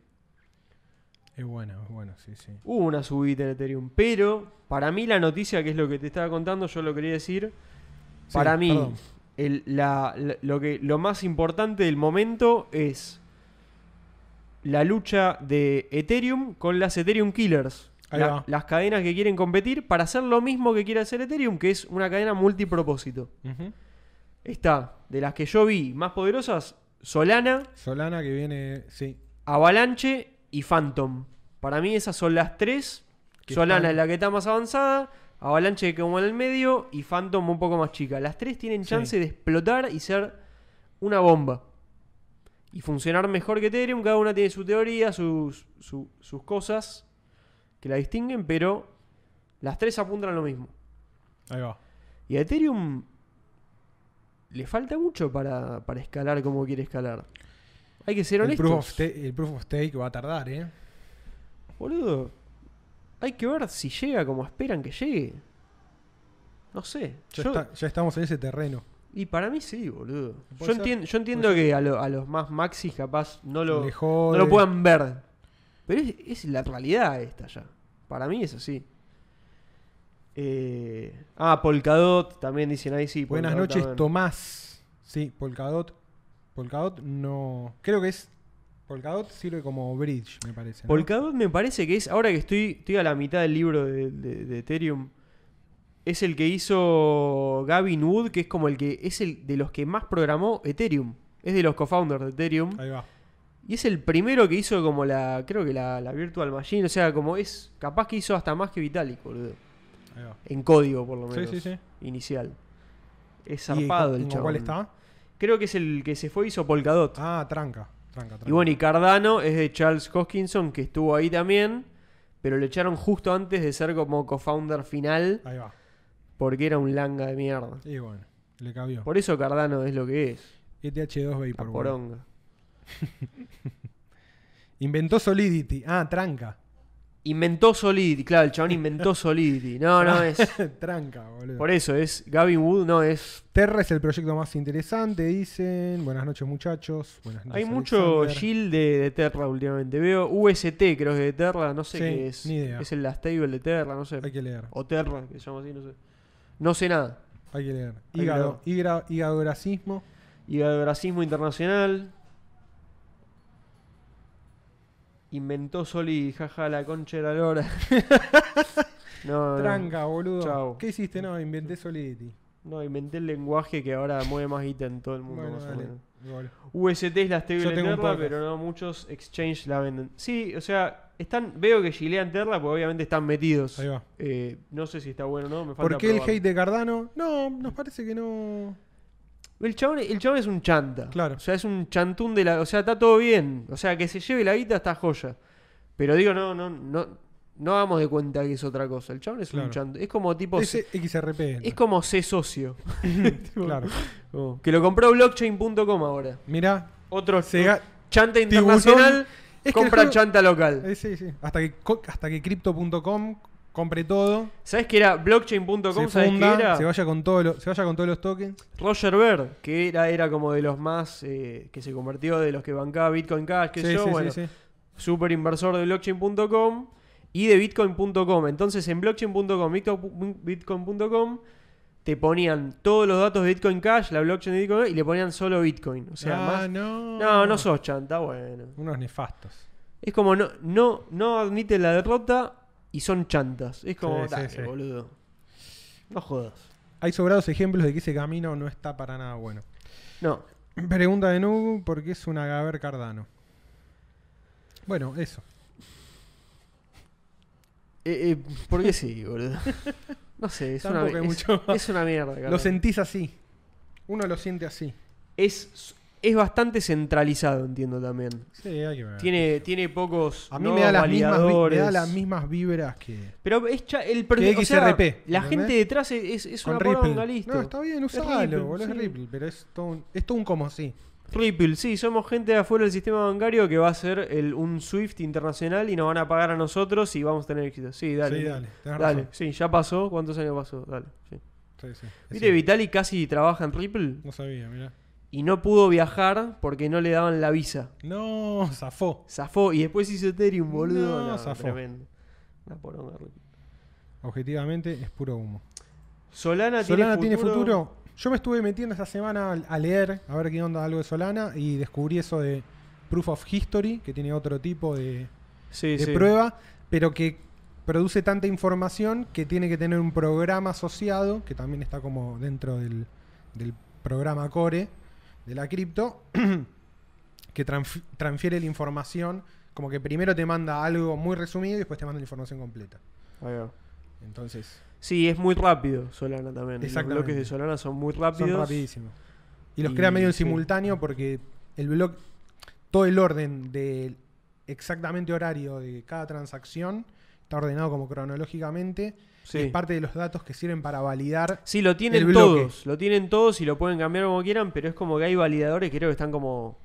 [SPEAKER 3] Es bueno, es bueno, sí, sí.
[SPEAKER 2] Hubo una subida en Ethereum, pero para mí la noticia, que es lo que te estaba contando, yo lo quería decir.
[SPEAKER 3] Sí,
[SPEAKER 2] para mí,
[SPEAKER 3] perdón.
[SPEAKER 2] el- la- la- lo, que, lo más importante del momento es la lucha de Ethereum con las Ethereum Killers.
[SPEAKER 3] Ahí
[SPEAKER 2] La-
[SPEAKER 3] va.
[SPEAKER 2] las cadenas que quieren competir para hacer lo mismo que quiere hacer Ethereum, que es una cadena multipropósito.
[SPEAKER 3] Ujú.
[SPEAKER 2] Está, de las que yo vi más poderosas, Solana,
[SPEAKER 3] Solana que viene, sí.
[SPEAKER 2] Avalanche y Phantom. Para mí esas son las tres.
[SPEAKER 3] Que
[SPEAKER 2] Solana
[SPEAKER 3] están-
[SPEAKER 2] es la que está más avanzada, Avalanche como en el medio y Phantom un poco más chica. Las tres tienen
[SPEAKER 3] Sí.
[SPEAKER 2] chance de explotar y ser una bomba. Y funcionar mejor que Ethereum. Cada una tiene su teoría, sus, su- sus cosas que la distinguen, pero las tres apuntan a lo mismo.
[SPEAKER 3] Ahí va.
[SPEAKER 2] Y a Ethereum le falta mucho para, para escalar como quiere escalar. Hay que ser
[SPEAKER 3] El
[SPEAKER 2] honestos.
[SPEAKER 3] proof, of sta- el proof of stake va a tardar, ¿eh?
[SPEAKER 2] Boludo, hay que ver si llega como esperan que llegue. No sé.
[SPEAKER 3] Ya,
[SPEAKER 2] Yo-
[SPEAKER 3] está- ya estamos en ese terreno.
[SPEAKER 2] y para mí sí, boludo. Yo,
[SPEAKER 3] Puede ser,
[SPEAKER 2] entien- yo entiendo que a, lo- a los más maxis capaz no lo,
[SPEAKER 3] Le
[SPEAKER 2] no
[SPEAKER 3] jode.
[SPEAKER 2] lo puedan ver. Pero es, es la realidad esta ya. Para mí es así. Eh, ah, Polkadot, también dicen ahí sí.
[SPEAKER 3] Buenas
[SPEAKER 2] Polkadot
[SPEAKER 3] noches,
[SPEAKER 2] también.
[SPEAKER 3] Tomás. Sí, Polkadot. Polkadot no. Creo que es. Polkadot sirve como bridge, me parece. ¿no?
[SPEAKER 2] Polkadot me parece que es, ahora que estoy, estoy a la mitad del libro de, de- de Ethereum, es el que hizo Gavin Wood, que es como el que es el de los que más programó Ethereum. Es de los co-founders de Ethereum.
[SPEAKER 3] Ahí va.
[SPEAKER 2] Y es el primero que hizo como la, creo que la, la Virtual Machine, o sea, como es, capaz que hizo hasta más que Vitalik, boludo.
[SPEAKER 3] Ahí va.
[SPEAKER 2] En código, por lo
[SPEAKER 3] Sí,
[SPEAKER 2] menos.
[SPEAKER 3] sí, sí.
[SPEAKER 2] Inicial. Es
[SPEAKER 3] ¿Y
[SPEAKER 2] zarpado
[SPEAKER 3] con-
[SPEAKER 2] el
[SPEAKER 3] con
[SPEAKER 2] chabón.
[SPEAKER 3] cuál está?
[SPEAKER 2] Creo que es el que se fue hizo Polkadot.
[SPEAKER 3] Ah, tranca. Tranca, tranca.
[SPEAKER 2] Y bueno, y Cardano es de Charles Hoskinson, que estuvo ahí también, pero lo echaron justo antes de ser como co-founder final,
[SPEAKER 3] Ahí va.
[SPEAKER 2] porque era un langa de mierda.
[SPEAKER 3] Y bueno, le cabió.
[SPEAKER 2] Por eso Cardano es lo que es,
[SPEAKER 3] ETH2
[SPEAKER 2] la
[SPEAKER 3] Vapor. bueno.
[SPEAKER 2] poronga.
[SPEAKER 3] Inventó Solidity. Ah, tranca.
[SPEAKER 2] Inventó Solidity, claro, el chabón inventó Solidity. No, no, es...
[SPEAKER 3] tranca, boludo.
[SPEAKER 2] Por e- eso es Gavin Wood, no es
[SPEAKER 3] Terra es el proyecto más interesante, dicen. Buenas noches, muchachos. Buenas noches,
[SPEAKER 2] Hay mucho
[SPEAKER 3] Alexander.
[SPEAKER 2] shield de, de Terra últimamente. Veo UST, creo que de Terra, no sé
[SPEAKER 3] Sí,
[SPEAKER 2] qué es.
[SPEAKER 3] ni idea.
[SPEAKER 2] Es el last table de Terra, no sé.
[SPEAKER 3] Hay que leer.
[SPEAKER 2] O Terra, que se llama así, no sé. No sé nada.
[SPEAKER 3] Hay que leer.
[SPEAKER 2] que
[SPEAKER 3] Hígado, hígado, hígado grasismo.
[SPEAKER 2] Y el racismo internacional. Inventó Soli, jaja, la concha de la lora. no, no.
[SPEAKER 3] Tranca, boludo.
[SPEAKER 2] Chau.
[SPEAKER 3] ¿Qué hiciste? No, inventé Solidity.
[SPEAKER 2] No, inventé el lenguaje que ahora mueve más guita en todo el mundo.
[SPEAKER 3] Bueno,
[SPEAKER 2] más o
[SPEAKER 3] dale.
[SPEAKER 2] menos.
[SPEAKER 3] Gol.
[SPEAKER 2] UST es la stable
[SPEAKER 3] Yo
[SPEAKER 2] de
[SPEAKER 3] tengo un
[SPEAKER 2] Terra,
[SPEAKER 3] podcast.
[SPEAKER 2] pero no muchos exchange la venden. Sí, o sea, están, veo que gilean Terra porque obviamente están metidos.
[SPEAKER 3] Ahí va.
[SPEAKER 2] Eh, no sé si está bueno o no, me falta
[SPEAKER 3] ¿Por qué el
[SPEAKER 2] probar.
[SPEAKER 3] hate de Cardano? No, nos parece que no.
[SPEAKER 2] El chabón, el chabón es un chanta.
[SPEAKER 3] Claro.
[SPEAKER 2] O sea, es un chantún de la. O sea, está todo bien. O sea, que se lleve la guita está joya. Pero digo, no, no, no. No hagamos de cuenta que es otra cosa. El chabón es un
[SPEAKER 3] Claro.
[SPEAKER 2] chantún. Es como tipo.
[SPEAKER 3] Es
[SPEAKER 2] se-
[SPEAKER 3] XRP.
[SPEAKER 2] es como C socio. Tipo,
[SPEAKER 3] Claro.
[SPEAKER 2] como que lo compró blockchain.com ahora.
[SPEAKER 3] Mirá.
[SPEAKER 2] Otro
[SPEAKER 3] se ga-
[SPEAKER 2] chanta
[SPEAKER 3] Tiburón.
[SPEAKER 2] internacional
[SPEAKER 3] Es que
[SPEAKER 2] compra
[SPEAKER 3] el juego-
[SPEAKER 2] chanta local.
[SPEAKER 3] eh, sí, sí. Hasta que, co- hasta que Crypto.com compre todo.
[SPEAKER 2] ¿Sabes qué era? Blockchain.com,
[SPEAKER 3] Se
[SPEAKER 2] ¿sabes qué
[SPEAKER 3] funda,
[SPEAKER 2] era?
[SPEAKER 3] se vaya, con todo lo- se vaya con todos los tokens.
[SPEAKER 2] Roger Ver, que era, era como de los más eh, que se convirtió de los que bancaba Bitcoin Cash, que
[SPEAKER 3] Sí,
[SPEAKER 2] yo,
[SPEAKER 3] sí, sí,
[SPEAKER 2] bueno,
[SPEAKER 3] sí.
[SPEAKER 2] super inversor de blockchain.com y de bitcoin.com. Entonces en blockchain.com, bitco- bitcoin.com te ponían todos los datos de Bitcoin Cash, la blockchain de Bitcoin y le ponían solo Bitcoin. O sea,
[SPEAKER 3] ah,
[SPEAKER 2] más-
[SPEAKER 3] no.
[SPEAKER 2] no, no sos chanta, bueno.
[SPEAKER 3] Unos nefastos.
[SPEAKER 2] Es como no, no, no admiten la derrota y son chantas. Es como,
[SPEAKER 3] Sí, sí,
[SPEAKER 2] dale,
[SPEAKER 3] sí.
[SPEAKER 2] boludo. No jodas.
[SPEAKER 3] Hay sobrados ejemplos de que ese camino no está para nada bueno.
[SPEAKER 2] No,
[SPEAKER 3] Pregunta de Nubu, ¿por qué es un agaver cardano? Bueno, eso.
[SPEAKER 2] Eh, eh, porque sí, boludo. No sé, es, una,
[SPEAKER 3] Tampoco hay
[SPEAKER 2] es-
[SPEAKER 3] mucho más.
[SPEAKER 2] es una mierda.
[SPEAKER 3] Lo
[SPEAKER 2] carajo.
[SPEAKER 3] sentís así. Uno lo siente así.
[SPEAKER 2] Es, es bastante centralizado, entiendo también.
[SPEAKER 3] Ah, Sí, hay que ver.
[SPEAKER 2] Tiene, tiene pocos.
[SPEAKER 3] a mí
[SPEAKER 2] nodos
[SPEAKER 3] me, da las mismas, vi- me
[SPEAKER 2] validadores.
[SPEAKER 3] da las mismas vibras que.
[SPEAKER 2] Pero es cha- el
[SPEAKER 3] Que
[SPEAKER 2] perfil. O sea,
[SPEAKER 3] XRP,
[SPEAKER 2] la
[SPEAKER 3] ¿entendés?
[SPEAKER 2] gente detrás es, es- es una
[SPEAKER 3] con Ripple.
[SPEAKER 2] poronga, listo.
[SPEAKER 3] No, está bien,
[SPEAKER 2] Es
[SPEAKER 3] usalo,
[SPEAKER 2] Ripple,
[SPEAKER 3] boludo,
[SPEAKER 2] sí.
[SPEAKER 3] es Ripple, pero es todo un, es todo un como sí.
[SPEAKER 2] Ripple, sí, somos gente de afuera del sistema bancario que va a hacer el, un SWIFT internacional y nos van a pagar a nosotros y vamos a tener éxito. Sí, dale.
[SPEAKER 3] Sí, dale, tenés
[SPEAKER 2] Dale,
[SPEAKER 3] razón.
[SPEAKER 2] sí, ya pasó. ¿Cuántos años pasó? Dale, sí.
[SPEAKER 3] Sí, sí, es
[SPEAKER 2] ¿Viste,
[SPEAKER 3] cierto.
[SPEAKER 2] Vitalik casi trabaja en Ripple?
[SPEAKER 3] No sabía, mirá.
[SPEAKER 2] y no pudo viajar porque no le daban la visa.
[SPEAKER 3] No, zafó.
[SPEAKER 2] Zafó y después hizo Ethereum, boludo.
[SPEAKER 3] No,
[SPEAKER 2] No,
[SPEAKER 3] zafó.
[SPEAKER 2] tremendo. Una poronga. Ricky.
[SPEAKER 3] Objetivamente es puro humo.
[SPEAKER 2] Solana,
[SPEAKER 3] Solana
[SPEAKER 2] tiene, futuro,
[SPEAKER 3] Yo me estuve metiendo esta semana al- a leer, a ver qué onda algo de Solana, y descubrí eso de Proof of History, que tiene otro tipo de,
[SPEAKER 2] Sí,
[SPEAKER 3] de
[SPEAKER 2] sí.
[SPEAKER 3] prueba, pero que produce tanta información que tiene que tener un programa asociado, que también está como dentro del, del programa core de la cripto, que transf- transfiere la información, como que primero te manda algo muy resumido y después te manda la información completa.
[SPEAKER 2] Ahí va.
[SPEAKER 3] Entonces,
[SPEAKER 2] Sí, es muy rápido Solana también. Los
[SPEAKER 3] Exactamente.
[SPEAKER 2] bloques de Solana son muy rápidos.
[SPEAKER 3] son rapidísimos. Y los
[SPEAKER 2] Y-
[SPEAKER 3] crea medio en
[SPEAKER 2] sí.
[SPEAKER 3] simultáneo porque el blog, todo el orden del exactamente horario de cada transacción está ordenado como cronológicamente
[SPEAKER 2] Sí.
[SPEAKER 3] es parte de los datos que sirven para validar.
[SPEAKER 2] Sí, lo
[SPEAKER 3] el
[SPEAKER 2] tienen
[SPEAKER 3] bloque.
[SPEAKER 2] todos. Lo tienen todos y lo pueden cambiar como quieran, pero es como que hay validadores que creo que están como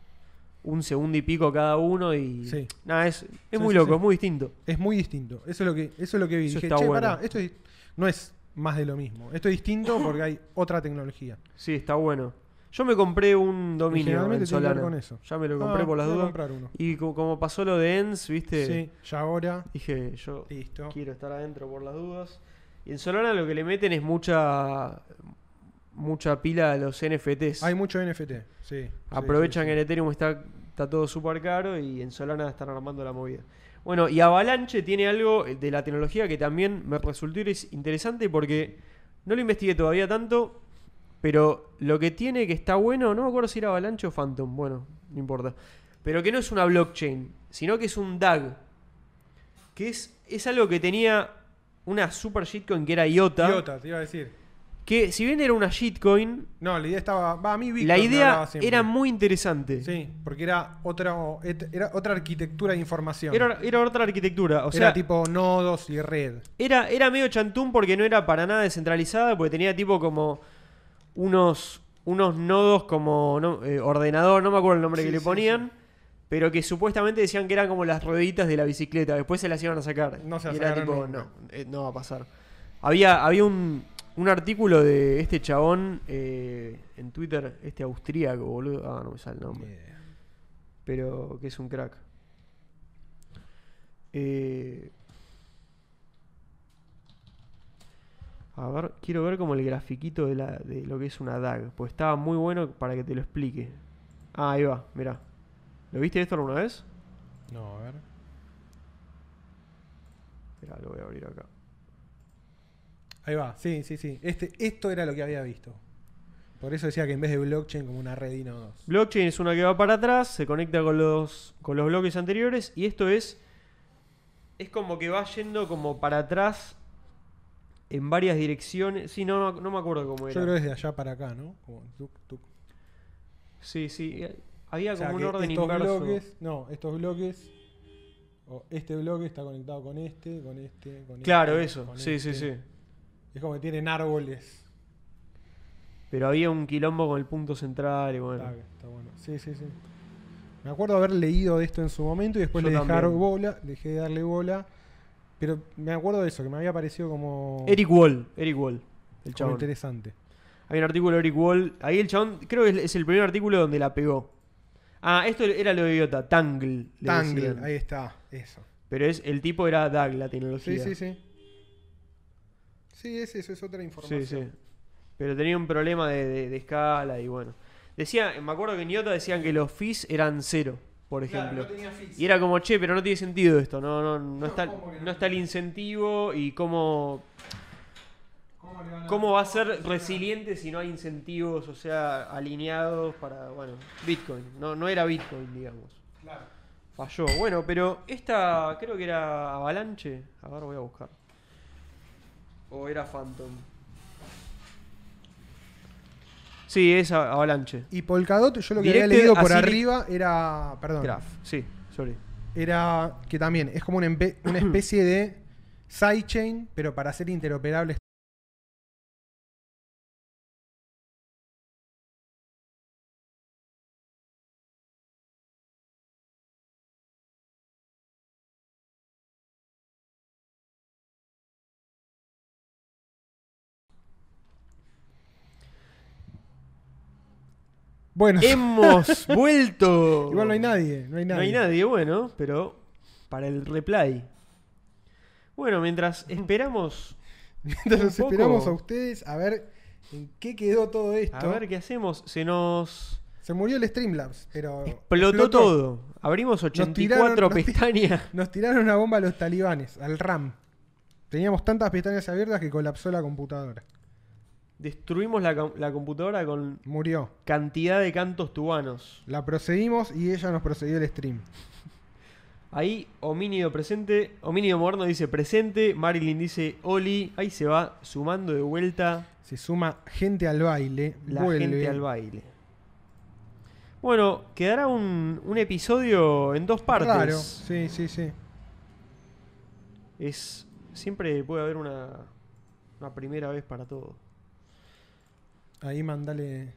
[SPEAKER 2] un segundo y pico cada uno y.
[SPEAKER 3] Sí.
[SPEAKER 2] Nada, es, es
[SPEAKER 3] Sí,
[SPEAKER 2] muy
[SPEAKER 3] sí,
[SPEAKER 2] loco,
[SPEAKER 3] sí.
[SPEAKER 2] es muy distinto.
[SPEAKER 3] Es muy distinto. Eso es lo que, eso es lo que vi.
[SPEAKER 2] Eso
[SPEAKER 3] Dije,
[SPEAKER 2] está
[SPEAKER 3] che,
[SPEAKER 2] bueno.
[SPEAKER 3] pará, esto es- no es más de lo mismo. Esto es distinto porque hay otra tecnología.
[SPEAKER 2] Sí, está bueno. Yo me compré un dominio
[SPEAKER 3] generalmente
[SPEAKER 2] en
[SPEAKER 3] tiene que ver
[SPEAKER 2] Solana.
[SPEAKER 3] con eso.
[SPEAKER 2] Ya me lo compré
[SPEAKER 3] Ah,
[SPEAKER 2] por las
[SPEAKER 3] voy a
[SPEAKER 2] dudas.
[SPEAKER 3] comprar uno.
[SPEAKER 2] Y co- como pasó lo de ENS, ¿viste?
[SPEAKER 3] Sí, ya ahora.
[SPEAKER 2] Dije, yo
[SPEAKER 3] Listo.
[SPEAKER 2] quiero estar adentro por las dudas. Y en Solana lo que le meten es mucha mucha pila a los NFTs.
[SPEAKER 3] Hay mucho NFT. Sí. sí,
[SPEAKER 2] Aprovechan
[SPEAKER 3] sí,
[SPEAKER 2] que en Ethereum está, está todo súper caro y en Solana están armando la movida. Bueno, y Avalanche tiene algo eh, de la tecnología que también me resultó iris- interesante porque no lo investigué todavía tanto, pero lo que tiene que está bueno, no me acuerdo si era Avalanche o Phantom, bueno, no importa. Pero que no es una blockchain, sino que es un DAG. Que es, es algo que tenía una super shitcoin que era
[SPEAKER 3] sí.
[SPEAKER 2] IOTA.
[SPEAKER 3] Idiota, te iba a decir.
[SPEAKER 2] Que si bien era una shitcoin,
[SPEAKER 3] No, la idea estaba. Va, a mí Víctor
[SPEAKER 2] la
[SPEAKER 3] me
[SPEAKER 2] idea
[SPEAKER 3] hablaba siempre.
[SPEAKER 2] era muy interesante.
[SPEAKER 3] Sí, porque era otra, era otra arquitectura de información.
[SPEAKER 2] Era, era otra arquitectura. O
[SPEAKER 3] Era
[SPEAKER 2] sea,
[SPEAKER 3] tipo nodos y red.
[SPEAKER 2] era, era medio chantún porque no era para nada descentralizada, porque tenía tipo como unos, unos nodos como no, eh, ordenador, no me acuerdo el nombre que
[SPEAKER 3] Sí,
[SPEAKER 2] le
[SPEAKER 3] sí,
[SPEAKER 2] ponían, pero que supuestamente decían que eran como las rueditas de la bicicleta. Después se las iban a sacar.
[SPEAKER 3] No se las
[SPEAKER 2] y era
[SPEAKER 3] sacaron
[SPEAKER 2] tipo,
[SPEAKER 3] nunca.
[SPEAKER 2] no, eh, no va a pasar. Había, había un, un artículo de este chabón eh, en Twitter, este austríaco, boludo. Ah, no me sale el nombre
[SPEAKER 3] Eh,
[SPEAKER 2] pero que es un crack. Eh, a ver, quiero ver como el grafiquito de, la, de lo que es una DAG, pues estaba muy bueno para que te lo explique. Ah, ahí va, mirá. ¿Lo viste esto alguna vez?
[SPEAKER 3] No, a ver.
[SPEAKER 2] Mirá, lo voy a abrir acá.
[SPEAKER 3] Ahí va, sí, sí, sí. Este, esto era lo que había visto. Por eso decía que en vez de blockchain, como una red y nodos.
[SPEAKER 2] Blockchain es una que va para atrás, se conecta con los, con los bloques anteriores y esto es es como que va yendo como para atrás en varias direcciones. Sí, no, no, no me acuerdo cómo era.
[SPEAKER 3] Yo creo que es de allá para acá, ¿no? Como tuc, tuc.
[SPEAKER 2] Sí, sí. eh, Había
[SPEAKER 3] O sea,
[SPEAKER 2] como un
[SPEAKER 3] que
[SPEAKER 2] orden
[SPEAKER 3] estos
[SPEAKER 2] inverso.
[SPEAKER 3] bloques, no, estos bloques, o este bloque está conectado con este, con este, con
[SPEAKER 2] Claro,
[SPEAKER 3] este,
[SPEAKER 2] eso.
[SPEAKER 3] con
[SPEAKER 2] Sí,
[SPEAKER 3] este.
[SPEAKER 2] sí, sí.
[SPEAKER 3] Es como que tienen árboles.
[SPEAKER 2] Pero había un quilombo con el punto central y bueno.
[SPEAKER 3] Está, está bueno. Sí, sí, sí. Me acuerdo haber leído de esto en su momento y después
[SPEAKER 2] Yo
[SPEAKER 3] le dejar
[SPEAKER 2] también.
[SPEAKER 3] bola, dejé de darle bola. Pero me acuerdo de eso, que me había parecido como,
[SPEAKER 2] Oh. Eric Wall, Eric Wall, el
[SPEAKER 3] como
[SPEAKER 2] chabón.
[SPEAKER 3] interesante.
[SPEAKER 2] Hay un artículo de Eric Wall. Ahí el chabón, creo que es- es el primer artículo donde la pegó. Ah, esto era lo de idiota, Tangle. le
[SPEAKER 3] Tangle,
[SPEAKER 2] decían.
[SPEAKER 3] ahí está, eso.
[SPEAKER 2] Pero es, el tipo era Dag, la tecnología.
[SPEAKER 3] Sí, sí, sí. Sí, es eso, es otra información.
[SPEAKER 2] Sí, sí. Pero tenía un problema de, de- de escala y bueno. Decía, me acuerdo que en Iota decían que los fees eran cero, por ejemplo. y era como, che, pero no tiene sentido esto, no, no, no, está,
[SPEAKER 3] ¿cómo que no?
[SPEAKER 2] no está el incentivo y cómo, cómo va a ser resiliente si no hay incentivos, o sea, alineados para, bueno, Bitcoin. No, no era Bitcoin, digamos. Falló. Bueno, pero esta creo que era Avalanche. A ver, voy a buscar. O era Phantom. Sí, es A- Avalanche.
[SPEAKER 3] Y Polkadot, yo lo que
[SPEAKER 2] Directed
[SPEAKER 3] había leído por
[SPEAKER 2] Acyclic
[SPEAKER 3] arriba era. Perdón.
[SPEAKER 2] Graph. Sí, sorry.
[SPEAKER 3] Era que también es como una, empe- una especie de sidechain, pero para ser interoperables. Bueno,
[SPEAKER 2] Hemos vuelto.
[SPEAKER 3] igual no hay nadie, no hay nadie.
[SPEAKER 2] No hay nadie, bueno, pero para el replay. Bueno, mientras
[SPEAKER 3] Mm.
[SPEAKER 2] esperamos
[SPEAKER 3] Mientras
[SPEAKER 2] Un
[SPEAKER 3] los
[SPEAKER 2] poco.
[SPEAKER 3] esperamos a ustedes a ver en qué quedó todo
[SPEAKER 2] a
[SPEAKER 3] esto.
[SPEAKER 2] ver qué hacemos, se nos
[SPEAKER 3] Se murió el Streamlabs, pero.
[SPEAKER 2] explotó, todo. Abrimos 84
[SPEAKER 3] tiraron- nos ti-
[SPEAKER 2] pestañas.
[SPEAKER 3] Nos tiraron una bomba a los talibanes, al RAM. Teníamos tantas pestañas abiertas que colapsó la computadora.
[SPEAKER 2] Destruimos la, com- la computadora con
[SPEAKER 3] Murió.
[SPEAKER 2] cantidad de cantos tubanos.
[SPEAKER 3] La procedimos y ella nos procedió el stream.
[SPEAKER 2] Ahí Homínido presente, Homínido Morno dice presente, Marilyn dice Oli, ahí se va sumando de vuelta
[SPEAKER 3] Se suma gente al baile.
[SPEAKER 2] la
[SPEAKER 3] vuelve.
[SPEAKER 2] gente al baile. Bueno, quedará un, un episodio en dos partes.
[SPEAKER 3] Raro. Sí, sí, sí.
[SPEAKER 2] Es siempre puede haber una, una primera vez para todo.
[SPEAKER 3] Ahí mandale.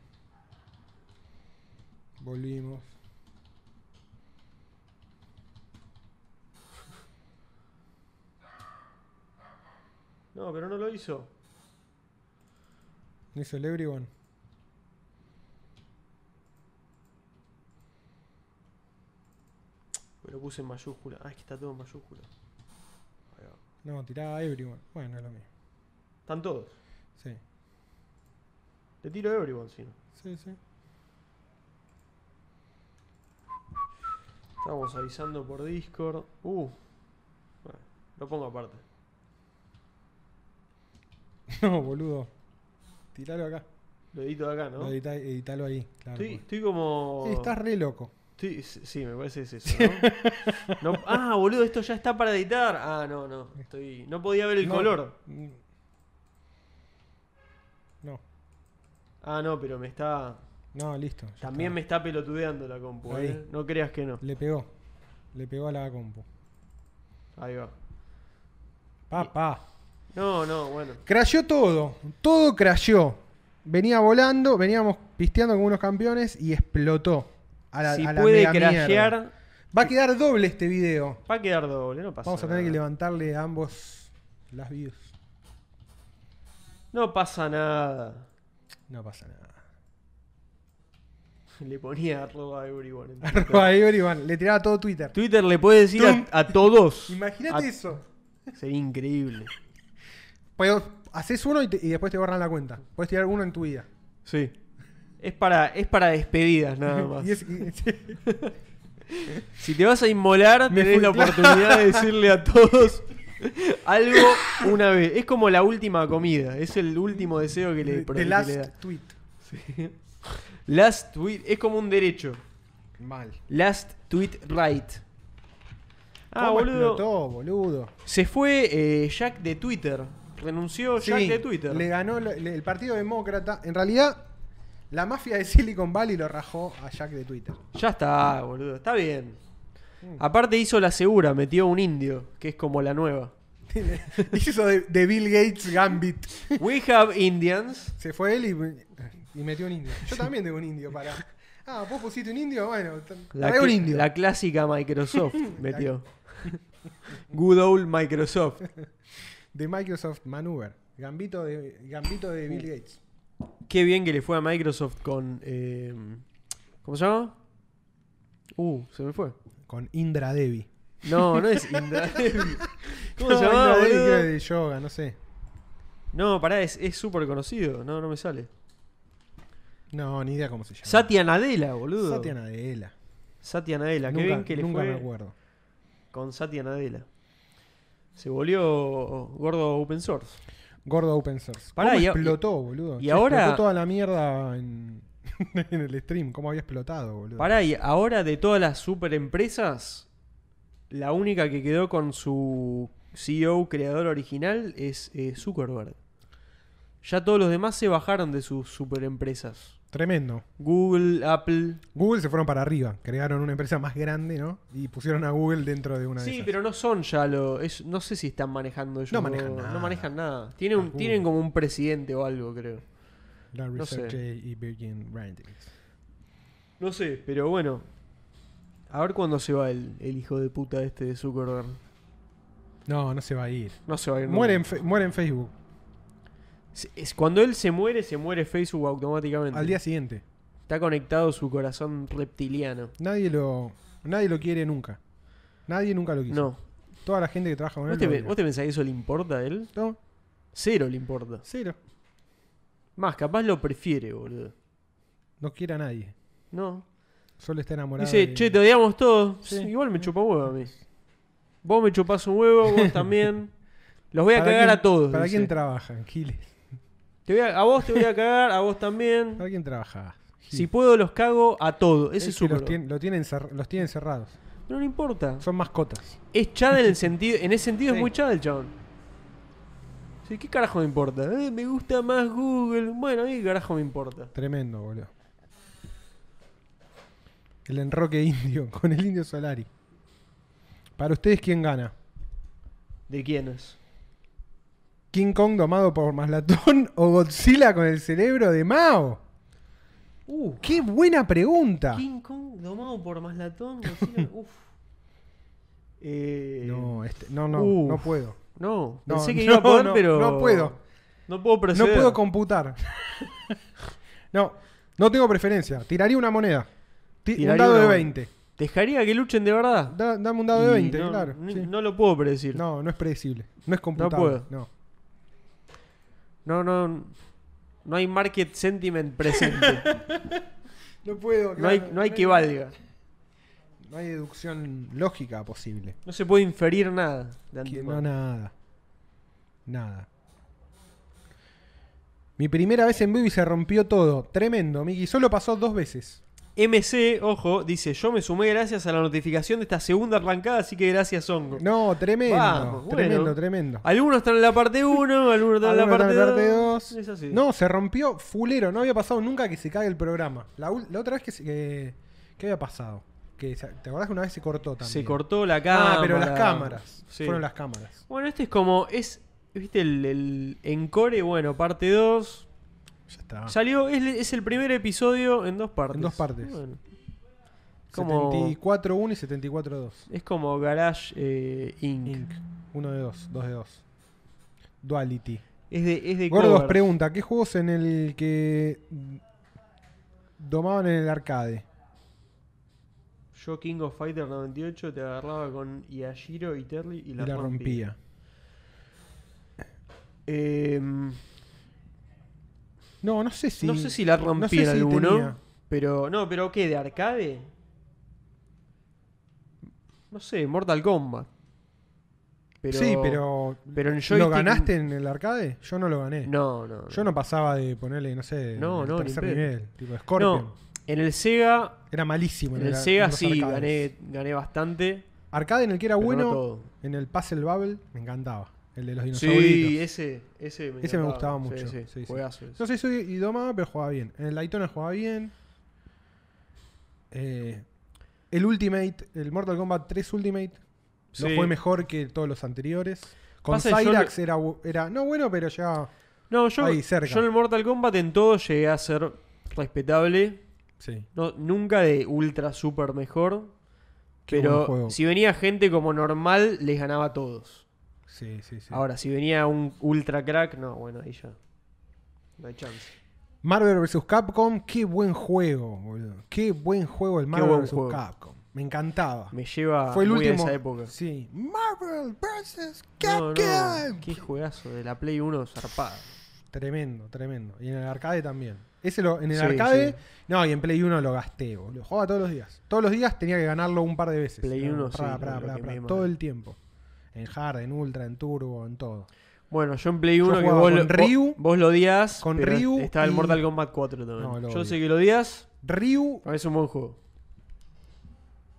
[SPEAKER 3] Volvimos.
[SPEAKER 2] No, pero no lo hizo.
[SPEAKER 3] No hizo el everyone.
[SPEAKER 2] Me lo puse en mayúscula. Ah, es que está todo en mayúscula. Ahí va.
[SPEAKER 3] No, tiraba everyone. Bueno, es lo mismo.
[SPEAKER 2] Están todos.
[SPEAKER 3] Sí.
[SPEAKER 2] Le tiro everyone, si no.
[SPEAKER 3] Sí, sí.
[SPEAKER 2] Estábamos avisando por Discord. Uh. Bueno, lo pongo aparte.
[SPEAKER 3] No, boludo. Tiralo acá.
[SPEAKER 2] Lo edito de acá, ¿no? Oh.
[SPEAKER 3] Lo edita- editalo ahí, claro.
[SPEAKER 2] Estoy,
[SPEAKER 3] porque-
[SPEAKER 2] estoy como.
[SPEAKER 3] Eh, Estás re loco.
[SPEAKER 2] estoy- sí, me parece es eso, ¿no? No- Ah, boludo, esto ya está para editar. Ah, no, no. Estoy. No podía ver el
[SPEAKER 3] No.
[SPEAKER 2] color.
[SPEAKER 3] Mm. No,
[SPEAKER 2] Ah, no, pero me está.
[SPEAKER 3] no, listo. ya
[SPEAKER 2] También me
[SPEAKER 3] está.
[SPEAKER 2] está pelotudeando la compu,
[SPEAKER 3] Ahí.
[SPEAKER 2] ¿eh? No creas que no.
[SPEAKER 3] Le pegó. Le pegó a la compu.
[SPEAKER 2] Ahí va.
[SPEAKER 3] Pa, pa.
[SPEAKER 2] No, no, bueno.
[SPEAKER 3] Crasheó todo. Todo crasheó. Venía volando, veníamos pisteando con unos campeones y explotó. A la,
[SPEAKER 2] si
[SPEAKER 3] a la
[SPEAKER 2] puede
[SPEAKER 3] mega mierda.
[SPEAKER 2] crashear,
[SPEAKER 3] Va a quedar doble este video.
[SPEAKER 2] va a quedar doble, no pasa
[SPEAKER 3] Vamos a tener
[SPEAKER 2] nada.
[SPEAKER 3] que levantarle a ambos las views.
[SPEAKER 2] No pasa nada.
[SPEAKER 3] No pasa nada.
[SPEAKER 2] Le ponía arroba everyone. en Twitter.
[SPEAKER 3] Arroba Everyone. Le tiraba todo Twitter.
[SPEAKER 2] Twitter le puede decir
[SPEAKER 3] Tum.
[SPEAKER 2] a, a todos.
[SPEAKER 3] Imagínate
[SPEAKER 2] A-
[SPEAKER 3] eso.
[SPEAKER 2] Sería increíble.
[SPEAKER 3] Pero haces uno y, te- y después te borran la cuenta. Puedes tirar uno en tu vida.
[SPEAKER 2] Sí. Es para, es para despedidas nada más.
[SPEAKER 3] Y es- y-
[SPEAKER 2] Si te vas a inmolar,
[SPEAKER 3] Me
[SPEAKER 2] tenés
[SPEAKER 3] fui,
[SPEAKER 2] la
[SPEAKER 3] claro.
[SPEAKER 2] oportunidad de decirle a todos algo una vez. Es como la última comida. Es el último deseo que le,
[SPEAKER 3] the
[SPEAKER 2] pro- que le
[SPEAKER 3] last
[SPEAKER 2] da.
[SPEAKER 3] tweet.
[SPEAKER 2] Sí. Last tweet. Es como un derecho.
[SPEAKER 3] Mal.
[SPEAKER 2] Last tweet right. Ah,
[SPEAKER 3] ¿Cómo
[SPEAKER 2] boludo.
[SPEAKER 3] explotó, boludo?
[SPEAKER 2] Se fue eh, Jack de Twitter. Renunció Jack
[SPEAKER 3] Sí,
[SPEAKER 2] de Twitter.
[SPEAKER 3] Le ganó lo- le- el Partido Demócrata. En realidad, la mafia de Silicon Valley lo rajó a Jack de Twitter.
[SPEAKER 2] Ya está, boludo. Está bien.
[SPEAKER 3] Mm.
[SPEAKER 2] Aparte hizo la segura, metió un indio, que es como la nueva.
[SPEAKER 3] Hizo de, de Bill Gates Gambit.
[SPEAKER 2] We have Indians.
[SPEAKER 3] Se fue él y, y metió un indio. Yo también tengo un indio para. Ah, vos pusiste un indio, bueno, t-
[SPEAKER 2] La,
[SPEAKER 3] trae un
[SPEAKER 2] cl-
[SPEAKER 3] indio.
[SPEAKER 2] la clásica Microsoft metió. Good old Microsoft.
[SPEAKER 3] De Microsoft Maneuver. Gambito de, gambito de Bill Gates.
[SPEAKER 2] Qué bien que le fue a Microsoft con... eh, ¿Cómo se llama? Uh, se me fue.
[SPEAKER 3] Con Indra Devi.
[SPEAKER 2] No, no es Indra Devi. ¿Cómo se
[SPEAKER 3] No,
[SPEAKER 2] llamaba,
[SPEAKER 3] Indra Devi creo que
[SPEAKER 2] boludo?
[SPEAKER 3] de yoga, no sé.
[SPEAKER 2] No, pará, es es súper conocido. No, no me sale.
[SPEAKER 3] No, ni idea cómo se llama.
[SPEAKER 2] Satya Nadella, boludo.
[SPEAKER 3] Satya Nadella.
[SPEAKER 2] Satya Nadella. Qué
[SPEAKER 3] nunca
[SPEAKER 2] bien que le
[SPEAKER 3] nunca
[SPEAKER 2] fue.
[SPEAKER 3] me acuerdo.
[SPEAKER 2] con Satya Nadella. Se volvió gordo open source.
[SPEAKER 3] Gordo Open Source.
[SPEAKER 2] Pará,
[SPEAKER 3] ¿Cómo
[SPEAKER 2] y a-
[SPEAKER 3] explotó, boludo?
[SPEAKER 2] y
[SPEAKER 3] Se
[SPEAKER 2] ahora-
[SPEAKER 3] Explotó toda la mierda en, en el stream. ¿Cómo había explotado, boludo?
[SPEAKER 2] Pará, y ahora de todas las super empresas, la única que quedó con su CEO creador original es eh, Zuckerberg. Ya todos los demás se bajaron de sus super empresas.
[SPEAKER 3] Tremendo.
[SPEAKER 2] Google, Apple.
[SPEAKER 3] Google se fueron para arriba. Crearon una empresa más grande, ¿no? Y pusieron a Google dentro de una de
[SPEAKER 2] Sí,
[SPEAKER 3] ellas.
[SPEAKER 2] pero no son ya lo. es- no sé si están manejando ellos.
[SPEAKER 3] manejan nada.
[SPEAKER 2] No manejan nada. Tienen, un-
[SPEAKER 3] Tampoco.
[SPEAKER 2] tienen como un presidente o algo, creo.
[SPEAKER 3] La
[SPEAKER 2] no sé.
[SPEAKER 3] Research y Virgin Ratings.
[SPEAKER 2] No sé, pero bueno. A ver cuándo se va el, el hijo de puta este de Zuckerberg.
[SPEAKER 3] No, no se va a ir.
[SPEAKER 2] No se va a ir nunca.
[SPEAKER 3] Muere en, fe- muere en Facebook.
[SPEAKER 2] Es- es- cuando él se muere, se muere Facebook automáticamente.
[SPEAKER 3] Al día siguiente.
[SPEAKER 2] Está conectado su corazón reptiliano.
[SPEAKER 3] Nadie lo, nadie lo quiere nunca. Nadie nunca lo quiso.
[SPEAKER 2] No.
[SPEAKER 3] Toda la gente que trabaja con él.
[SPEAKER 2] ¿Vos te,
[SPEAKER 3] lo
[SPEAKER 2] pe-
[SPEAKER 3] odia.
[SPEAKER 2] vos te pensás que eso le importa a él?
[SPEAKER 3] No,
[SPEAKER 2] Cero le importa.
[SPEAKER 3] cero.
[SPEAKER 2] Más, capaz lo prefiere, boludo.
[SPEAKER 3] No quiere a nadie.
[SPEAKER 2] No.
[SPEAKER 3] Solo está enamorado.
[SPEAKER 2] Dice,
[SPEAKER 3] de-
[SPEAKER 2] che, te odiamos todos.
[SPEAKER 3] Sí.
[SPEAKER 2] Igual me chupa huevo a mí. Vos me chupás un huevo, vos también. Los voy a
[SPEAKER 3] ¿Para
[SPEAKER 2] cagar
[SPEAKER 3] quién-
[SPEAKER 2] a todos.
[SPEAKER 3] ¿Para
[SPEAKER 2] dice.
[SPEAKER 3] quién trabajan, Giles?
[SPEAKER 2] Te voy a, a vos te voy a cagar, a vos también.
[SPEAKER 3] ¿Para quién trabaja?
[SPEAKER 2] Si puedo, los cago a todos. Ese es su
[SPEAKER 3] los
[SPEAKER 2] color.
[SPEAKER 3] tienen, lo tienen cer- los tienen cerrados.
[SPEAKER 2] Pero no importa.
[SPEAKER 3] Son mascotas.
[SPEAKER 2] Es chad en el sentido. En ese sentido
[SPEAKER 3] Sí.
[SPEAKER 2] es muy chad el chabón. Sí, ¿qué carajo me importa? Eh, me gusta más Google. Bueno, ¿qué carajo me importa?
[SPEAKER 3] Tremendo, boludo. El enroque indio con el indio Solari. Para ustedes, ¿quién gana?
[SPEAKER 2] ¿De quién es?
[SPEAKER 3] ¿King Kong domado por Maslatón o Godzilla con el cerebro de Mao?
[SPEAKER 2] Uh,
[SPEAKER 3] ¡Qué buena pregunta!
[SPEAKER 2] King Kong domado por Maslatón. Godzilla, Uf. Eh,
[SPEAKER 3] No, este- no, no,
[SPEAKER 2] Uf.
[SPEAKER 3] no puedo.
[SPEAKER 2] No,
[SPEAKER 3] No,
[SPEAKER 2] pensé que
[SPEAKER 3] no,
[SPEAKER 2] iba a poder,
[SPEAKER 3] no,
[SPEAKER 2] pero.
[SPEAKER 3] no puedo.
[SPEAKER 2] No puedo
[SPEAKER 3] No
[SPEAKER 2] proceder.
[SPEAKER 3] puedo computar. no, no tengo preferencia. Tiraría una moneda. Ti-
[SPEAKER 2] Tiraría
[SPEAKER 3] un dado
[SPEAKER 2] una
[SPEAKER 3] de
[SPEAKER 2] moneda.
[SPEAKER 3] 20.
[SPEAKER 2] Dejaría que luchen de verdad.
[SPEAKER 3] Da- dame un dado de
[SPEAKER 2] Y
[SPEAKER 3] 20,
[SPEAKER 2] no,
[SPEAKER 3] claro.
[SPEAKER 2] ni-
[SPEAKER 3] sí.
[SPEAKER 2] No lo puedo predecir. No,
[SPEAKER 3] No, no es predecible. No es computable.
[SPEAKER 2] puedo.
[SPEAKER 3] no.
[SPEAKER 2] no, no, hay market sentiment presente.
[SPEAKER 3] No puedo.
[SPEAKER 2] No hay,
[SPEAKER 3] claro,
[SPEAKER 2] no hay que valga.
[SPEAKER 3] No hay deducción lógica posible.
[SPEAKER 2] No se puede inferir nada. de
[SPEAKER 3] Que-
[SPEAKER 2] antemano.
[SPEAKER 3] no, nada. Nada. Mi primera vez en vivo y se rompió todo. Tremendo, Miki. Solo pasó dos veces.
[SPEAKER 2] MC, ojo, dice: Yo me sumé gracias a la notificación de esta segunda arrancada, así que gracias, Hongo.
[SPEAKER 3] No, tremendo.
[SPEAKER 2] Vamos, bueno.
[SPEAKER 3] tremendo, tremendo.
[SPEAKER 2] Algunos están en la parte 1, algunos están en la
[SPEAKER 3] Algunos
[SPEAKER 2] parte
[SPEAKER 3] están
[SPEAKER 2] 2.
[SPEAKER 3] dos.
[SPEAKER 2] Es así.
[SPEAKER 3] No, se rompió fulero. No había pasado nunca que se caiga el programa. La, ul- la otra vez que, se- que- que había pasado. Que, se- ¿Te acordás que una vez se cortó también?
[SPEAKER 2] se cortó la cámara.
[SPEAKER 3] Ah, pero las cámaras.
[SPEAKER 2] Sí.
[SPEAKER 3] Fueron las cámaras.
[SPEAKER 2] Bueno, este es como. es ¿Viste el, el encore? Bueno, parte 2.
[SPEAKER 3] Ya está.
[SPEAKER 2] Salió, es, es el primer episodio en dos partes.
[SPEAKER 3] Ah. En dos partes.
[SPEAKER 2] Bueno, como-
[SPEAKER 3] 74-1 y 74-2.
[SPEAKER 2] es como Garage eh, Inc.
[SPEAKER 3] Inc. Uno de dos, dos de dos. Duality.
[SPEAKER 2] Es de, es de
[SPEAKER 3] Gordos
[SPEAKER 2] covers.
[SPEAKER 3] pregunta, ¿qué juegos en el que domaban en el arcade?
[SPEAKER 2] Yo, King of Fighter 98, te agarraba con Yashiro y Terly y
[SPEAKER 3] Y
[SPEAKER 2] la,
[SPEAKER 3] la, rompía.
[SPEAKER 2] Em,
[SPEAKER 3] No, no sé si...
[SPEAKER 2] No sé si la rompí
[SPEAKER 3] no sé
[SPEAKER 2] en
[SPEAKER 3] si
[SPEAKER 2] alguno.
[SPEAKER 3] tenía.
[SPEAKER 2] Pero, no, pero ¿qué? ¿De arcade? No sé, Mortal Kombat. Pero,
[SPEAKER 3] sí, pero...
[SPEAKER 2] Pero en joystick-
[SPEAKER 3] ¿Lo ganaste en el arcade? Yo no lo gané.
[SPEAKER 2] No, no.
[SPEAKER 3] Yo no pasaba de ponerle, no sé,
[SPEAKER 2] No,
[SPEAKER 3] el
[SPEAKER 2] no, ni
[SPEAKER 3] tercer
[SPEAKER 2] en pedo.
[SPEAKER 3] nivel, tipo Scorpion.
[SPEAKER 2] No, en el Sega.
[SPEAKER 3] Era malísimo.
[SPEAKER 2] En el
[SPEAKER 3] la-
[SPEAKER 2] Sega
[SPEAKER 3] los
[SPEAKER 2] sí,
[SPEAKER 3] arcades.
[SPEAKER 2] gané, gané bastante.
[SPEAKER 3] Arcade en el que era
[SPEAKER 2] pero no
[SPEAKER 3] bueno,
[SPEAKER 2] todo.
[SPEAKER 3] en el Puzzle Bubble, me encantaba. El de los dinosaurios.
[SPEAKER 2] Sí, ese, ese me,
[SPEAKER 3] Ese me
[SPEAKER 2] encantaba.
[SPEAKER 3] gustaba mucho.
[SPEAKER 2] Sí, sí,
[SPEAKER 3] Sí, sí.
[SPEAKER 2] juegazo ese.
[SPEAKER 3] No sé, soy idoma, pero jugaba bien. En el Daytona jugaba bien. Eh, el Ultimate, el Mortal Kombat 3 Ultimate,
[SPEAKER 2] Sí.
[SPEAKER 3] lo fue mejor que todos los anteriores. Con
[SPEAKER 2] Pasa que yo
[SPEAKER 3] Cyrax era, bu- era, no bueno, pero ya.
[SPEAKER 2] No, yo,
[SPEAKER 3] Ahí, cerca.
[SPEAKER 2] yo en el Mortal Kombat en todo llegué a ser respetable.
[SPEAKER 3] Sí.
[SPEAKER 2] No, nunca de ultra super mejor.
[SPEAKER 3] Qué buen
[SPEAKER 2] pero
[SPEAKER 3] juego.
[SPEAKER 2] si venía gente como normal, les ganaba a todos.
[SPEAKER 3] Sí, sí, sí.
[SPEAKER 2] Ahora, si venía un ultra crack, no, bueno, ahí ya. No hay chance.
[SPEAKER 3] Marvel vs. Capcom, qué buen juego, boludo. Qué buen juego el Marvel
[SPEAKER 2] buen
[SPEAKER 3] vs.
[SPEAKER 2] juego.
[SPEAKER 3] Capcom. Me encantaba.
[SPEAKER 2] Me lleva
[SPEAKER 3] fue el
[SPEAKER 2] muy a
[SPEAKER 3] último.
[SPEAKER 2] esa época.
[SPEAKER 3] Sí. Marvel vs.
[SPEAKER 2] No,
[SPEAKER 3] Capcom.
[SPEAKER 2] no, qué juegazo de la Play 1 zarpada.
[SPEAKER 3] Tremendo, tremendo. Y en el arcade también. Ese lo, en el
[SPEAKER 2] Sí,
[SPEAKER 3] arcade.
[SPEAKER 2] sí.
[SPEAKER 3] No, y en Play 1 lo gasté, boludo. Jugaba todos los días. Todos los días tenía que ganarlo un par de veces.
[SPEAKER 2] Play
[SPEAKER 3] Era
[SPEAKER 2] 1 sí,
[SPEAKER 3] pra,
[SPEAKER 2] lo-
[SPEAKER 3] pra,
[SPEAKER 2] lo
[SPEAKER 3] pra,
[SPEAKER 2] que
[SPEAKER 3] pra,
[SPEAKER 2] me
[SPEAKER 3] todo
[SPEAKER 2] mata.
[SPEAKER 3] el tiempo. En hard, en ultra, en turbo, en todo.
[SPEAKER 2] Bueno, yo en Play
[SPEAKER 3] Yo
[SPEAKER 2] 1 que
[SPEAKER 3] jugaba
[SPEAKER 2] vos,
[SPEAKER 3] con
[SPEAKER 2] lo- vos-
[SPEAKER 3] Ryu,
[SPEAKER 2] vos lo odias.
[SPEAKER 3] con Ryu
[SPEAKER 2] Estaba el
[SPEAKER 3] y-
[SPEAKER 2] Mortal Kombat 4 también.
[SPEAKER 3] No, lo
[SPEAKER 2] yo
[SPEAKER 3] odio.
[SPEAKER 2] sé que lo odias.
[SPEAKER 3] Ryu
[SPEAKER 2] pero Es un buen juego.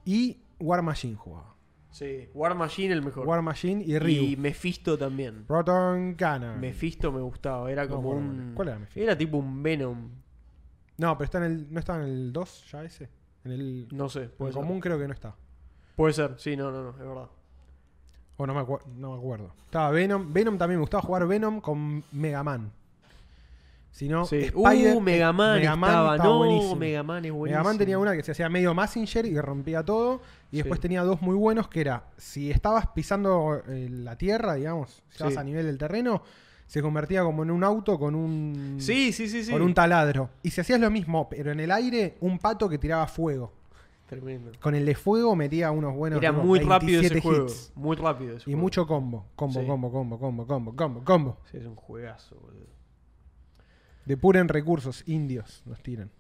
[SPEAKER 3] y War Machine jugaba.
[SPEAKER 2] Sí. War Machine el mejor.
[SPEAKER 3] War Machine y Ryu.
[SPEAKER 2] y Mephisto también.
[SPEAKER 3] Proton Gunner.
[SPEAKER 2] Mephisto me gustaba. Era
[SPEAKER 3] No,
[SPEAKER 2] como
[SPEAKER 3] bueno,
[SPEAKER 2] un.
[SPEAKER 3] ¿cuál era Mephisto?
[SPEAKER 2] Era tipo un Venom.
[SPEAKER 3] No, pero está en el, no está en el 2 ya ese. En el, en
[SPEAKER 2] No sé.
[SPEAKER 3] el
[SPEAKER 2] Puede ser.
[SPEAKER 3] común creo que no está.
[SPEAKER 2] Puede ser. Sí, no, no, no. Es verdad.
[SPEAKER 3] O no me, acuer- no me acuerdo. Estaba Venom. Venom también me gustaba jugar Venom con Mega Man. Si no,
[SPEAKER 2] Sí.
[SPEAKER 3] Spider- eh,
[SPEAKER 2] uh, Mega Man
[SPEAKER 3] Mega Man
[SPEAKER 2] estaba.
[SPEAKER 3] estaba
[SPEAKER 2] no,
[SPEAKER 3] buenísimo.
[SPEAKER 2] Mega Man es buenísimo.
[SPEAKER 3] Mega Man tenía una que se hacía medio Messenger y rompía todo. Y después
[SPEAKER 2] Sí.
[SPEAKER 3] tenía dos muy buenos que era, si estabas pisando eh, la tierra, digamos, si estabas
[SPEAKER 2] Sí.
[SPEAKER 3] a nivel del terreno, se convertía como en un auto con un,
[SPEAKER 2] Sí, sí, sí. sí.
[SPEAKER 3] con un taladro. Y si hacías lo mismo, pero en el aire, un pato que tiraba fuego.
[SPEAKER 2] Tremendo.
[SPEAKER 3] Con el de fuego metía unos buenos
[SPEAKER 2] Era
[SPEAKER 3] tipo,
[SPEAKER 2] muy rápido ese
[SPEAKER 3] 27
[SPEAKER 2] juego.
[SPEAKER 3] hits.
[SPEAKER 2] Muy rápido ese
[SPEAKER 3] Y
[SPEAKER 2] juego.
[SPEAKER 3] mucho combo, combo,
[SPEAKER 2] Sí.
[SPEAKER 3] combo, combo, combo, combo, combo, combo.
[SPEAKER 2] Sí, es un juegazo, boludo.
[SPEAKER 3] Depuren recursos, indios nos tiran.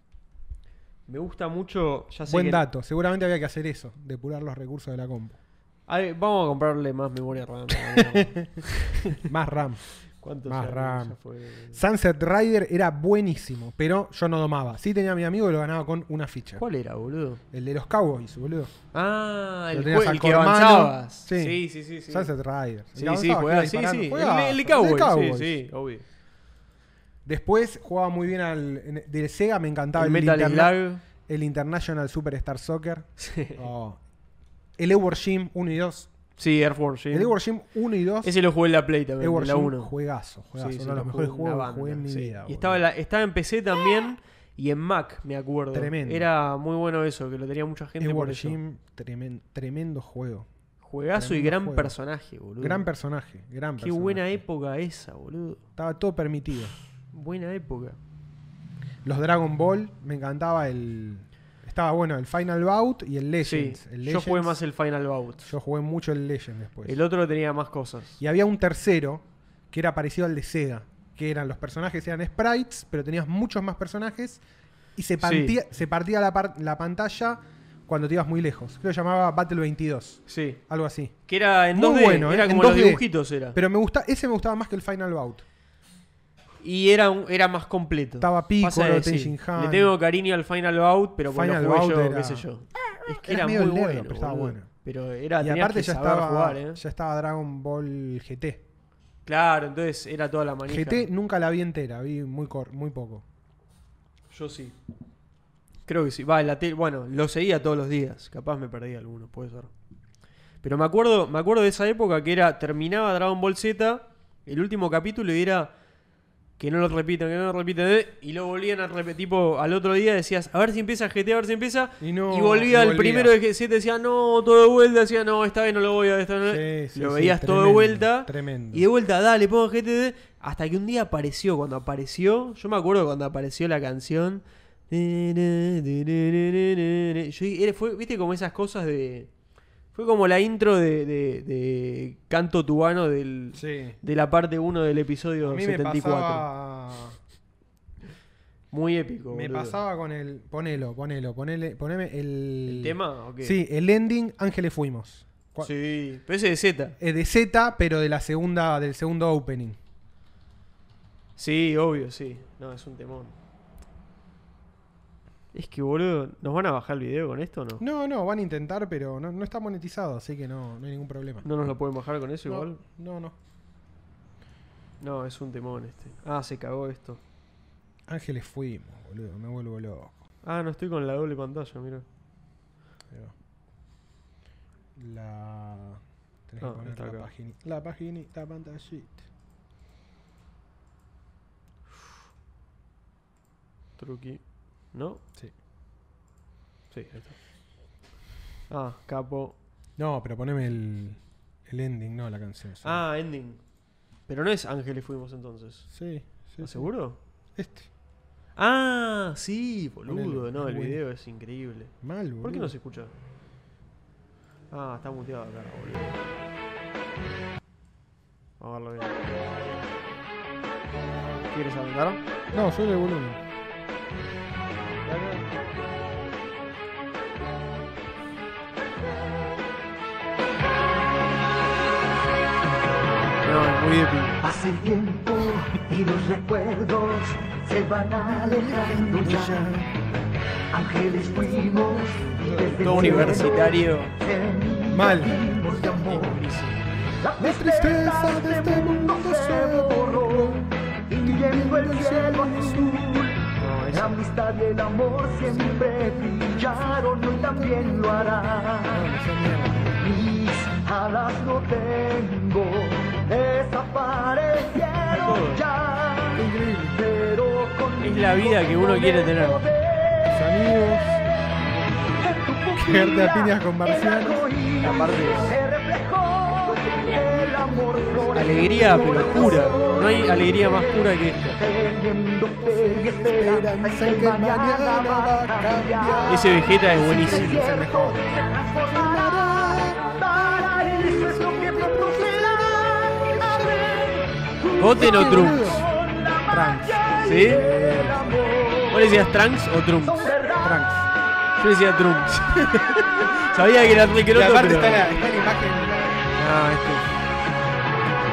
[SPEAKER 2] Me gusta mucho. Ya sé
[SPEAKER 3] Buen
[SPEAKER 2] que-
[SPEAKER 3] dato, seguramente había que hacer eso, depurar los recursos de la combo.
[SPEAKER 2] Ay, vamos a comprarle más memoria RAM. la mierda.
[SPEAKER 3] Más RAM.
[SPEAKER 2] ¿Cuánto
[SPEAKER 3] Más
[SPEAKER 2] ya- ya
[SPEAKER 3] RAM.
[SPEAKER 2] fue?
[SPEAKER 3] Sunset Rider era buenísimo, pero yo no domaba. Sí tenía a mi amigo y lo ganaba con una ficha.
[SPEAKER 2] ¿Cuál era, boludo?
[SPEAKER 3] El de los Cowboys, boludo.
[SPEAKER 2] Ah,
[SPEAKER 3] Lo
[SPEAKER 2] el,
[SPEAKER 3] tenías
[SPEAKER 2] jue-
[SPEAKER 3] al
[SPEAKER 2] el que
[SPEAKER 3] Cormano.
[SPEAKER 2] avanzabas.
[SPEAKER 3] Sí.
[SPEAKER 2] Sí, sí, sí. sí.
[SPEAKER 3] Sunset Rider. El
[SPEAKER 2] Sí,
[SPEAKER 3] que
[SPEAKER 2] sí,
[SPEAKER 3] avanzaba,
[SPEAKER 2] juega,
[SPEAKER 3] que
[SPEAKER 2] sí,
[SPEAKER 3] iba
[SPEAKER 2] sí. El,
[SPEAKER 3] disparando.
[SPEAKER 2] el de
[SPEAKER 3] Juegazo,
[SPEAKER 2] Cowboy,
[SPEAKER 3] el de Cowboys.
[SPEAKER 2] sí, sí, obvio.
[SPEAKER 3] Después jugaba muy bien al. en- del Sega me encantaba
[SPEAKER 2] El
[SPEAKER 3] el,
[SPEAKER 2] Metal
[SPEAKER 3] interna-
[SPEAKER 2] Slug.
[SPEAKER 3] el International Superstar Soccer.
[SPEAKER 2] Sí.
[SPEAKER 3] Oh. El Edward Jim 1 y 2.
[SPEAKER 2] Sí, Air Force, sí.
[SPEAKER 3] El Edward Jim 1 y 2.
[SPEAKER 2] Ese lo jugué en la Play también,
[SPEAKER 3] Edward
[SPEAKER 2] en la
[SPEAKER 3] Jim,
[SPEAKER 2] 1.
[SPEAKER 3] Juegazo, juegazo.
[SPEAKER 2] Sí, sí,
[SPEAKER 3] uno de los
[SPEAKER 2] lo
[SPEAKER 3] mejores
[SPEAKER 2] jugué una
[SPEAKER 3] juegos que jugué en
[SPEAKER 2] banda,
[SPEAKER 3] mi
[SPEAKER 2] sí.
[SPEAKER 3] vida.
[SPEAKER 2] Y
[SPEAKER 3] boludo.
[SPEAKER 2] estaba, la- estaba en PC también y en Mac, me acuerdo.
[SPEAKER 3] Tremendo.
[SPEAKER 2] Era muy bueno eso, que lo tenía mucha gente por
[SPEAKER 3] Edward
[SPEAKER 2] eso.
[SPEAKER 3] Jim, tremen- tremendo juego.
[SPEAKER 2] Juegazo y
[SPEAKER 3] Tremendo
[SPEAKER 2] gran
[SPEAKER 3] juego.
[SPEAKER 2] personaje, boludo.
[SPEAKER 3] Gran personaje, gran
[SPEAKER 2] Qué
[SPEAKER 3] personaje.
[SPEAKER 2] buena época esa, boludo.
[SPEAKER 3] Estaba todo permitido.
[SPEAKER 2] Buena época.
[SPEAKER 3] Los Dragon Ball, me encantaba el. Estaba bueno, el Final Bout y el Legends.
[SPEAKER 2] sí,
[SPEAKER 3] El
[SPEAKER 2] yo jugué
[SPEAKER 3] Legends-
[SPEAKER 2] más el Final Bout.
[SPEAKER 3] Yo jugué mucho el Legends después.
[SPEAKER 2] El otro tenía más cosas.
[SPEAKER 3] Y había un tercero que era parecido al de Sega. Que eran los personajes, eran sprites, pero tenías muchos más personajes. Y se, partía- se partía la, par- la pantalla cuando te ibas muy lejos. Creo que llamaba Battle 22.
[SPEAKER 2] Sí.
[SPEAKER 3] Algo así.
[SPEAKER 2] Que era en
[SPEAKER 3] Muy
[SPEAKER 2] 2D,
[SPEAKER 3] bueno, ¿eh?
[SPEAKER 2] era
[SPEAKER 3] En
[SPEAKER 2] como los
[SPEAKER 3] 2D.
[SPEAKER 2] dibujitos era.
[SPEAKER 3] Pero me gusta, ese me gustaba más que el Final Bout.
[SPEAKER 2] y era, un- era más completo.
[SPEAKER 3] Estaba
[SPEAKER 2] pico
[SPEAKER 3] Piccolo, Tenshin Han.
[SPEAKER 2] Le tengo cariño al Final Bout, pero cuando
[SPEAKER 3] Final
[SPEAKER 2] jugué
[SPEAKER 3] Bout
[SPEAKER 2] yo,
[SPEAKER 3] era-
[SPEAKER 2] qué sé yo. Es que
[SPEAKER 3] era
[SPEAKER 2] era,
[SPEAKER 3] medio
[SPEAKER 2] muy
[SPEAKER 3] lerdo,
[SPEAKER 2] bueno,
[SPEAKER 3] pero estaba
[SPEAKER 2] boludo.
[SPEAKER 3] bueno.
[SPEAKER 2] Pero era
[SPEAKER 3] y
[SPEAKER 2] Ah, tenías
[SPEAKER 3] aparte
[SPEAKER 2] que
[SPEAKER 3] ya
[SPEAKER 2] saber
[SPEAKER 3] estaba,
[SPEAKER 2] jugar, ¿eh?
[SPEAKER 3] ya estaba Dragon Ball GT.
[SPEAKER 2] Claro, entonces era toda la manija.
[SPEAKER 3] GT nunca la vi entera, vi muy, cor- muy poco.
[SPEAKER 2] Yo sí. Creo que sí. Va, en la tele. Bueno, lo seguía todos los días. Capaz me perdí alguno, puede ser. Pero me acuerdo, me acuerdo de esa época que era. Terminaba Dragon Ball Z, el último capítulo, y era. Que no lo repitan, que no lo repitan. eh, Y lo volvían a repetir. Tipo, al otro día decías, a ver si empieza GT, a ver si empieza.
[SPEAKER 3] Y no,
[SPEAKER 2] volvía
[SPEAKER 3] y
[SPEAKER 2] al
[SPEAKER 3] volvía.
[SPEAKER 2] primero de GT, decía, no, todo de vuelta. Decía, no, esta vez no lo voy a. Esta no-
[SPEAKER 3] Sí, sí,
[SPEAKER 2] lo
[SPEAKER 3] sí,
[SPEAKER 2] veías todo de
[SPEAKER 3] tremendo,
[SPEAKER 2] vuelta.
[SPEAKER 3] tremendo.
[SPEAKER 2] Y de vuelta, dale, pongo GTD. Hasta que un día apareció. Cuando apareció, yo me acuerdo cuando apareció la canción. Yo dije, era- fue, viste, como esas cosas de. Fue como la intro de, de- de canto tubano del,
[SPEAKER 3] Sí.
[SPEAKER 2] de la parte 1 del
[SPEAKER 3] A
[SPEAKER 2] episodio
[SPEAKER 3] mí me
[SPEAKER 2] 74.
[SPEAKER 3] pasaba,
[SPEAKER 2] Muy épico.
[SPEAKER 3] me
[SPEAKER 2] boludo.
[SPEAKER 3] pasaba con el. Ponelo, ponelo, ponele, poneme el.
[SPEAKER 2] ¿El tema? ¿o qué?
[SPEAKER 3] Sí, el ending Ángeles Fuimos. Cua-
[SPEAKER 2] Sí, pero ese de Z.
[SPEAKER 3] Eh, de Z, pero de la segunda, del segundo opening.
[SPEAKER 2] Sí, obvio, sí. No, es un temón. Es que, boludo, ¿nos van a bajar el video con esto o no?
[SPEAKER 3] No, no, van a intentar, pero no, no está monetizado, así que no, no hay ningún problema.
[SPEAKER 2] ¿No nos lo pueden bajar con eso
[SPEAKER 3] No,
[SPEAKER 2] igual?
[SPEAKER 3] No, no.
[SPEAKER 2] No, es un temón este. Ah, se cagó esto.
[SPEAKER 3] Ángeles Fuimos, boludo, me vuelvo loco.
[SPEAKER 2] Ah, no estoy con la doble pantalla, mira.
[SPEAKER 3] Ahí va. La. Tenés
[SPEAKER 2] Ah,
[SPEAKER 3] que poner
[SPEAKER 2] está
[SPEAKER 3] la
[SPEAKER 2] acá.
[SPEAKER 3] página. La página, la pantallita.
[SPEAKER 2] Truqui. ¿No?
[SPEAKER 3] Sí.
[SPEAKER 2] Sí, ahí está. Ah, capo.
[SPEAKER 3] No, pero poneme el, el ending, no la canción. sí.
[SPEAKER 2] Ah, ending. Pero no es Ángeles Fuimos entonces.
[SPEAKER 3] sí, sí. sí.
[SPEAKER 2] ¿Estás seguro?
[SPEAKER 3] Este.
[SPEAKER 2] Ah, sí, boludo.
[SPEAKER 3] Ponelo,
[SPEAKER 2] No, el
[SPEAKER 3] es bueno.
[SPEAKER 2] video es increíble.
[SPEAKER 3] Mal, boludo.
[SPEAKER 2] ¿Por qué no se escucha? Ah, está muteado acá, boludo. Vamos a verlo bien. ¿Quieres hablar?
[SPEAKER 3] No, sube el volumen.
[SPEAKER 2] No, es muy épico.
[SPEAKER 5] Hace tiempo y los recuerdos se van alejando ya. Ángeles fuimos desde
[SPEAKER 2] Todo universitario.
[SPEAKER 5] semillas
[SPEAKER 3] Mal.
[SPEAKER 5] fuimos de
[SPEAKER 2] Es
[SPEAKER 5] amor.
[SPEAKER 2] buenísimo.
[SPEAKER 5] La tristeza de este mundo se borró y yendo el cielo
[SPEAKER 2] No,
[SPEAKER 5] azul.
[SPEAKER 2] es
[SPEAKER 5] La amistad y el amor siempre brillaron, hoy también lo harán. Mis alas no tengo, desaparecieron ya. Pero con
[SPEAKER 2] Es la vida que uno quiere tener.
[SPEAKER 3] Tus amigos. Quedarte a piñas con marcianos.
[SPEAKER 2] Aparte es-
[SPEAKER 5] se reflejó el amor floreció
[SPEAKER 2] alegría,
[SPEAKER 5] en mi
[SPEAKER 2] pero pura.
[SPEAKER 5] corazón.
[SPEAKER 2] No hay alegría más pura que esta.
[SPEAKER 5] Teniendo fe y esperanza en que el mañana va a cambiar.
[SPEAKER 2] Ese Vegeta es buenísimo.
[SPEAKER 5] es el mejor. Se transformará para el sueño que producirá. Amén.
[SPEAKER 2] ¿Goten o Trunks?
[SPEAKER 5] Con la magia
[SPEAKER 2] ¿Sí?
[SPEAKER 5] y el amor.
[SPEAKER 2] ¿Vos le decías Trunks o Trunks?
[SPEAKER 5] Son verdad.
[SPEAKER 2] Yo le decía Trunks. Sabía que era re que
[SPEAKER 3] Y
[SPEAKER 2] el otro,
[SPEAKER 3] aparte
[SPEAKER 2] pero-
[SPEAKER 3] está la, está la imagen. de la-
[SPEAKER 2] Ah, este.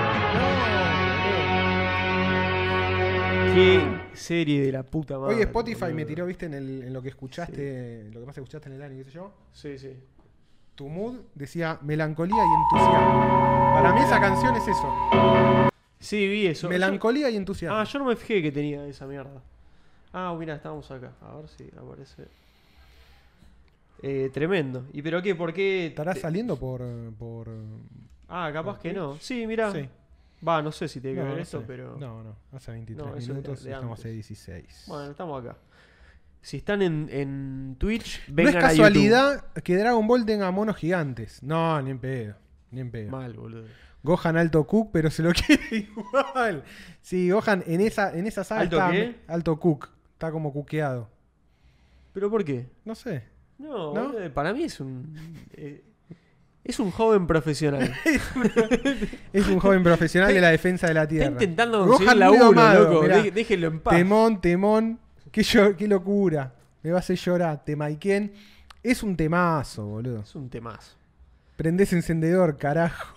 [SPEAKER 3] Ah,
[SPEAKER 2] Qué serie de la puta madre.
[SPEAKER 3] Hoy este. Spotify me
[SPEAKER 2] boludo.
[SPEAKER 3] tiró, viste, en, el- en lo que escuchaste, lo que más escuchaste en el año, qué sé yo.
[SPEAKER 2] Sí, sí.
[SPEAKER 3] Tu mood decía melancolía y entusiasmo. Para mí esa canción es eso.
[SPEAKER 2] Sí, vi eso.
[SPEAKER 3] Melancolía y
[SPEAKER 2] Yo-
[SPEAKER 3] entusiasmo.
[SPEAKER 2] Ah, yo no me fijé que tenía esa mierda. Ah, mira, estábamos acá. A ver si aparece. Eh, tremendo. ¿Y pero qué? ¿Por qué?
[SPEAKER 3] ¿Estará
[SPEAKER 2] te-
[SPEAKER 3] saliendo por. por
[SPEAKER 2] Ah, capaz
[SPEAKER 3] por
[SPEAKER 2] que no.
[SPEAKER 3] Twitch?
[SPEAKER 2] Sí, mira.
[SPEAKER 3] Sí.
[SPEAKER 2] Va, no sé si tiene que
[SPEAKER 3] No,
[SPEAKER 2] ver
[SPEAKER 3] no
[SPEAKER 2] esto,
[SPEAKER 3] sé.
[SPEAKER 2] pero.
[SPEAKER 3] No, no. Hace 23
[SPEAKER 2] No, eso es de-
[SPEAKER 3] minutos
[SPEAKER 2] de
[SPEAKER 3] y estamos
[SPEAKER 2] antes.
[SPEAKER 3] hace 16.
[SPEAKER 2] Bueno, estamos acá. Si están en, en Twitch,
[SPEAKER 3] no es
[SPEAKER 2] vengan a YouTube.
[SPEAKER 3] casualidad que Dragon Ball tenga monos gigantes. No, ni en pedo. Ni en pedo.
[SPEAKER 2] Mal, boludo.
[SPEAKER 3] Gohan alto cook, pero se lo quiere igual. Sí, Gohan en esa, en esa saga
[SPEAKER 2] ¿Alto
[SPEAKER 3] está
[SPEAKER 2] qué?
[SPEAKER 3] alto cook. Está como cuqueado.
[SPEAKER 2] ¿Pero por qué?
[SPEAKER 3] No sé.
[SPEAKER 2] No,
[SPEAKER 3] ¿No?
[SPEAKER 2] boludo, para mí es un. eh, es un joven profesional.
[SPEAKER 3] Es un joven profesional de la defensa de la
[SPEAKER 2] Está
[SPEAKER 3] tierra.
[SPEAKER 2] intentando
[SPEAKER 3] Gohan
[SPEAKER 2] conseguir
[SPEAKER 3] muy
[SPEAKER 2] laburo,
[SPEAKER 3] amado,
[SPEAKER 2] loco.
[SPEAKER 3] mirá.
[SPEAKER 2] Dé- déjenlo en paz.
[SPEAKER 3] Temón, temón. Qué, llo- qué locura. Me va a hacer llorar. Temaiken. Es un temazo, boludo.
[SPEAKER 2] Es un temazo.
[SPEAKER 3] Prendés encendedor, carajo.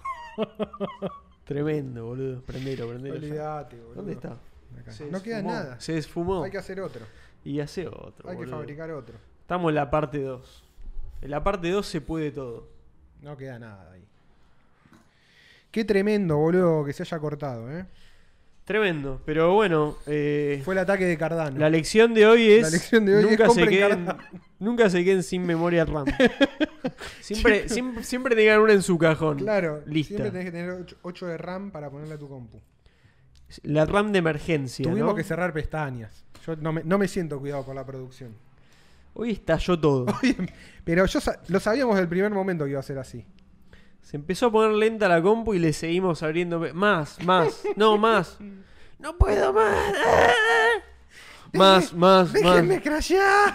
[SPEAKER 2] Tremendo, boludo. Prendelo, prendelo. ya.
[SPEAKER 3] Olvidate, boludo.
[SPEAKER 2] ¿Dónde está?
[SPEAKER 3] Acá.
[SPEAKER 2] Se
[SPEAKER 3] No queda
[SPEAKER 2] esfumó.
[SPEAKER 3] nada.
[SPEAKER 2] Se esfumó.
[SPEAKER 3] Hay que hacer otro.
[SPEAKER 2] Y hace otro.
[SPEAKER 3] Hay que
[SPEAKER 2] boludo.
[SPEAKER 3] fabricar otro.
[SPEAKER 2] Estamos en la parte 2. En la parte 2 se puede todo.
[SPEAKER 3] No queda nada ahí. Qué tremendo, boludo, que se haya cortado, ¿eh?
[SPEAKER 2] Tremendo. Pero bueno, eh,
[SPEAKER 3] Fue el ataque de Cardano.
[SPEAKER 2] la lección de hoy es.
[SPEAKER 3] La lección de hoy es
[SPEAKER 2] nunca, se
[SPEAKER 3] compren
[SPEAKER 2] queden,
[SPEAKER 3] Cardano.
[SPEAKER 2] nunca se queden sin memoria RAM. siempre, siempre, siempre tengan una en su cajón.
[SPEAKER 3] Claro,
[SPEAKER 2] Lista.
[SPEAKER 3] siempre tenés que tener 8 de RAM para ponerle a tu compu.
[SPEAKER 2] La RAM de emergencia.
[SPEAKER 3] Tuvimos
[SPEAKER 2] ¿no?
[SPEAKER 3] que cerrar pestañas. Yo no me, no me siento cuidado por la producción.
[SPEAKER 2] Hoy estalló todo.
[SPEAKER 3] Pero yo sa- lo sabíamos del primer momento que iba a ser así.
[SPEAKER 2] Se empezó a poner lenta la compu y le seguimos abriendo. pe- Más, más, no, más. No puedo más. ¡Ah! Más, más, más.
[SPEAKER 3] ¡Déjenme crashear!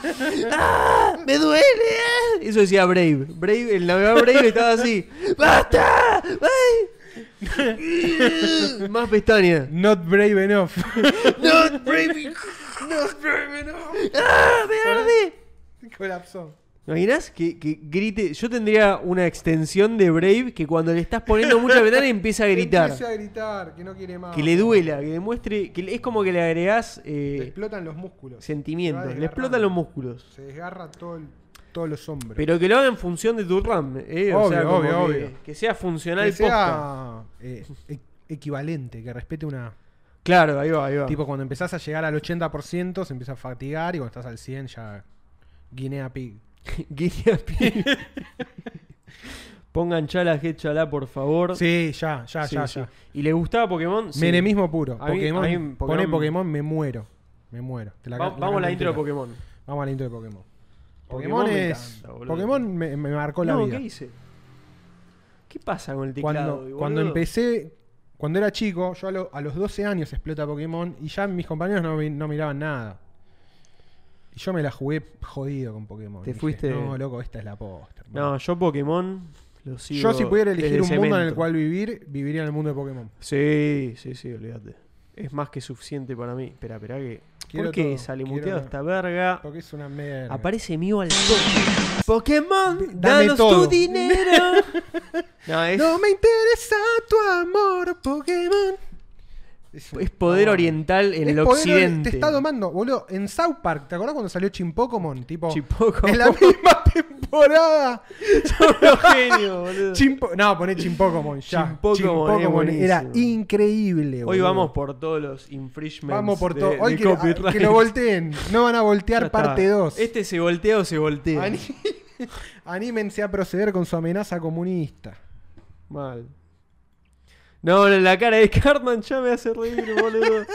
[SPEAKER 2] ¡Ah! ¡Me duele! ¡Ah! Eso decía Brave. Brave, el navegador Brave estaba así. ¡Basta! ¡Ay! Más pestañas.
[SPEAKER 3] Not brave enough.
[SPEAKER 2] ¡No, Brave!
[SPEAKER 3] Not brave enough.
[SPEAKER 2] ¡Ah! ¡Me arde!
[SPEAKER 3] Colapsó.
[SPEAKER 2] ¿Te imaginas que, que grite? Yo tendría una extensión de Brave que cuando le estás poniendo mucha ventana empieza a gritar.
[SPEAKER 3] Empieza a gritar, que no quiere más.
[SPEAKER 2] Que le duela, que demuestre. que le- Es como que le agregás
[SPEAKER 3] Le
[SPEAKER 2] eh,
[SPEAKER 3] explotan los músculos.
[SPEAKER 2] sentimientos. Le
[SPEAKER 3] desgarrando.
[SPEAKER 2] explotan los músculos.
[SPEAKER 3] Se desgarra todo el- todos los hombros.
[SPEAKER 2] Pero que lo haga en función de tu RAM. eh, o
[SPEAKER 3] Obvio,
[SPEAKER 2] sea, como
[SPEAKER 3] obvio,
[SPEAKER 2] que,
[SPEAKER 3] obvio.
[SPEAKER 2] que sea funcional
[SPEAKER 3] que
[SPEAKER 2] posta.
[SPEAKER 3] sea eh, e- equivalente, que respete una...
[SPEAKER 2] Claro, ahí va, ahí va.
[SPEAKER 3] Tipo, cuando empezás a llegar al 80% se empieza a fatigar y cuando estás al 100 ya... Guinea Pig.
[SPEAKER 2] Guinea Pig. Pongan chala, head chala, por favor.
[SPEAKER 3] Sí, ya, ya,
[SPEAKER 2] Sí,
[SPEAKER 3] ya,
[SPEAKER 2] sí.
[SPEAKER 3] ya.
[SPEAKER 2] ¿Y le gustaba Pokémon? Sí.
[SPEAKER 3] Menemismo puro.
[SPEAKER 2] A mí-
[SPEAKER 3] Pokémon,
[SPEAKER 2] a mí Pokémon-
[SPEAKER 3] Pone Pokémon, me muero. Me muero. Te la
[SPEAKER 2] Va-
[SPEAKER 3] ca- la
[SPEAKER 2] vamos a
[SPEAKER 3] canto
[SPEAKER 2] la intro de
[SPEAKER 3] entera.
[SPEAKER 2] Pokémon.
[SPEAKER 3] Vamos a la intro de Pokémon.
[SPEAKER 2] Pokémon
[SPEAKER 3] Pokémon,
[SPEAKER 2] me
[SPEAKER 3] es.
[SPEAKER 2] encanta, boludo.
[SPEAKER 3] Pokémon me, me marcó la
[SPEAKER 2] no,
[SPEAKER 3] vida.
[SPEAKER 2] ¿qué hice? ¿Qué pasa con el teclado?
[SPEAKER 3] Cuando,
[SPEAKER 2] hoy,
[SPEAKER 3] cuando
[SPEAKER 2] boludo?
[SPEAKER 3] empecé, cuando era chico, yo a, lo- a los 12 años explota Pokémon y ya mis compañeros no, vi- no miraban nada. Y yo me la jugué jodido con Pokémon.
[SPEAKER 2] Te
[SPEAKER 3] Dije,
[SPEAKER 2] fuiste-
[SPEAKER 3] No, loco, esta es la posta. hermano".
[SPEAKER 2] No, yo Pokémon lo sigo
[SPEAKER 3] yo si pudiera
[SPEAKER 2] desde
[SPEAKER 3] elegir un mundo en el
[SPEAKER 2] cemento.
[SPEAKER 3] cual vivir, viviría en el mundo de Pokémon.
[SPEAKER 2] Sí, sí, sí, olvídate. Es más que suficiente para mí. Espera, espera que.
[SPEAKER 3] Quiero
[SPEAKER 2] ¿Por qué
[SPEAKER 3] todo,
[SPEAKER 2] sale
[SPEAKER 3] quiero
[SPEAKER 2] muteado
[SPEAKER 3] todo.
[SPEAKER 2] esta verga?
[SPEAKER 3] Porque es una mierda.
[SPEAKER 2] Aparece mío al toque. Pokémon,
[SPEAKER 3] Dame
[SPEAKER 2] danos
[SPEAKER 3] todo.
[SPEAKER 2] tu dinero. no, es,
[SPEAKER 3] No me interesa tu amor, Pokémon. Es, un-
[SPEAKER 2] es poder
[SPEAKER 3] no,
[SPEAKER 2] oriental en
[SPEAKER 3] es
[SPEAKER 2] el
[SPEAKER 3] poder ori-
[SPEAKER 2] occidente.
[SPEAKER 3] Te está domando, boludo. En South Park, ¿te acordás cuando salió Chimpokémon? Tipo,
[SPEAKER 2] Chipoco.
[SPEAKER 3] en la misma temporada.
[SPEAKER 2] Unos genios, boludo.
[SPEAKER 3] Chimpo- no, poné Chimpokémon ya.
[SPEAKER 2] Chimpokémon, es buenísimo.
[SPEAKER 3] era increíble.
[SPEAKER 2] Hoy
[SPEAKER 3] boludo.
[SPEAKER 2] vamos por todos los infringements.
[SPEAKER 3] Vamos por
[SPEAKER 2] de-
[SPEAKER 3] todo. Hoy
[SPEAKER 2] de
[SPEAKER 3] que, a-
[SPEAKER 2] copyright.
[SPEAKER 3] que lo volteen. No van a
[SPEAKER 2] Ya
[SPEAKER 3] voltear
[SPEAKER 2] está.
[SPEAKER 3] parte 2.
[SPEAKER 2] Este se voltea o se voltea.
[SPEAKER 3] Anímense a proceder con su amenaza comunista.
[SPEAKER 2] Mal. No, no, la cara de Cartman ya me hace reír, boludo.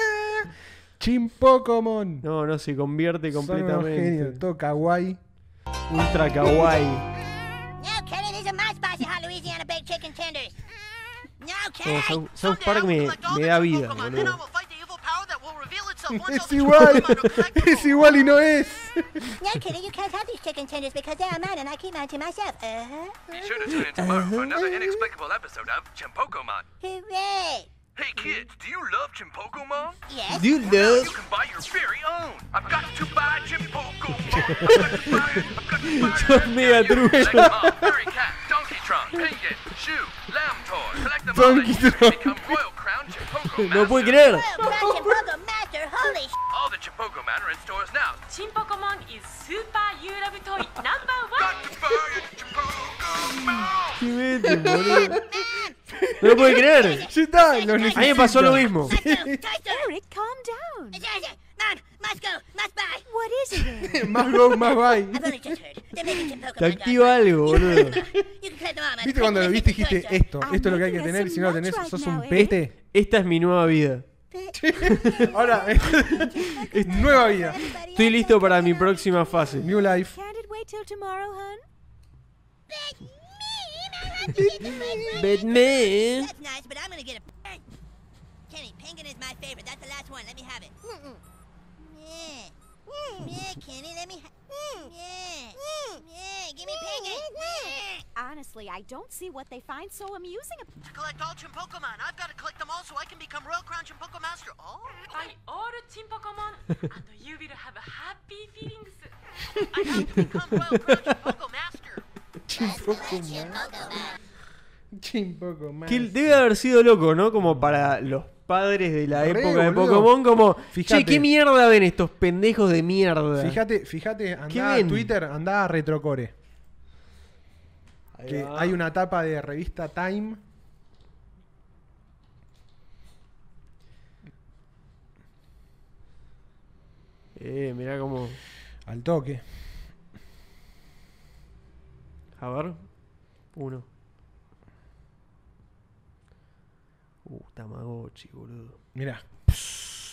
[SPEAKER 3] Chimpokémon.
[SPEAKER 2] No, no, se convierte
[SPEAKER 3] Son unos genios.
[SPEAKER 2] completamente.
[SPEAKER 3] Todo kawaii.
[SPEAKER 2] Ultra kawaii.
[SPEAKER 6] No, Kenny, these are my spicy hot Louisiana baked chicken tenders. Mm, No,
[SPEAKER 3] Oh,
[SPEAKER 2] No,
[SPEAKER 6] Kenny.
[SPEAKER 2] South, South Park me, me da vida, boludo.
[SPEAKER 3] Es igual. es igual y no es.
[SPEAKER 6] No, Kenny, you can't have these chicken tenders because they are mine and I keep mine to myself. Uh-huh.
[SPEAKER 7] Be sure to tune in tomorrow for another inexplicable episode of Chimpokemon.
[SPEAKER 6] Hooray.
[SPEAKER 7] Hey kids, do you love Chimpokemon?
[SPEAKER 6] Yes.
[SPEAKER 2] You
[SPEAKER 7] You
[SPEAKER 2] love.
[SPEAKER 7] can buy your very own. I've got to buy Chimpokemon. I've got to buy it. I've got to buy it.
[SPEAKER 2] Sos mega trucho.
[SPEAKER 7] Legomon, Fairy Cat, Donkeytron, Pingit, Shoe, Lamb Toy. Collect them all and you can become Royal Crown Chimpoko
[SPEAKER 2] No puedo
[SPEAKER 7] Master.
[SPEAKER 2] creer.
[SPEAKER 6] Well, Crouch and Bugger Master, holy sh-
[SPEAKER 7] All the Chimpokemon are in stores now.
[SPEAKER 8] 新ポケモン is スーパーユーラブトイナンバーワン
[SPEAKER 7] Got to buy it, Chimpokemon.
[SPEAKER 2] ¿Qué mete, boludo? No lo puedo creer.
[SPEAKER 3] Ya está, lo necesito.
[SPEAKER 2] A mí me pasó lo mismo.
[SPEAKER 6] Must go, must go.
[SPEAKER 9] Eric, calm down.
[SPEAKER 6] Yes, yes. Mom, must go, must buy.
[SPEAKER 9] What is it? Eric?
[SPEAKER 3] Más go, más bye.
[SPEAKER 6] I've only just heard. They're making some Pokemon
[SPEAKER 2] Te activa
[SPEAKER 6] dogs.
[SPEAKER 2] algo, boludo.
[SPEAKER 6] You can play them all, man.
[SPEAKER 3] ¿Viste cuando lo viste y dijiste eh. esto?
[SPEAKER 9] I'm
[SPEAKER 3] Esto es lo que hay que
[SPEAKER 9] making us
[SPEAKER 3] tener. y Si no lo tenés,
[SPEAKER 9] lunch right
[SPEAKER 3] sos un
[SPEAKER 9] now, Eric.
[SPEAKER 3] pete.
[SPEAKER 2] Esta es mi nueva vida.
[SPEAKER 3] Ahora, es nueva vida.
[SPEAKER 2] Estoy listo para mi próxima fase.
[SPEAKER 3] New Life.
[SPEAKER 9] Can't it wait till tomorrow, hun?
[SPEAKER 6] But me, my
[SPEAKER 2] Batman.
[SPEAKER 6] That's nice, but I'm gonna get a. Kenny, penguin is my favorite. That's the last one. Let me have it. Yeah. Yeah, Kenny, let me ha- Yeah. Yeah, give me penguin. Yeah.
[SPEAKER 9] Honestly, I don't see what they find so amusing. ab-
[SPEAKER 1] To collect all Chimpokemon, I've got to collect them all so I can become Royal Crown Chimpokomaster. Oh.
[SPEAKER 8] By all Chimpocomon, and you will have happy feelings. I have to become Royal Crown Chimpocomaster.
[SPEAKER 3] Chimpoco, man.
[SPEAKER 2] Que debe haber sido loco, ¿no? Como para los padres de la
[SPEAKER 3] Re,
[SPEAKER 2] época de
[SPEAKER 3] boludo.
[SPEAKER 2] Pokémon, como,
[SPEAKER 3] Fíjate.
[SPEAKER 2] che, ¿qué mierda ven estos pendejos de mierda?
[SPEAKER 3] Fíjate, fíjate,
[SPEAKER 2] ¿Qué
[SPEAKER 3] andá a
[SPEAKER 2] ven?
[SPEAKER 3] Twitter, andá a Retrocore. Que hay una tapa de revista Time.
[SPEAKER 2] Eh, mirá como...
[SPEAKER 3] Al toque.
[SPEAKER 2] A ver. Uno. Uh, Tamagotchi, boludo.
[SPEAKER 3] Mirá.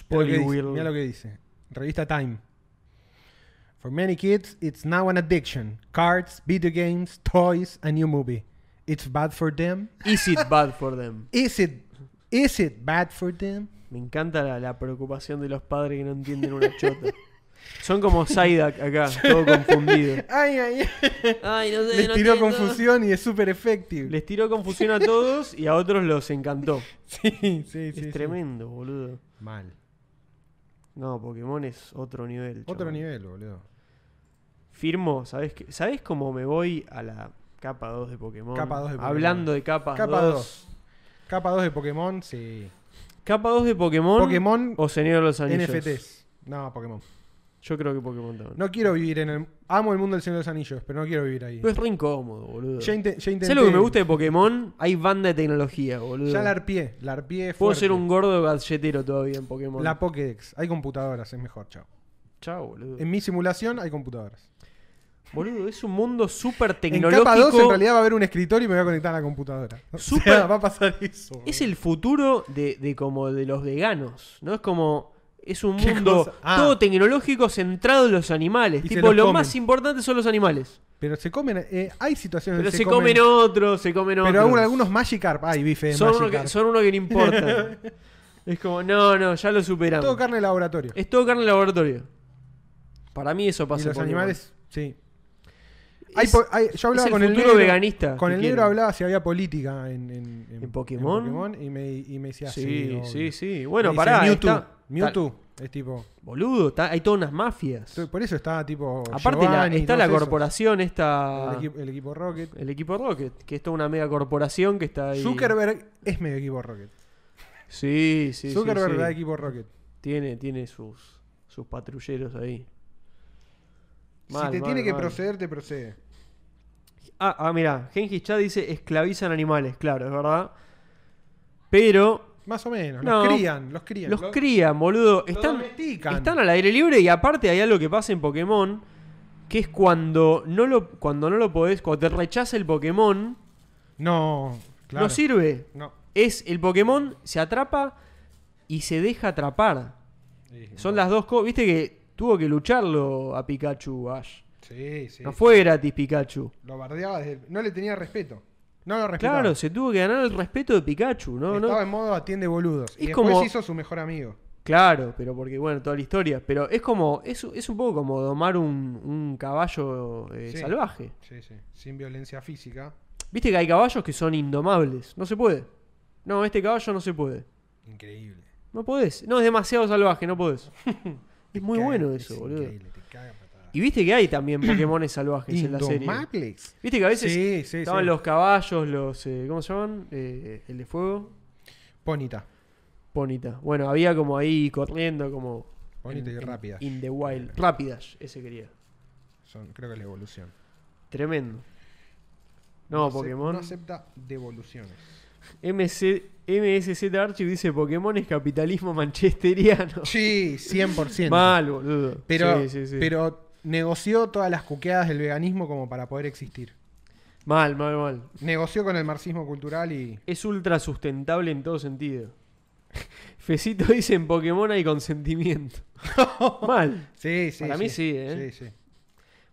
[SPEAKER 3] Mirá lo que dice, mirá lo
[SPEAKER 2] Poliwhirl.
[SPEAKER 3] que dice. Revista Time. For many kids, it's now an addiction. Cards, video games, toys, a new movie. It's bad for them.
[SPEAKER 2] Is it bad for them?
[SPEAKER 3] Is it is it bad for them?
[SPEAKER 2] Me encanta la, la preocupación de los padres que no entienden una chota. Son como Psyduck acá, todo confundido.
[SPEAKER 3] Ay, ay, ay.
[SPEAKER 2] Ay, no sé,
[SPEAKER 3] Les tiró confusión y es super effective.
[SPEAKER 2] Les tiró confusión a todos y a otros los encantó.
[SPEAKER 3] Sí, sí, sí.
[SPEAKER 2] es
[SPEAKER 3] sí.
[SPEAKER 2] tremendo, boludo.
[SPEAKER 3] Mal.
[SPEAKER 2] No, Pokémon es otro nivel.
[SPEAKER 3] Otro
[SPEAKER 2] chabón.
[SPEAKER 3] nivel, boludo.
[SPEAKER 2] Firmo, ¿sabés, qué? ¿sabés cómo me voy a la capa 2 de Pokémon?
[SPEAKER 3] Capa 2 de Pokémon.
[SPEAKER 2] Hablando de capa,
[SPEAKER 3] Capa
[SPEAKER 2] 2.
[SPEAKER 3] 2. Capa 2 de Pokémon, sí.
[SPEAKER 2] Capa 2 de Pokémon.
[SPEAKER 3] Pokémon
[SPEAKER 2] O Señor de los Anillos.
[SPEAKER 3] NFTs. No, Pokémon.
[SPEAKER 2] Yo creo que Pokémon también.
[SPEAKER 3] No quiero vivir en el. Amo el mundo del Señor de los Anillos, pero no quiero vivir ahí.
[SPEAKER 2] Pero es re incómodo, boludo.
[SPEAKER 3] Ya, inte- ya intenté.
[SPEAKER 2] ¿Sabés lo que me gusta de Pokémon? Hay banda de tecnología, boludo.
[SPEAKER 3] Ya la arpié. La arpié
[SPEAKER 2] Puedo
[SPEAKER 3] fuerte.
[SPEAKER 2] ser un gordo gadgetero todavía en Pokémon.
[SPEAKER 3] La Pokédex. Hay computadoras, es mejor, chao.
[SPEAKER 2] Chao, boludo.
[SPEAKER 3] En mi simulación hay computadoras.
[SPEAKER 2] Boludo, es un mundo súper
[SPEAKER 3] En
[SPEAKER 2] tecnológico.
[SPEAKER 3] capa 2 en realidad va a haber un escritorio y me voy a conectar a la computadora. O sea,
[SPEAKER 2] Súper-
[SPEAKER 3] va a pasar eso. boludo.
[SPEAKER 2] Es el futuro de, de como de los veganos, ¿no? Es como. Es un
[SPEAKER 3] ¿Qué
[SPEAKER 2] mundo
[SPEAKER 3] cosa? Ah.
[SPEAKER 2] todo tecnológico centrado en los animales.
[SPEAKER 3] Y se
[SPEAKER 2] tipo,
[SPEAKER 3] los
[SPEAKER 2] lo
[SPEAKER 3] comen.
[SPEAKER 2] más importante son los animales.
[SPEAKER 3] Pero se comen. eh, hay situaciones
[SPEAKER 2] Pero
[SPEAKER 3] donde
[SPEAKER 2] se, comen, otros, se comen otros.
[SPEAKER 3] Pero aún algunos Magikarp. Ay, bife de
[SPEAKER 2] son, uno
[SPEAKER 3] Magikarp.
[SPEAKER 2] que, son uno que no importa. es como, no, no, ya lo superamos.
[SPEAKER 3] Todo carne de laboratorio.
[SPEAKER 2] es todo carne de laboratorio. Para mí eso pasa.
[SPEAKER 3] y los
[SPEAKER 2] en Pokémon.
[SPEAKER 3] animales, sí.
[SPEAKER 2] Es-
[SPEAKER 3] Hay po- hay- yo hablaba
[SPEAKER 2] es el
[SPEAKER 3] con el
[SPEAKER 2] futuro
[SPEAKER 3] negro,
[SPEAKER 2] veganista
[SPEAKER 3] Con
[SPEAKER 2] que
[SPEAKER 3] el negro
[SPEAKER 2] quieren.
[SPEAKER 3] hablaba si había política en, en, en-
[SPEAKER 2] ¿En Pokémon?
[SPEAKER 3] y, me, y me decía
[SPEAKER 2] Sí,
[SPEAKER 3] obvio".
[SPEAKER 2] sí, sí.
[SPEAKER 3] Me
[SPEAKER 2] Bueno,
[SPEAKER 3] dice,
[SPEAKER 2] pará.
[SPEAKER 3] Mewtwo.
[SPEAKER 2] está-
[SPEAKER 3] Mewtwo. Es tipo.
[SPEAKER 2] está- boludo, está- hay todas unas mafias.
[SPEAKER 3] so- Por eso está tipo.
[SPEAKER 2] Aparte, la-
[SPEAKER 3] Giovanni y
[SPEAKER 2] está
[SPEAKER 3] todos
[SPEAKER 2] la
[SPEAKER 3] esos.
[SPEAKER 2] corporación, esta.
[SPEAKER 3] El equipo, el equipo Rocket.
[SPEAKER 2] El equipo Rocket, que es toda una mega corporación que está ahí.
[SPEAKER 3] Zuckerberg es medio equipo Rocket.
[SPEAKER 2] Sí, sí, sí,
[SPEAKER 3] Zuckerberg
[SPEAKER 2] sí.
[SPEAKER 3] da equipo Rocket.
[SPEAKER 2] Tiene, tiene sus, sus patrulleros ahí. Mal,
[SPEAKER 3] si te
[SPEAKER 2] mal,
[SPEAKER 3] tiene que
[SPEAKER 2] mal.
[SPEAKER 3] proceder, te procede.
[SPEAKER 2] Ah, ah mira, Genghis Chad dice esclavizan animales, claro, es verdad. Pero
[SPEAKER 3] Más o menos.
[SPEAKER 2] No.
[SPEAKER 3] Los crían, los crían.
[SPEAKER 2] los crían, boludo. Están,
[SPEAKER 3] domestican.
[SPEAKER 2] están al aire libre y aparte hay algo que pasa en Pokémon, que es cuando no lo, cuando no lo podés, cuando te rechaza el Pokémon,
[SPEAKER 3] No, claro.
[SPEAKER 2] no sirve.
[SPEAKER 3] No.
[SPEAKER 2] es el Pokémon se atrapa y se deja atrapar. Son las dos cosas. Viste que tuvo que lucharlo a Pikachu, Ash.
[SPEAKER 3] Sí, sí.
[SPEAKER 2] No fue gratis Pikachu.
[SPEAKER 3] Lo bardeaba desde el- No le tenía respeto. No lo respetaba.
[SPEAKER 2] Claro, se tuvo que ganar el respeto de Pikachu, ¿no?
[SPEAKER 3] Estaba
[SPEAKER 2] ¿no?
[SPEAKER 3] en modo atiende boludos. y
[SPEAKER 2] Es
[SPEAKER 3] después
[SPEAKER 2] como-
[SPEAKER 3] hizo su mejor amigo.
[SPEAKER 2] Claro, pero porque, bueno, toda la historia. Pero es como, es, es un poco como domar un, un caballo eh,
[SPEAKER 3] Sí.
[SPEAKER 2] salvaje.
[SPEAKER 3] Sí, sí. Sin violencia física.
[SPEAKER 2] Viste que hay caballos que son indomables. No se puede. No, este caballo no se puede.
[SPEAKER 3] Increíble.
[SPEAKER 2] No podés. No, es demasiado salvaje, no podés. es muy bueno eso, boludo. Y viste que hay también Pokémones salvajes en la serie.
[SPEAKER 3] Indomables.
[SPEAKER 2] Viste que a veces
[SPEAKER 3] Sí, sí,
[SPEAKER 2] estaban
[SPEAKER 3] sí.
[SPEAKER 2] los caballos, los. eh, ¿Cómo se llaman? Eh, el de fuego.
[SPEAKER 3] Bonita.
[SPEAKER 2] Ponita. Bueno, había como ahí corriendo, como.
[SPEAKER 3] Bonita
[SPEAKER 2] en-
[SPEAKER 3] y
[SPEAKER 2] en-
[SPEAKER 3] rápida.
[SPEAKER 2] In the wild. Rápidas, ese quería.
[SPEAKER 3] Son, creo que es la evolución.
[SPEAKER 2] Tremendo. No,
[SPEAKER 3] acep-
[SPEAKER 2] Pokémon.
[SPEAKER 3] No acepta devoluciones.
[SPEAKER 2] MC MSZ Archive dice: Pokémon es capitalismo manchesteriano.
[SPEAKER 3] Sí, 100%.
[SPEAKER 2] Mal, boludo.
[SPEAKER 3] Pero,
[SPEAKER 2] Sí, sí, sí.
[SPEAKER 3] pero negoció todas las cuqueadas del veganismo como para poder existir.
[SPEAKER 2] Mal, mal, mal.
[SPEAKER 3] Negoció con el marxismo cultural y.
[SPEAKER 2] Es ultra sustentable en todo sentido. Fecito dice en Pokémon hay consentimiento. Mal.
[SPEAKER 3] Sí, sí.
[SPEAKER 2] Para mí sí, ¿eh?
[SPEAKER 3] Sí, sí.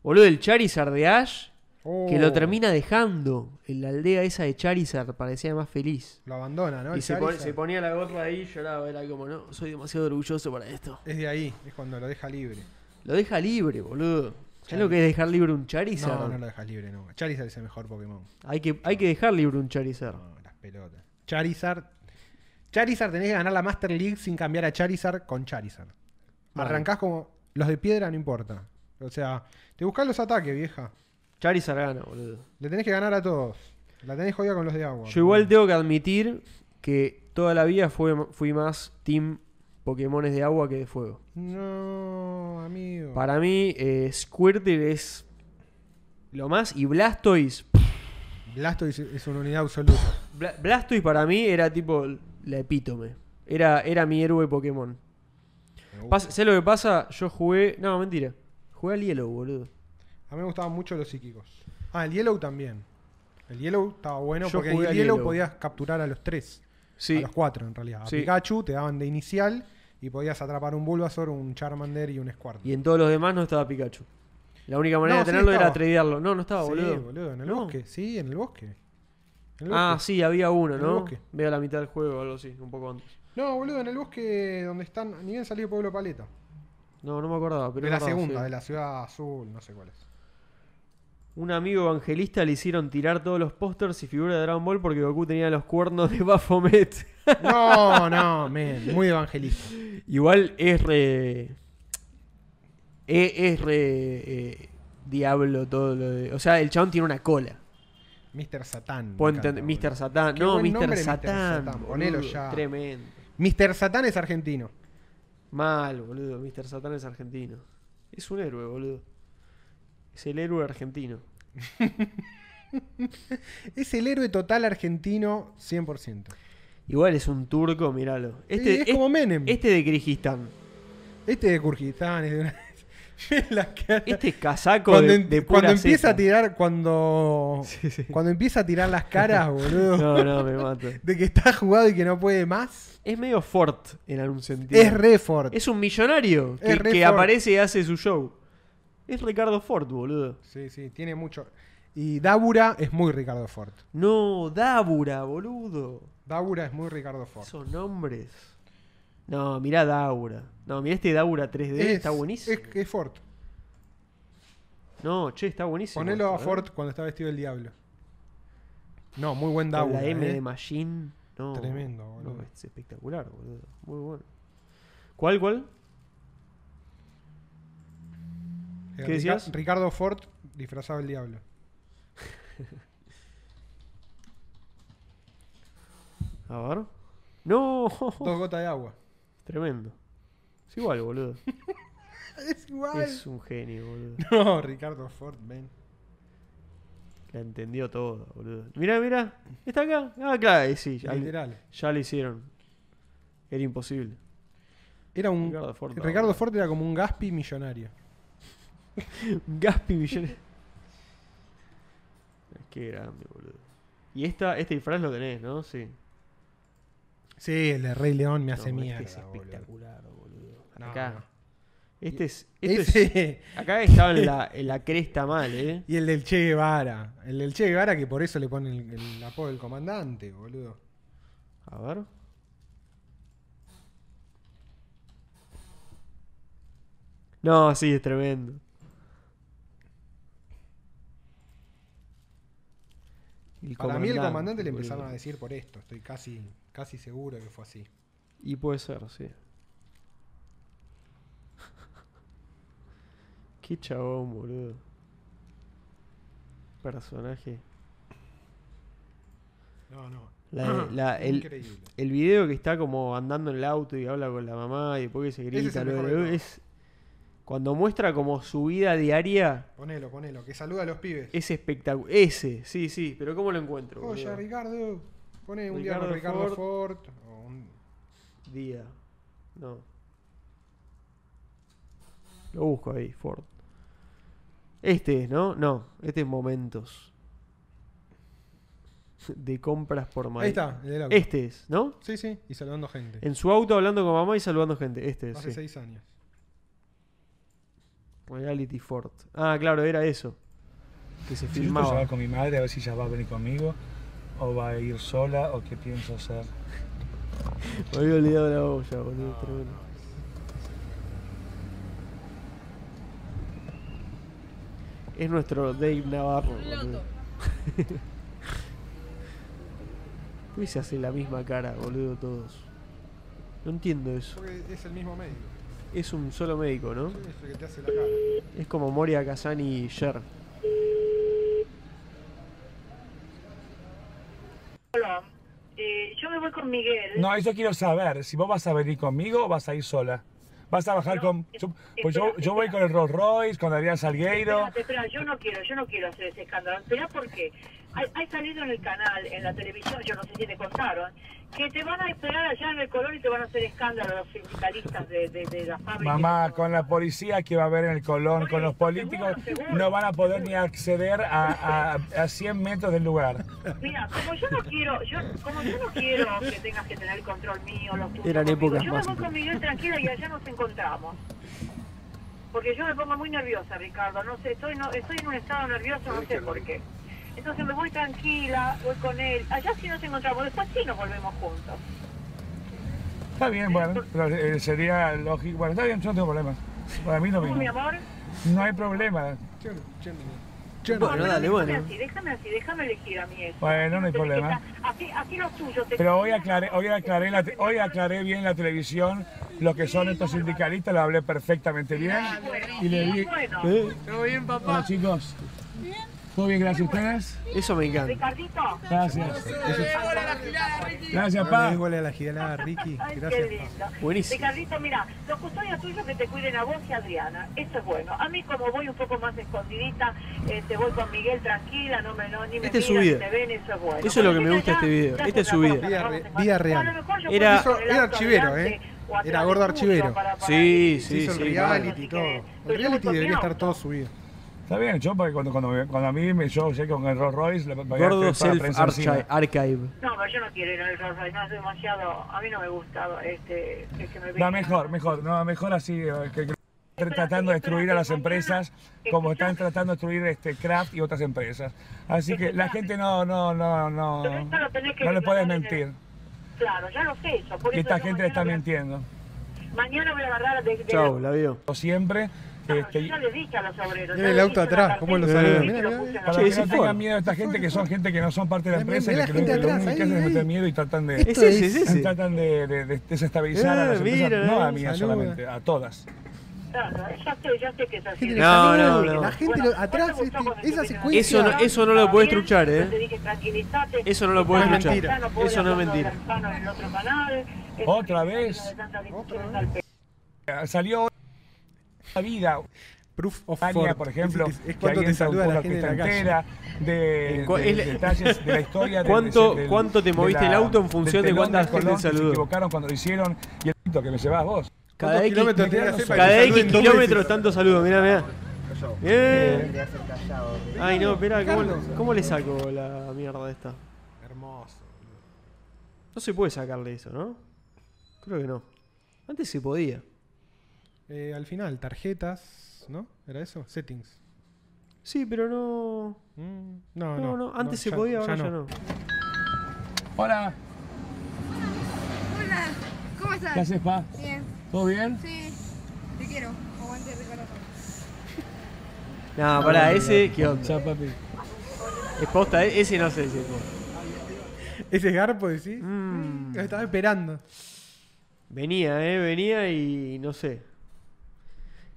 [SPEAKER 2] Boludo, el Charizard de Ash Que lo
[SPEAKER 3] Oh,
[SPEAKER 2] termina dejando en la aldea esa de Charizard, parecía más feliz.
[SPEAKER 3] Lo abandona, ¿no?
[SPEAKER 2] y
[SPEAKER 3] El
[SPEAKER 2] se, pon-
[SPEAKER 3] Charizard.
[SPEAKER 2] se ponía la gorra ahí y lloraba, era como, no, soy demasiado orgulloso para esto.
[SPEAKER 3] Es de ahí, es cuando lo deja libre.
[SPEAKER 2] Lo deja libre, boludo. ¿Sabes lo
[SPEAKER 3] Charizard.
[SPEAKER 2] que es dejar libre un Charizard?
[SPEAKER 3] No, no lo dejas libre nunca. Charizard es el mejor Pokémon.
[SPEAKER 2] Hay, que, hay que dejar libre un Charizard.
[SPEAKER 3] No, las pelotas. Charizard. Charizard tenés que ganar la Master League sin cambiar a Charizard con Charizard.
[SPEAKER 2] Mal.
[SPEAKER 3] Arrancás como los de piedra, no importa. O sea, te buscás los ataques, vieja.
[SPEAKER 2] Charizard gana, boludo.
[SPEAKER 3] Le tenés que ganar a todos. La tenés jodida con los de agua.
[SPEAKER 2] Yo igual tengo que admitir que toda la vida fue, fui más team Pokémones de agua que de fuego.
[SPEAKER 3] No, amigo.
[SPEAKER 2] Para mí, eh, Squirtle es lo más. Y Blastoise. pff,
[SPEAKER 3] Blastoise es una unidad absoluta.
[SPEAKER 2] Bla- Blastoise para mí era tipo la epítome. Era, era mi héroe Pokémon. Pas- ¿Sé lo que pasa? Yo jugué. No, mentira. Jugué al hielo, boludo.
[SPEAKER 3] A mí me gustaban mucho los psíquicos. Ah, el Yellow también. El Yellow estaba bueno
[SPEAKER 2] Yo
[SPEAKER 3] porque en
[SPEAKER 2] jugué
[SPEAKER 3] el
[SPEAKER 2] al
[SPEAKER 3] Yellow,
[SPEAKER 2] Yellow.
[SPEAKER 3] podías capturar a los tres.
[SPEAKER 2] Sí.
[SPEAKER 3] A los cuatro, en realidad. A
[SPEAKER 2] Sí.
[SPEAKER 3] Pikachu te daban de inicial y podías atrapar un Bulbasaur, un Charmander y un Squirtle.
[SPEAKER 2] Y en todos los demás no estaba Pikachu. La única manera de
[SPEAKER 3] No, sí
[SPEAKER 2] tenerlo era
[SPEAKER 3] estaba.
[SPEAKER 2] tradearlo. No, no estaba,
[SPEAKER 3] sí,
[SPEAKER 2] Ah, boludo.
[SPEAKER 3] en el
[SPEAKER 2] No.
[SPEAKER 3] bosque. Sí, en el bosque. En el
[SPEAKER 2] Ah,
[SPEAKER 3] bosque.
[SPEAKER 2] sí, había uno,
[SPEAKER 3] En el
[SPEAKER 2] ¿no?
[SPEAKER 3] bosque.
[SPEAKER 2] Veo la mitad del juego o algo así, un poco antes.
[SPEAKER 3] No, boludo, en el bosque donde están. Ni bien salió Pueblo Paleta.
[SPEAKER 2] No, no me acordaba, pero
[SPEAKER 3] de
[SPEAKER 2] es
[SPEAKER 3] la
[SPEAKER 2] verdad,
[SPEAKER 3] segunda,
[SPEAKER 2] sí.
[SPEAKER 3] de la ciudad azul, no sé cuál es.
[SPEAKER 2] Un amigo evangelista le hicieron tirar todos los pósters y figuras de Dragon Ball porque Goku tenía los cuernos de Baphomet.
[SPEAKER 3] No, no, men, muy evangelista.
[SPEAKER 2] Igual es re. e- Es, re. eh, diablo todo lo de. O sea, el chabón tiene una cola.
[SPEAKER 3] Mr. Satán. me
[SPEAKER 2] Puedo
[SPEAKER 3] encanta,
[SPEAKER 2] entender. Mr.
[SPEAKER 3] boludo.
[SPEAKER 2] Satán.
[SPEAKER 3] Qué
[SPEAKER 2] No,
[SPEAKER 3] buen nombre,
[SPEAKER 2] Mr.
[SPEAKER 3] Mr.
[SPEAKER 2] Satán.
[SPEAKER 3] Satán,
[SPEAKER 2] boludo,
[SPEAKER 3] ponelo ya.
[SPEAKER 2] Tremendo.
[SPEAKER 3] Mr. Satán es argentino.
[SPEAKER 2] Mal, boludo. Mr. Satán es argentino. Es un héroe, boludo. Es el héroe argentino.
[SPEAKER 3] Es el héroe total argentino 100%.
[SPEAKER 2] Igual es un turco, míralo. Este,
[SPEAKER 3] es
[SPEAKER 2] es-
[SPEAKER 3] como Menem.
[SPEAKER 2] este de Kirguistán.
[SPEAKER 3] Este de Kurgistán es de una... la cara.
[SPEAKER 2] Este casaco
[SPEAKER 3] cuando,
[SPEAKER 2] de,
[SPEAKER 3] en-
[SPEAKER 2] de pura
[SPEAKER 3] cuando empieza
[SPEAKER 2] ceja.
[SPEAKER 3] a tirar, cuando,
[SPEAKER 2] Sí, sí.
[SPEAKER 3] cuando empieza a tirar las caras, boludo,
[SPEAKER 2] No, no, me mato.
[SPEAKER 3] de que está jugado y que no puede más,
[SPEAKER 2] Es medio Fort en algún sentido.
[SPEAKER 3] es re Ford.
[SPEAKER 2] Es un millonario que,
[SPEAKER 3] Es re
[SPEAKER 2] que
[SPEAKER 3] Ford.
[SPEAKER 2] aparece y hace su show. Es Ricardo Ford, boludo.
[SPEAKER 3] Sí, sí, tiene mucho. Y Dabura es muy Ricardo Ford.
[SPEAKER 2] No, Dabura, boludo.
[SPEAKER 3] Dabura es muy Ricardo Ford.
[SPEAKER 2] Esos nombres. No, mirá Daura. No, mirá este Daura 3D,
[SPEAKER 3] Es-
[SPEAKER 2] está buenísimo.
[SPEAKER 3] Es, es Ford.
[SPEAKER 2] No, che, está buenísimo.
[SPEAKER 3] Ponelo
[SPEAKER 2] esto,
[SPEAKER 3] a
[SPEAKER 2] ¿eh?
[SPEAKER 3] Ford cuando está vestido el diablo. No, muy buen
[SPEAKER 2] Con
[SPEAKER 3] Dabura.
[SPEAKER 2] la M
[SPEAKER 3] eh.
[SPEAKER 2] de Machine. No,
[SPEAKER 3] Tremendo, boludo.
[SPEAKER 2] No, es espectacular, boludo. Muy bueno. ¿Cuál, cuál?
[SPEAKER 3] Eh,
[SPEAKER 2] ¿Qué
[SPEAKER 3] Rica-
[SPEAKER 2] decías?
[SPEAKER 3] Ricardo Ford disfrazado del diablo.
[SPEAKER 2] A ver. No,
[SPEAKER 3] Dos gotas de agua.
[SPEAKER 2] tremendo. Es igual, boludo.
[SPEAKER 3] Es igual.
[SPEAKER 2] Es un genio, boludo.
[SPEAKER 3] No, Ricardo Ford, ven.
[SPEAKER 2] La entendió todo, boludo. Mirá, mirá. Está acá. Ah, claro, eh, sí. Ya, le-
[SPEAKER 3] Literal.
[SPEAKER 2] ya lo hicieron. Era imposible.
[SPEAKER 3] Era un.
[SPEAKER 2] Ricardo Ford,
[SPEAKER 3] Mm. Ricardo
[SPEAKER 2] Dabura.
[SPEAKER 3] Ford era como un Gaspi millonario.
[SPEAKER 2] Gaspi millones. Qué grande, boludo. Y esta, este disfraz lo tenés, ¿no? Sí.
[SPEAKER 3] Sí, el de Rey León me hace
[SPEAKER 2] No,
[SPEAKER 3] mierda.
[SPEAKER 2] Este es
[SPEAKER 3] boludo.
[SPEAKER 2] espectacular, boludo.
[SPEAKER 3] No,
[SPEAKER 2] Acá.
[SPEAKER 3] no.
[SPEAKER 2] Este es. Este es-
[SPEAKER 3] Ese-
[SPEAKER 2] acá estaba en la, en la cresta mal, ¿eh?
[SPEAKER 3] y el del Che Guevara. El del Che Guevara que por eso le ponen el, el apodo del comandante, boludo.
[SPEAKER 2] A ver. No, sí, es tremendo. El
[SPEAKER 3] Para mí el comandante le
[SPEAKER 2] boludo.
[SPEAKER 3] empezaron a decir por esto. Estoy casi, casi seguro que fue así.
[SPEAKER 2] Y puede ser, sí. Qué chabón, boludo. Personaje.
[SPEAKER 3] No, no.
[SPEAKER 2] La- la- el-
[SPEAKER 3] Increíble.
[SPEAKER 2] El video que está como andando en el auto y habla con la mamá y después que se
[SPEAKER 3] Ese es
[SPEAKER 2] grita,
[SPEAKER 3] el
[SPEAKER 2] lo-
[SPEAKER 3] mejor de
[SPEAKER 2] lo-
[SPEAKER 3] todos.
[SPEAKER 2] es- cuando muestra como su vida diaria,
[SPEAKER 3] Ponelo, ponelo. Que saluda a los pibes.
[SPEAKER 2] es espectacular. Ese, sí, sí, pero ¿cómo lo encuentro?
[SPEAKER 3] Oye,
[SPEAKER 2] boludo?
[SPEAKER 3] Ricardo. Pone un día con
[SPEAKER 2] Ricardo
[SPEAKER 3] Ricardo Ford. o un-
[SPEAKER 2] Día. No. Lo busco ahí, Ford. Este es, ¿no? No, este es momentos. De compras por mail.
[SPEAKER 3] Ahí está, el del auto.
[SPEAKER 2] Este es, ¿no?
[SPEAKER 3] Sí, sí. Y saludando gente.
[SPEAKER 2] En su auto hablando con mamá y saludando gente. Este es.
[SPEAKER 3] Hace
[SPEAKER 2] sí.
[SPEAKER 3] seis años.
[SPEAKER 2] Reality Ford. Ah, claro, era eso. que
[SPEAKER 10] Si
[SPEAKER 2] se
[SPEAKER 10] yo puedo
[SPEAKER 2] filmaba.
[SPEAKER 10] llevar con mi madre a ver si ella va a venir conmigo o va a ir sola o qué pienso hacer.
[SPEAKER 2] Me había olvidado la olla, boludo, tremendo. Es nuestro Dave Navarro, boludo. ¿Por qué se hace la misma cara, boludo, todos? No entiendo eso.
[SPEAKER 3] Porque es el mismo médico.
[SPEAKER 2] Es un solo médico, ¿no?
[SPEAKER 3] Sí, Es el que te hace la cara.
[SPEAKER 2] Es como Moria Kazani y Cher.
[SPEAKER 11] Hola. Eh, yo me voy con Miguel.
[SPEAKER 10] No, eso quiero saber. Si vos vas a venir conmigo o vas a ir sola. Vas a bajar con. yo- pues yo, yo voy con el Rolls Royce, con Adrián Salgueiro.
[SPEAKER 11] Espérate, espera, yo no quiero, yo no quiero hacer ese escándalo. Espera porque hay, hay salido en el canal, en la televisión, yo no sé si te contaron, que te van a esperar allá en el color y te van a hacer escándalo los sindicalistas de, de, de la fábrica.
[SPEAKER 10] Mamá, con la policía que va a haber en el Colón, con los políticos, no van a poder ni acceder a, a, a 100 metros del lugar.
[SPEAKER 11] Mira, como yo no quiero, yo, como yo no quiero que tengas que tener el control mío, los tuyos.
[SPEAKER 2] Eran
[SPEAKER 11] conmigo,
[SPEAKER 2] épocas
[SPEAKER 11] Yo me
[SPEAKER 2] más
[SPEAKER 11] voy con Miguel tranquila y allá nos encontramos. Porque yo me pongo muy nerviosa, Ricardo. No sé, estoy, no, estoy en un estado nervioso, no sé por qué. Entonces me voy tranquila, voy con él. Allá sí nos encontramos, después sí nos volvemos juntos.
[SPEAKER 10] Está bien, bueno, pero, eh, sería lógico. Bueno, está bien, yo no tengo problemas. Para mí no,
[SPEAKER 11] ¿Cómo, mi
[SPEAKER 10] me-
[SPEAKER 11] amor?
[SPEAKER 10] no hay problema.
[SPEAKER 11] No, pero déjame Así, déjame así, déjame elegir a mí eso.
[SPEAKER 10] Bueno, no hay problema.
[SPEAKER 11] Así, así los tuyos. te-
[SPEAKER 10] Pero hoy aclaré, hoy aclaré, la te- hoy aclaré bien la televisión lo que son estos sindicalistas, lo hablé perfectamente bien. Y le di. ¿Eh?
[SPEAKER 11] ¿Todo bien,
[SPEAKER 10] Hola chicos. ¿Todo bien? Gracias a ustedes.
[SPEAKER 2] Eso me encanta.
[SPEAKER 11] Ricardito.
[SPEAKER 10] Gracias. Gracias,
[SPEAKER 3] Bueno,
[SPEAKER 10] pa.
[SPEAKER 3] es gol a la gigala, Ricky.
[SPEAKER 11] Ay,
[SPEAKER 3] Gracias.
[SPEAKER 11] qué lindo.
[SPEAKER 2] Buenísimo.
[SPEAKER 11] Ricardito, mira, los custodios tuyos que te cuiden a vos y a Adriana, eso es bueno. A mí como voy un poco más escondidita, eh, te voy con Miguel tranquila, no me no, ni me
[SPEAKER 2] Este es su
[SPEAKER 11] miran, ni
[SPEAKER 2] vida.
[SPEAKER 11] me ven, eso es bueno.
[SPEAKER 2] Eso es lo que
[SPEAKER 11] Cuando
[SPEAKER 2] me gusta de este
[SPEAKER 11] llegue
[SPEAKER 2] video.
[SPEAKER 11] ya
[SPEAKER 2] Este es
[SPEAKER 11] se
[SPEAKER 2] su
[SPEAKER 11] la
[SPEAKER 2] vida.
[SPEAKER 11] corta,
[SPEAKER 3] Vida
[SPEAKER 11] vamos
[SPEAKER 3] re-
[SPEAKER 11] a
[SPEAKER 3] vida
[SPEAKER 11] separar.
[SPEAKER 3] real.
[SPEAKER 11] A lo mejor yo
[SPEAKER 2] Era-
[SPEAKER 11] puedo ir
[SPEAKER 3] Era
[SPEAKER 11] adelante,
[SPEAKER 3] archivero, ¿eh?
[SPEAKER 11] adelante, o atrás
[SPEAKER 3] Era
[SPEAKER 11] de
[SPEAKER 3] gordo
[SPEAKER 11] tuyo
[SPEAKER 3] archivero.
[SPEAKER 11] para- para-
[SPEAKER 2] Sí,
[SPEAKER 3] Se
[SPEAKER 2] sí,
[SPEAKER 3] hizo el
[SPEAKER 2] sí.
[SPEAKER 3] reality y
[SPEAKER 11] Así
[SPEAKER 3] todo.
[SPEAKER 11] que,
[SPEAKER 3] El
[SPEAKER 11] pues yo voy
[SPEAKER 3] reality
[SPEAKER 11] con mi
[SPEAKER 3] debería estar
[SPEAKER 11] auto.
[SPEAKER 3] todo subido.
[SPEAKER 10] Está bien, yo porque cuando, cuando, me- cuando a mí me yo llegué con el Rolls Royce, le pagué
[SPEAKER 2] Gordo
[SPEAKER 10] toda la
[SPEAKER 2] Self
[SPEAKER 10] prensa encima.
[SPEAKER 2] Archi- Archive.
[SPEAKER 11] No, pero yo no quiero ir al Rolls Royce, no es demasiado, a mí no me gusta este, que se me
[SPEAKER 10] No,
[SPEAKER 11] vean.
[SPEAKER 10] mejor, mejor, no, mejor así, eh, que, que- tratando de destruir a las empresas como están tratando de destruir este Kraft y otras empresas. Así que la gente no, no, no, no,
[SPEAKER 11] Pero esto lo tenés que
[SPEAKER 10] no le
[SPEAKER 11] declarar
[SPEAKER 10] puedes
[SPEAKER 11] en el-
[SPEAKER 10] mentir.
[SPEAKER 11] Claro, ya lo sé eso. Por
[SPEAKER 10] Que
[SPEAKER 11] eso
[SPEAKER 10] esta
[SPEAKER 11] yo
[SPEAKER 10] gente le está
[SPEAKER 11] mañana voy
[SPEAKER 10] mintiendo.
[SPEAKER 11] a- Mañana voy a agarrar de, de
[SPEAKER 2] Chau, la vio.
[SPEAKER 10] O siempre,
[SPEAKER 11] Yo
[SPEAKER 10] este,
[SPEAKER 11] ya les dije a los
[SPEAKER 3] Mira
[SPEAKER 11] obreros. ya
[SPEAKER 3] el
[SPEAKER 11] les
[SPEAKER 3] auto
[SPEAKER 11] hice
[SPEAKER 3] atrás,
[SPEAKER 11] una
[SPEAKER 3] cómo lo
[SPEAKER 11] cartita
[SPEAKER 2] saludan.
[SPEAKER 11] y
[SPEAKER 3] Mira,
[SPEAKER 11] lo
[SPEAKER 3] mira,
[SPEAKER 11] puse
[SPEAKER 2] mira.
[SPEAKER 11] a la-
[SPEAKER 10] para que
[SPEAKER 2] ese
[SPEAKER 10] no
[SPEAKER 2] fue.
[SPEAKER 10] tengan miedo a esta gente que son gente que no son parte de la
[SPEAKER 3] Mira,
[SPEAKER 10] empresa y
[SPEAKER 3] mira
[SPEAKER 10] que
[SPEAKER 3] la
[SPEAKER 10] lo
[SPEAKER 3] gente
[SPEAKER 10] lo
[SPEAKER 3] atrás,
[SPEAKER 10] único que
[SPEAKER 3] ahí,
[SPEAKER 10] hacen es meter
[SPEAKER 3] ahí.
[SPEAKER 10] miedo y tratan de...
[SPEAKER 2] Esto es
[SPEAKER 3] es-
[SPEAKER 2] ese.
[SPEAKER 10] Tratan de, de- de desestabilizar a las
[SPEAKER 2] Eh,
[SPEAKER 10] empresas,
[SPEAKER 2] mira,
[SPEAKER 10] no a
[SPEAKER 2] eh,
[SPEAKER 10] mí
[SPEAKER 3] saluda.
[SPEAKER 10] solamente, a todas.
[SPEAKER 11] Claro, ya sé, ya sé que es así.
[SPEAKER 3] Gente que
[SPEAKER 2] No,
[SPEAKER 3] saluda,
[SPEAKER 2] no,
[SPEAKER 3] que
[SPEAKER 2] no.
[SPEAKER 3] La gente
[SPEAKER 11] Bueno,
[SPEAKER 3] lo- atrás,
[SPEAKER 11] ¿cuál te gustó
[SPEAKER 3] este-
[SPEAKER 11] cuando
[SPEAKER 3] esa
[SPEAKER 11] te vino?
[SPEAKER 3] secuencia.
[SPEAKER 2] Eso no- eso no lo
[SPEAKER 11] Está
[SPEAKER 2] puedes
[SPEAKER 11] bien,
[SPEAKER 2] truchar,
[SPEAKER 11] yo
[SPEAKER 2] ¿eh?
[SPEAKER 11] te dije, tranquilízate.
[SPEAKER 2] Eso no lo puedes
[SPEAKER 11] Está
[SPEAKER 3] truchar.
[SPEAKER 11] Manzano,
[SPEAKER 2] Eso
[SPEAKER 11] podés
[SPEAKER 2] no es
[SPEAKER 11] hablar de
[SPEAKER 2] mentira.
[SPEAKER 11] Manzano en el otro canal. Este, Es-
[SPEAKER 10] Otra vez.
[SPEAKER 11] Tanta discusión
[SPEAKER 3] Otra vez.
[SPEAKER 11] al pe-
[SPEAKER 10] Salió la vida
[SPEAKER 3] Proof of
[SPEAKER 10] España,
[SPEAKER 3] Ford.
[SPEAKER 10] por ejemplo,
[SPEAKER 3] Es, es
[SPEAKER 10] que
[SPEAKER 3] cuando te
[SPEAKER 10] alguien saluda
[SPEAKER 3] saluda
[SPEAKER 10] un
[SPEAKER 3] la
[SPEAKER 10] poco que
[SPEAKER 3] gente
[SPEAKER 10] está
[SPEAKER 3] en la calle.
[SPEAKER 10] entera de,
[SPEAKER 2] ¿En cua-
[SPEAKER 10] de-
[SPEAKER 2] es
[SPEAKER 10] de
[SPEAKER 2] la-
[SPEAKER 10] detalles de la historia. del-
[SPEAKER 2] ¿Cuánto-
[SPEAKER 10] del-
[SPEAKER 2] cuánto te
[SPEAKER 10] de
[SPEAKER 2] moviste el auto en función
[SPEAKER 10] del
[SPEAKER 2] de cuánta
[SPEAKER 10] pelón
[SPEAKER 2] gente
[SPEAKER 10] que se
[SPEAKER 2] saludó?
[SPEAKER 10] equivocaron cuando lo hicieron y el pito que me llevas vos.
[SPEAKER 2] Cada X,
[SPEAKER 3] kilómetros tenés que hacer para que
[SPEAKER 2] cada
[SPEAKER 3] te
[SPEAKER 2] X
[SPEAKER 3] saluden dos
[SPEAKER 2] kilómetros
[SPEAKER 3] veces?
[SPEAKER 2] tanto saludo. Mirá, mirá.
[SPEAKER 10] Eh,
[SPEAKER 2] Bien. Ay, no, espera, ¿cómo, le- cómo le saco la mierda esta?
[SPEAKER 3] Hermoso.
[SPEAKER 2] No se puede sacarle eso, ¿no? Creo que no. Antes se podía.
[SPEAKER 3] Eh, al final, tarjetas, ¿no? ¿Era eso? Settings.
[SPEAKER 2] Sí, pero no.
[SPEAKER 3] Mm, No, no.
[SPEAKER 2] No, no, antes se
[SPEAKER 3] ya-
[SPEAKER 2] podía, ahora ya no.
[SPEAKER 10] Hola,
[SPEAKER 12] Hola, ¿cómo estás?
[SPEAKER 10] ¿qué haces, pa?
[SPEAKER 12] Bien,
[SPEAKER 10] ¿Todo bien?
[SPEAKER 12] sí, te quiero. Aguante el corazón.
[SPEAKER 2] No, pará, ese, ¿qué onda?
[SPEAKER 10] Ya, papi.
[SPEAKER 2] Es posta, eh, ese no sé si es posta.
[SPEAKER 3] Ese garpo, decís.
[SPEAKER 2] Mm.
[SPEAKER 3] Lo estaba esperando.
[SPEAKER 2] Venía, eh, venía y no sé.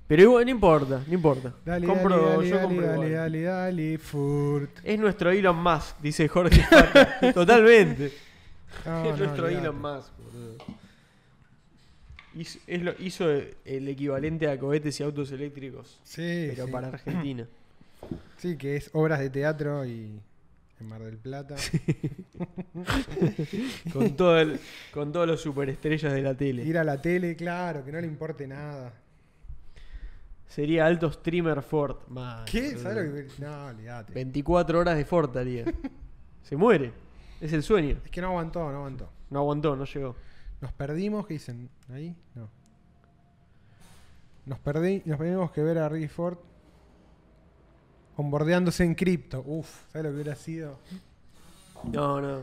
[SPEAKER 2] Pero igual, no importa, no importa.
[SPEAKER 3] Dale,
[SPEAKER 2] compro,
[SPEAKER 3] dale,
[SPEAKER 2] yo
[SPEAKER 3] dale,
[SPEAKER 2] compro
[SPEAKER 3] dale,
[SPEAKER 2] igual.
[SPEAKER 3] dale, dale, Furt.
[SPEAKER 2] Es nuestro Elon Musk, dice Jorge. Fata. Totalmente.
[SPEAKER 3] No,
[SPEAKER 2] es
[SPEAKER 3] no,
[SPEAKER 2] nuestro
[SPEAKER 3] olvidate.
[SPEAKER 2] Elon Musk, boludo. Hizo, es lo- hizo el equivalente a cohetes y autos eléctricos,
[SPEAKER 3] Sí,
[SPEAKER 2] pero
[SPEAKER 3] sí.
[SPEAKER 2] para Argentina.
[SPEAKER 3] Sí, que es obras de teatro y en Mar del Plata.
[SPEAKER 2] Con, todo el- con todos los superestrellas de la tele.
[SPEAKER 3] Ir a la tele, claro, que no le importe nada.
[SPEAKER 2] Sería alto streamer Ford. man,
[SPEAKER 3] ¿Qué?
[SPEAKER 2] boludo.
[SPEAKER 3] ¿Sabes lo que.? No, olvídate.
[SPEAKER 2] 24 horas de Ford haría. Se muere. Es el sueño.
[SPEAKER 3] Es que no aguantó, no aguantó.
[SPEAKER 2] No aguantó, no llegó.
[SPEAKER 3] Nos perdimos, ¿qué dicen? ¿Ahí? No. Nos, perdí, nos perdimos que ver a Ricky Ford. Bombardeándose en cripto. Uf, ¿sabes lo que hubiera sido?
[SPEAKER 2] No, no.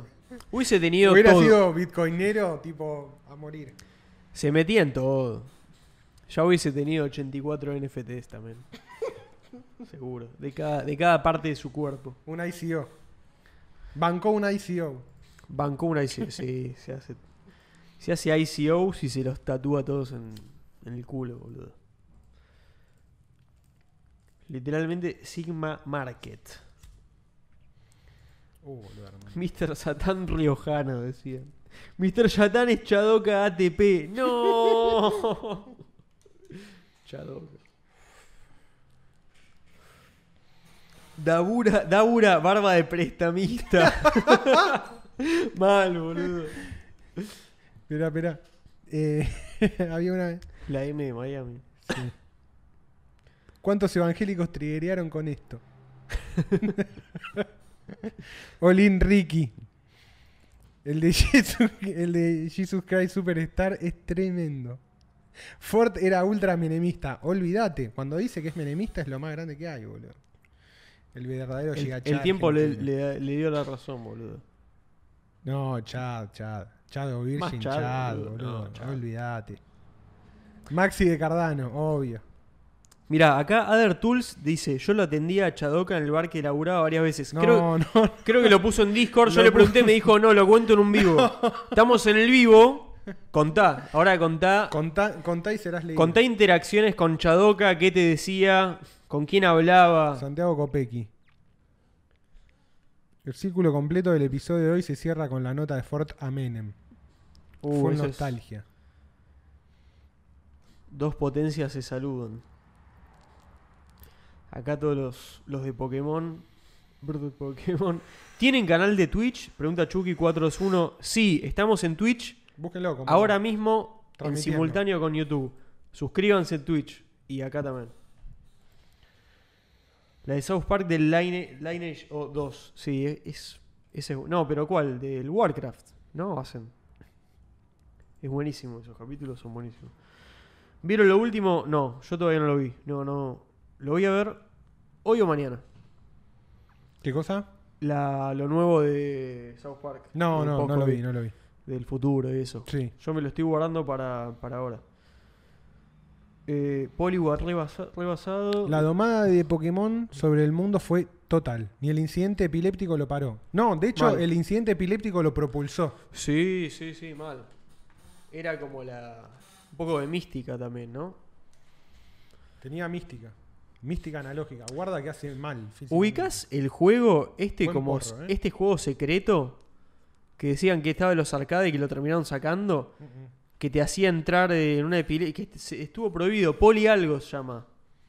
[SPEAKER 2] Hubiese tenido
[SPEAKER 3] hubiera
[SPEAKER 2] todo.
[SPEAKER 3] sido bitcoinero, tipo, a morir.
[SPEAKER 2] Se metía en todo. Ya hubiese tenido 84 NFTs también. Seguro. De cada, de cada parte de su cuerpo.
[SPEAKER 3] Un ICO. Bancó un ICO.
[SPEAKER 2] Bancó una ICO. Sí, se hace. Se hace ICO y se los tatúa todos en, en el culo, boludo. Literalmente Sigma Market.
[SPEAKER 3] Uh, boludo, hermano.
[SPEAKER 2] Mr. Satán Riojano, decían. Mr. Satán es Chadoka ATP. ¡No! Chadoka. Dabura, Dabura, barba de prestamista. Mal, boludo.
[SPEAKER 3] Esperá, esperá. Eh, había una vez.
[SPEAKER 2] La M de Miami.
[SPEAKER 3] ¿Cuántos evangélicos triguerearon con esto? Olin Ricky. El de, Jesus, el de Jesus Christ Superstar es tremendo. Ford era ultra menemista. Olvídate, cuando dice que es menemista es lo más grande que hay, boludo. El verdadero
[SPEAKER 2] El,
[SPEAKER 3] llega
[SPEAKER 2] el tiempo le, le- le dio la razón, boludo.
[SPEAKER 3] No, Chad, Chad. Chad o Virgin,
[SPEAKER 2] Chad,
[SPEAKER 3] Chad,
[SPEAKER 2] boludo.
[SPEAKER 3] boludo.
[SPEAKER 2] No,
[SPEAKER 3] Olvídate. Maxi de Cardano, obvio.
[SPEAKER 2] Mira, acá Other Tools dice, yo lo atendía a Chadoka en el bar que laburaba varias veces.
[SPEAKER 3] No,
[SPEAKER 2] creo,
[SPEAKER 3] no.
[SPEAKER 2] creo que lo puso en Discord, yo
[SPEAKER 3] Lo
[SPEAKER 2] le pregunté,
[SPEAKER 3] puso-
[SPEAKER 2] me dijo, no, lo cuento en un vivo. Estamos en el vivo, contá, ahora contá,
[SPEAKER 3] Contá, contá y serás leído.
[SPEAKER 2] contá interacciones con Chadoka, qué te decía, con quién hablaba.
[SPEAKER 3] Santiago Copecchi. El círculo completo del episodio de hoy se cierra con la nota de Ford a Menem.
[SPEAKER 2] Uh,
[SPEAKER 3] Fue
[SPEAKER 2] eso es-
[SPEAKER 3] nostalgia.
[SPEAKER 2] Dos potencias se saludan. Acá todos los, los de Pokémon. Brr, Pokémon. ¿Tienen canal de Twitch? Pregunta Chucky421. Sí, estamos en Twitch.
[SPEAKER 3] Búsquenlo. como-
[SPEAKER 2] Ahora mismo, en
[SPEAKER 3] Transmitiendo.
[SPEAKER 2] simultáneo con YouTube. Suscríbanse en Twitch. Y acá también. La de South Park del Line- Lineage o 2. Sí, e, es, ese- No, pero ¿cuál? Del Warcraft. No, hacen. Es buenísimo, esos capítulos son buenísimos. ¿Vieron lo último? No, yo todavía no lo vi. No, no. Lo voy a ver hoy o mañana.
[SPEAKER 3] ¿Qué cosa?
[SPEAKER 2] La, lo nuevo de South Park.
[SPEAKER 3] No,
[SPEAKER 2] Del
[SPEAKER 3] no, no
[SPEAKER 2] Poco
[SPEAKER 3] lo
[SPEAKER 2] Big
[SPEAKER 3] vi, no lo vi.
[SPEAKER 2] del futuro y eso.
[SPEAKER 3] Sí.
[SPEAKER 2] Yo me lo estoy guardando para, para ahora. Eh, Poliwag rebasa- rebasado.
[SPEAKER 3] La domada de Pokémon sobre el mundo fue total. Ni el incidente epiléptico lo paró. No, de hecho,
[SPEAKER 2] Mal.
[SPEAKER 3] el incidente epiléptico lo propulsó.
[SPEAKER 2] Sí, sí, sí, mal. Era como la. Un poco de mística también, ¿no?
[SPEAKER 3] Tenía mística. Mística analógica. Guarda que hace mal. físicamente.
[SPEAKER 2] ¿Ubicás el juego, este
[SPEAKER 3] Buen
[SPEAKER 2] como.
[SPEAKER 3] porro, ¿eh?
[SPEAKER 2] Este juego secreto? Que decían que estaba en los arcades y que lo terminaron sacando.
[SPEAKER 3] Uh-uh.
[SPEAKER 2] Que te hacía entrar en una epilepsia. Que est- se- estuvo prohibido. Poli algo se llama.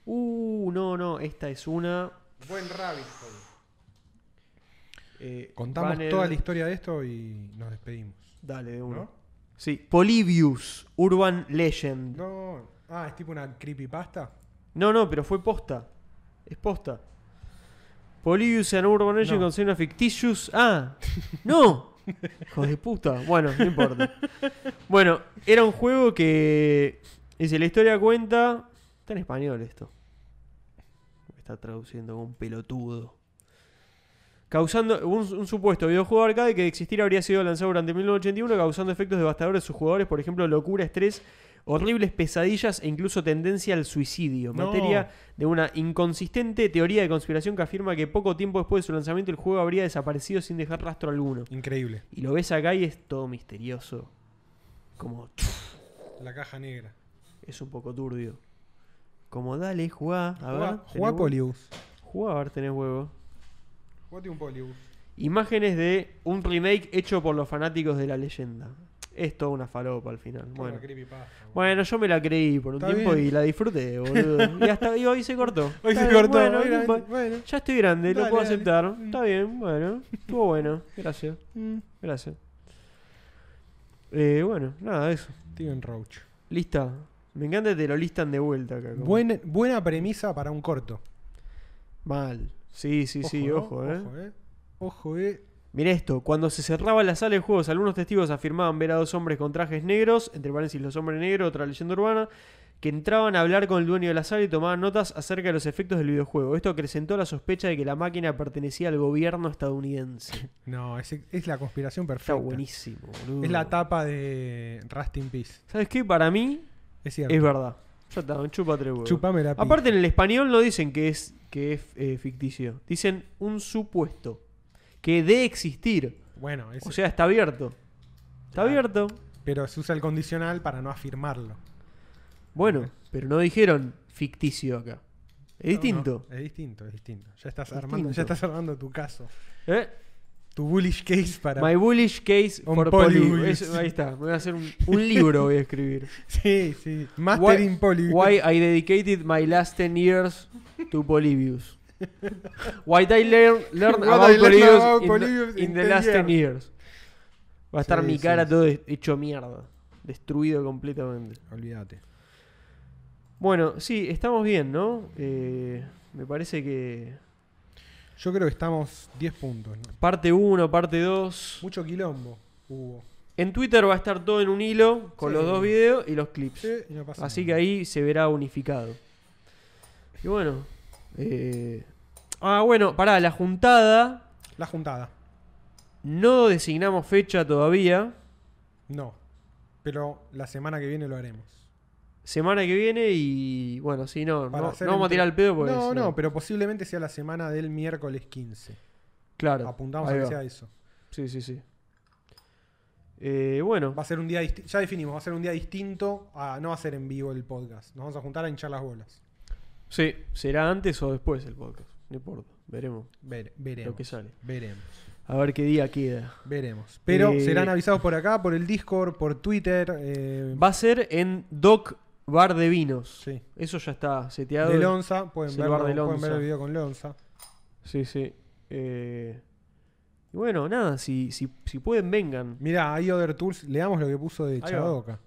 [SPEAKER 2] Uh, no, no. Esta es una.
[SPEAKER 3] Buen rabbit hole.
[SPEAKER 2] eh,
[SPEAKER 3] Contamos
[SPEAKER 2] banner-
[SPEAKER 3] toda la historia de esto y nos despedimos.
[SPEAKER 2] Dale, de uno.
[SPEAKER 3] ¿No?
[SPEAKER 2] Sí, Polybius, Urban Legend.
[SPEAKER 3] No. Ah, es tipo una creepypasta.
[SPEAKER 2] No, no, pero fue posta. Es posta. Polybius and Urban Legend
[SPEAKER 3] No.
[SPEAKER 2] con una fictitious. Ah, no. Hijo de puta. Bueno, no importa. Bueno, era un juego que. Dice, la historia cuenta. Está en español esto. Me está traduciendo como un pelotudo. Causando un, un supuesto videojuego arcade que de existir habría sido lanzado durante 1981, causando efectos devastadores en sus jugadores, por ejemplo, locura, estrés, horribles pesadillas e incluso tendencia al suicidio.
[SPEAKER 3] No.
[SPEAKER 2] Materia de una inconsistente teoría de conspiración que afirma que poco tiempo después de su lanzamiento el juego habría desaparecido sin dejar rastro alguno.
[SPEAKER 3] Increíble.
[SPEAKER 2] Y lo ves acá y es todo misterioso. Como
[SPEAKER 3] La caja negra.
[SPEAKER 2] es un poco turbio. Como dale, jugá. A ver,
[SPEAKER 3] Jugá,
[SPEAKER 2] tenés
[SPEAKER 3] jugá
[SPEAKER 2] huevo.
[SPEAKER 3] Polius.
[SPEAKER 2] Jugá, a ver, tenés huevo.
[SPEAKER 3] Jugate un Polius.
[SPEAKER 2] Imágenes de un remake hecho por los fanáticos de la leyenda. Es toda una falopa al final.
[SPEAKER 3] Toda
[SPEAKER 2] Bueno.
[SPEAKER 3] una creepypasta, boludo.
[SPEAKER 2] Bueno, yo me la creí por un
[SPEAKER 3] Está
[SPEAKER 2] tiempo
[SPEAKER 3] bien.
[SPEAKER 2] y la disfruté, boludo. Y hasta y hoy se cortó.
[SPEAKER 3] Hoy
[SPEAKER 2] Está
[SPEAKER 3] se
[SPEAKER 2] bien,
[SPEAKER 3] cortó.
[SPEAKER 2] bueno,
[SPEAKER 3] hoy
[SPEAKER 2] no
[SPEAKER 3] la-
[SPEAKER 2] importa.
[SPEAKER 3] bueno.
[SPEAKER 2] Ya estoy grande, lo
[SPEAKER 3] Dale,
[SPEAKER 2] puedo
[SPEAKER 3] dale.
[SPEAKER 2] aceptar. Está bien, bueno. Estuvo bueno. Gracias.
[SPEAKER 3] Mm.
[SPEAKER 2] Gracias. Eh, bueno, nada, eso.
[SPEAKER 3] Steven Roach.
[SPEAKER 2] Lista. Me encanta que te lo listan de vuelta acá. como-
[SPEAKER 3] Buen- buena premisa para un corto.
[SPEAKER 2] Mal. Sí, sí, sí,
[SPEAKER 3] ¿no?
[SPEAKER 2] ojo, eh.
[SPEAKER 3] Ojo, eh. Ojo, eh.
[SPEAKER 2] Mirá esto, cuando se cerraba la sala de juegos, algunos testigos afirmaban ver a dos hombres con trajes negros, entre paréntesis los hombres negros, otra leyenda urbana, que entraban a hablar con el dueño de la sala y tomaban notas acerca de los efectos del videojuego. Esto acrecentó la sospecha de que la máquina pertenecía al gobierno estadounidense.
[SPEAKER 3] No, es, es la conspiración perfecta.
[SPEAKER 2] Está buenísimo, boludo.
[SPEAKER 3] Es la tapa de Rust in Peace.
[SPEAKER 2] ¿Sabes qué? Para mí
[SPEAKER 3] Es cierto.
[SPEAKER 2] es verdad. Ya está, chupa tres huevos.
[SPEAKER 3] Chupame la pija.
[SPEAKER 2] Aparte, en el español no dicen que es, que es eh, ficticio. Dicen un supuesto. Que de existir.
[SPEAKER 3] Bueno, es-
[SPEAKER 2] O sea, está abierto. Está abierto.
[SPEAKER 3] pero se usa el condicional para no afirmarlo.
[SPEAKER 2] Bueno, pero no dijeron ficticio acá. Es distinto.
[SPEAKER 3] No, no, es distinto, es distinto. Ya estás,
[SPEAKER 2] Es
[SPEAKER 3] Armando, ya
[SPEAKER 2] distinto.
[SPEAKER 3] estás armando tu caso.
[SPEAKER 2] ¿Eh?
[SPEAKER 3] Tu bullish case para.
[SPEAKER 2] My bullish case
[SPEAKER 3] Un
[SPEAKER 2] for poly.
[SPEAKER 3] polybullish.
[SPEAKER 2] Eso, ahí está. Voy a hacer un, un libro, voy a escribir.
[SPEAKER 3] Sí, sí. Master in poly.
[SPEAKER 2] Why I dedicated my last 10 years to Polybius. What I learn, learn
[SPEAKER 3] What
[SPEAKER 2] about
[SPEAKER 3] I learn
[SPEAKER 2] Polybius,
[SPEAKER 3] about
[SPEAKER 2] in,
[SPEAKER 3] Polybius
[SPEAKER 2] in
[SPEAKER 3] in
[SPEAKER 2] the
[SPEAKER 3] 10
[SPEAKER 2] last 10 years. Va a estar
[SPEAKER 3] Sí,
[SPEAKER 2] mi
[SPEAKER 3] sí,
[SPEAKER 2] cara
[SPEAKER 3] sí.
[SPEAKER 2] todo he- hecho mierda. Destruido completamente.
[SPEAKER 3] Olvídate.
[SPEAKER 2] Bueno, sí, estamos bien, ¿no? Eh, me parece que
[SPEAKER 3] Yo creo que estamos 10 puntos. ¿no?
[SPEAKER 2] parte 1, parte 2.
[SPEAKER 3] Mucho quilombo hubo.
[SPEAKER 2] En Twitter va a estar todo en un hilo con
[SPEAKER 3] Sí.
[SPEAKER 2] los dos videos y los clips.
[SPEAKER 3] Sí, y no pasa
[SPEAKER 2] Así que
[SPEAKER 3] nada.
[SPEAKER 2] ahí se verá unificado. Y bueno. eh, Ah, bueno, pará, la juntada.
[SPEAKER 3] La juntada.
[SPEAKER 2] No designamos fecha todavía.
[SPEAKER 3] No. Pero la semana que viene lo haremos.
[SPEAKER 2] Semana que viene y. Bueno, si no,
[SPEAKER 3] Para
[SPEAKER 2] no,
[SPEAKER 3] hacer
[SPEAKER 2] no vamos a
[SPEAKER 3] entre-
[SPEAKER 2] tirar el pedo porque.
[SPEAKER 3] No,
[SPEAKER 2] si
[SPEAKER 3] no, pero posiblemente sea la semana del miércoles 15.
[SPEAKER 2] Claro.
[SPEAKER 3] Apuntamos
[SPEAKER 2] ahí
[SPEAKER 3] a que
[SPEAKER 2] va.
[SPEAKER 3] sea eso.
[SPEAKER 2] Sí, sí, sí. Eh, bueno,
[SPEAKER 3] Va a ser un día disti- ya definimos, va a ser un día distinto a no va a ser en vivo el podcast. Nos vamos a juntar a hinchar las bolas.
[SPEAKER 2] sí, será antes o después el podcast. No importa, veremos
[SPEAKER 3] Vere- veremos.
[SPEAKER 2] lo que sale.
[SPEAKER 3] Veremos.
[SPEAKER 2] A ver qué día queda.
[SPEAKER 3] Veremos. Pero
[SPEAKER 2] Eh,
[SPEAKER 3] serán avisados por acá, por el Discord, por Twitter. eh,
[SPEAKER 2] Va a ser en Doc Bar de Vinos.
[SPEAKER 3] Sí.
[SPEAKER 2] Eso ya está seteado.
[SPEAKER 3] de Lonza, pueden,
[SPEAKER 2] Es el
[SPEAKER 3] verlo-
[SPEAKER 2] bar de
[SPEAKER 3] pueden ver
[SPEAKER 2] Lonza.
[SPEAKER 3] el video con Lonza.
[SPEAKER 2] Sí, sí. Eh, y bueno, nada, si, si, si pueden, vengan.
[SPEAKER 3] Mirá, hay Other Tools, leamos lo que puso de
[SPEAKER 2] va.
[SPEAKER 3] Chadoka.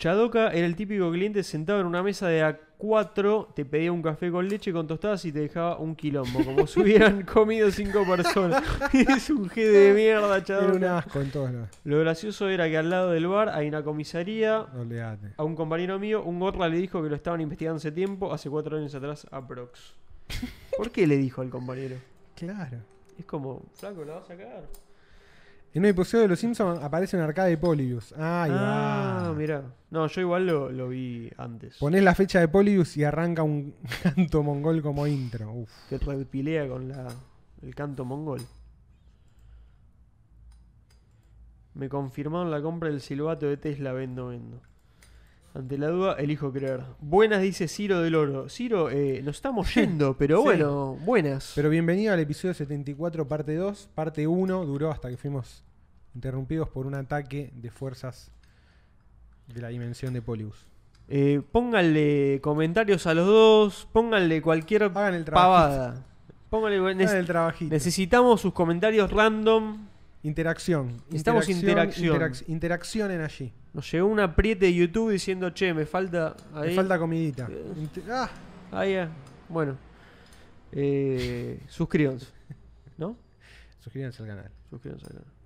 [SPEAKER 2] Chadoka era el típico cliente sentado en una mesa de A4, te pedía un café con leche con tostadas y te dejaba un quilombo, como si hubieran comido cinco personas. es un G de mierda,
[SPEAKER 3] Era un
[SPEAKER 2] Chadoka.
[SPEAKER 3] asco en todos lados.
[SPEAKER 2] Lo gracioso era que al lado del bar hay una comisaría,
[SPEAKER 3] Olvídate.
[SPEAKER 2] A un compañero mío, un gorla le dijo que lo estaban investigando hace tiempo, hace cuatro años atrás, a Brox. ¿Por qué le dijo al compañero?
[SPEAKER 3] Claro.
[SPEAKER 2] Es como, flaco, la vas a cagar.
[SPEAKER 3] En un episodio de Los Simpsons aparece un arcade de Polybius. Ahí
[SPEAKER 2] ah,
[SPEAKER 3] va.
[SPEAKER 2] mirá. No, yo igual lo, lo vi antes.
[SPEAKER 3] Ponés la fecha de Polybius y arranca un canto mongol como intro. Uf.
[SPEAKER 2] Te repilea con la, el canto mongol. Me confirmaron la compra del silbato de Tesla, vendo, vendo. Ante la duda, elijo creer. Buenas, dice Ciro del Oro. Ciro, eh, nos estamos yendo, pero
[SPEAKER 3] Sí.
[SPEAKER 2] bueno, buenas.
[SPEAKER 3] Pero bienvenido al episodio 74, parte 2. Parte 1 duró hasta que fuimos interrumpidos por un ataque de fuerzas de la dimensión de Polybius.
[SPEAKER 2] Eh, pónganle comentarios a los dos, pónganle cualquier
[SPEAKER 3] Hagan el trabajito.
[SPEAKER 2] pavada. Pónganle,
[SPEAKER 3] Hagan
[SPEAKER 2] nece-
[SPEAKER 3] el trabajito.
[SPEAKER 2] necesitamos sus comentarios random.
[SPEAKER 3] Interacción.
[SPEAKER 2] Necesitamos
[SPEAKER 3] interac- interaccionen allí.
[SPEAKER 2] Nos llegó un apriete de YouTube diciendo, che, me falta... Ahí,
[SPEAKER 3] Me falta comidita.
[SPEAKER 2] Eh.
[SPEAKER 3] Inte- ah,
[SPEAKER 2] ahí, ah". Bueno. Eh, suscríbanse. ¿No?
[SPEAKER 3] suscríbanse al canal.
[SPEAKER 2] Suscríbanse al canal.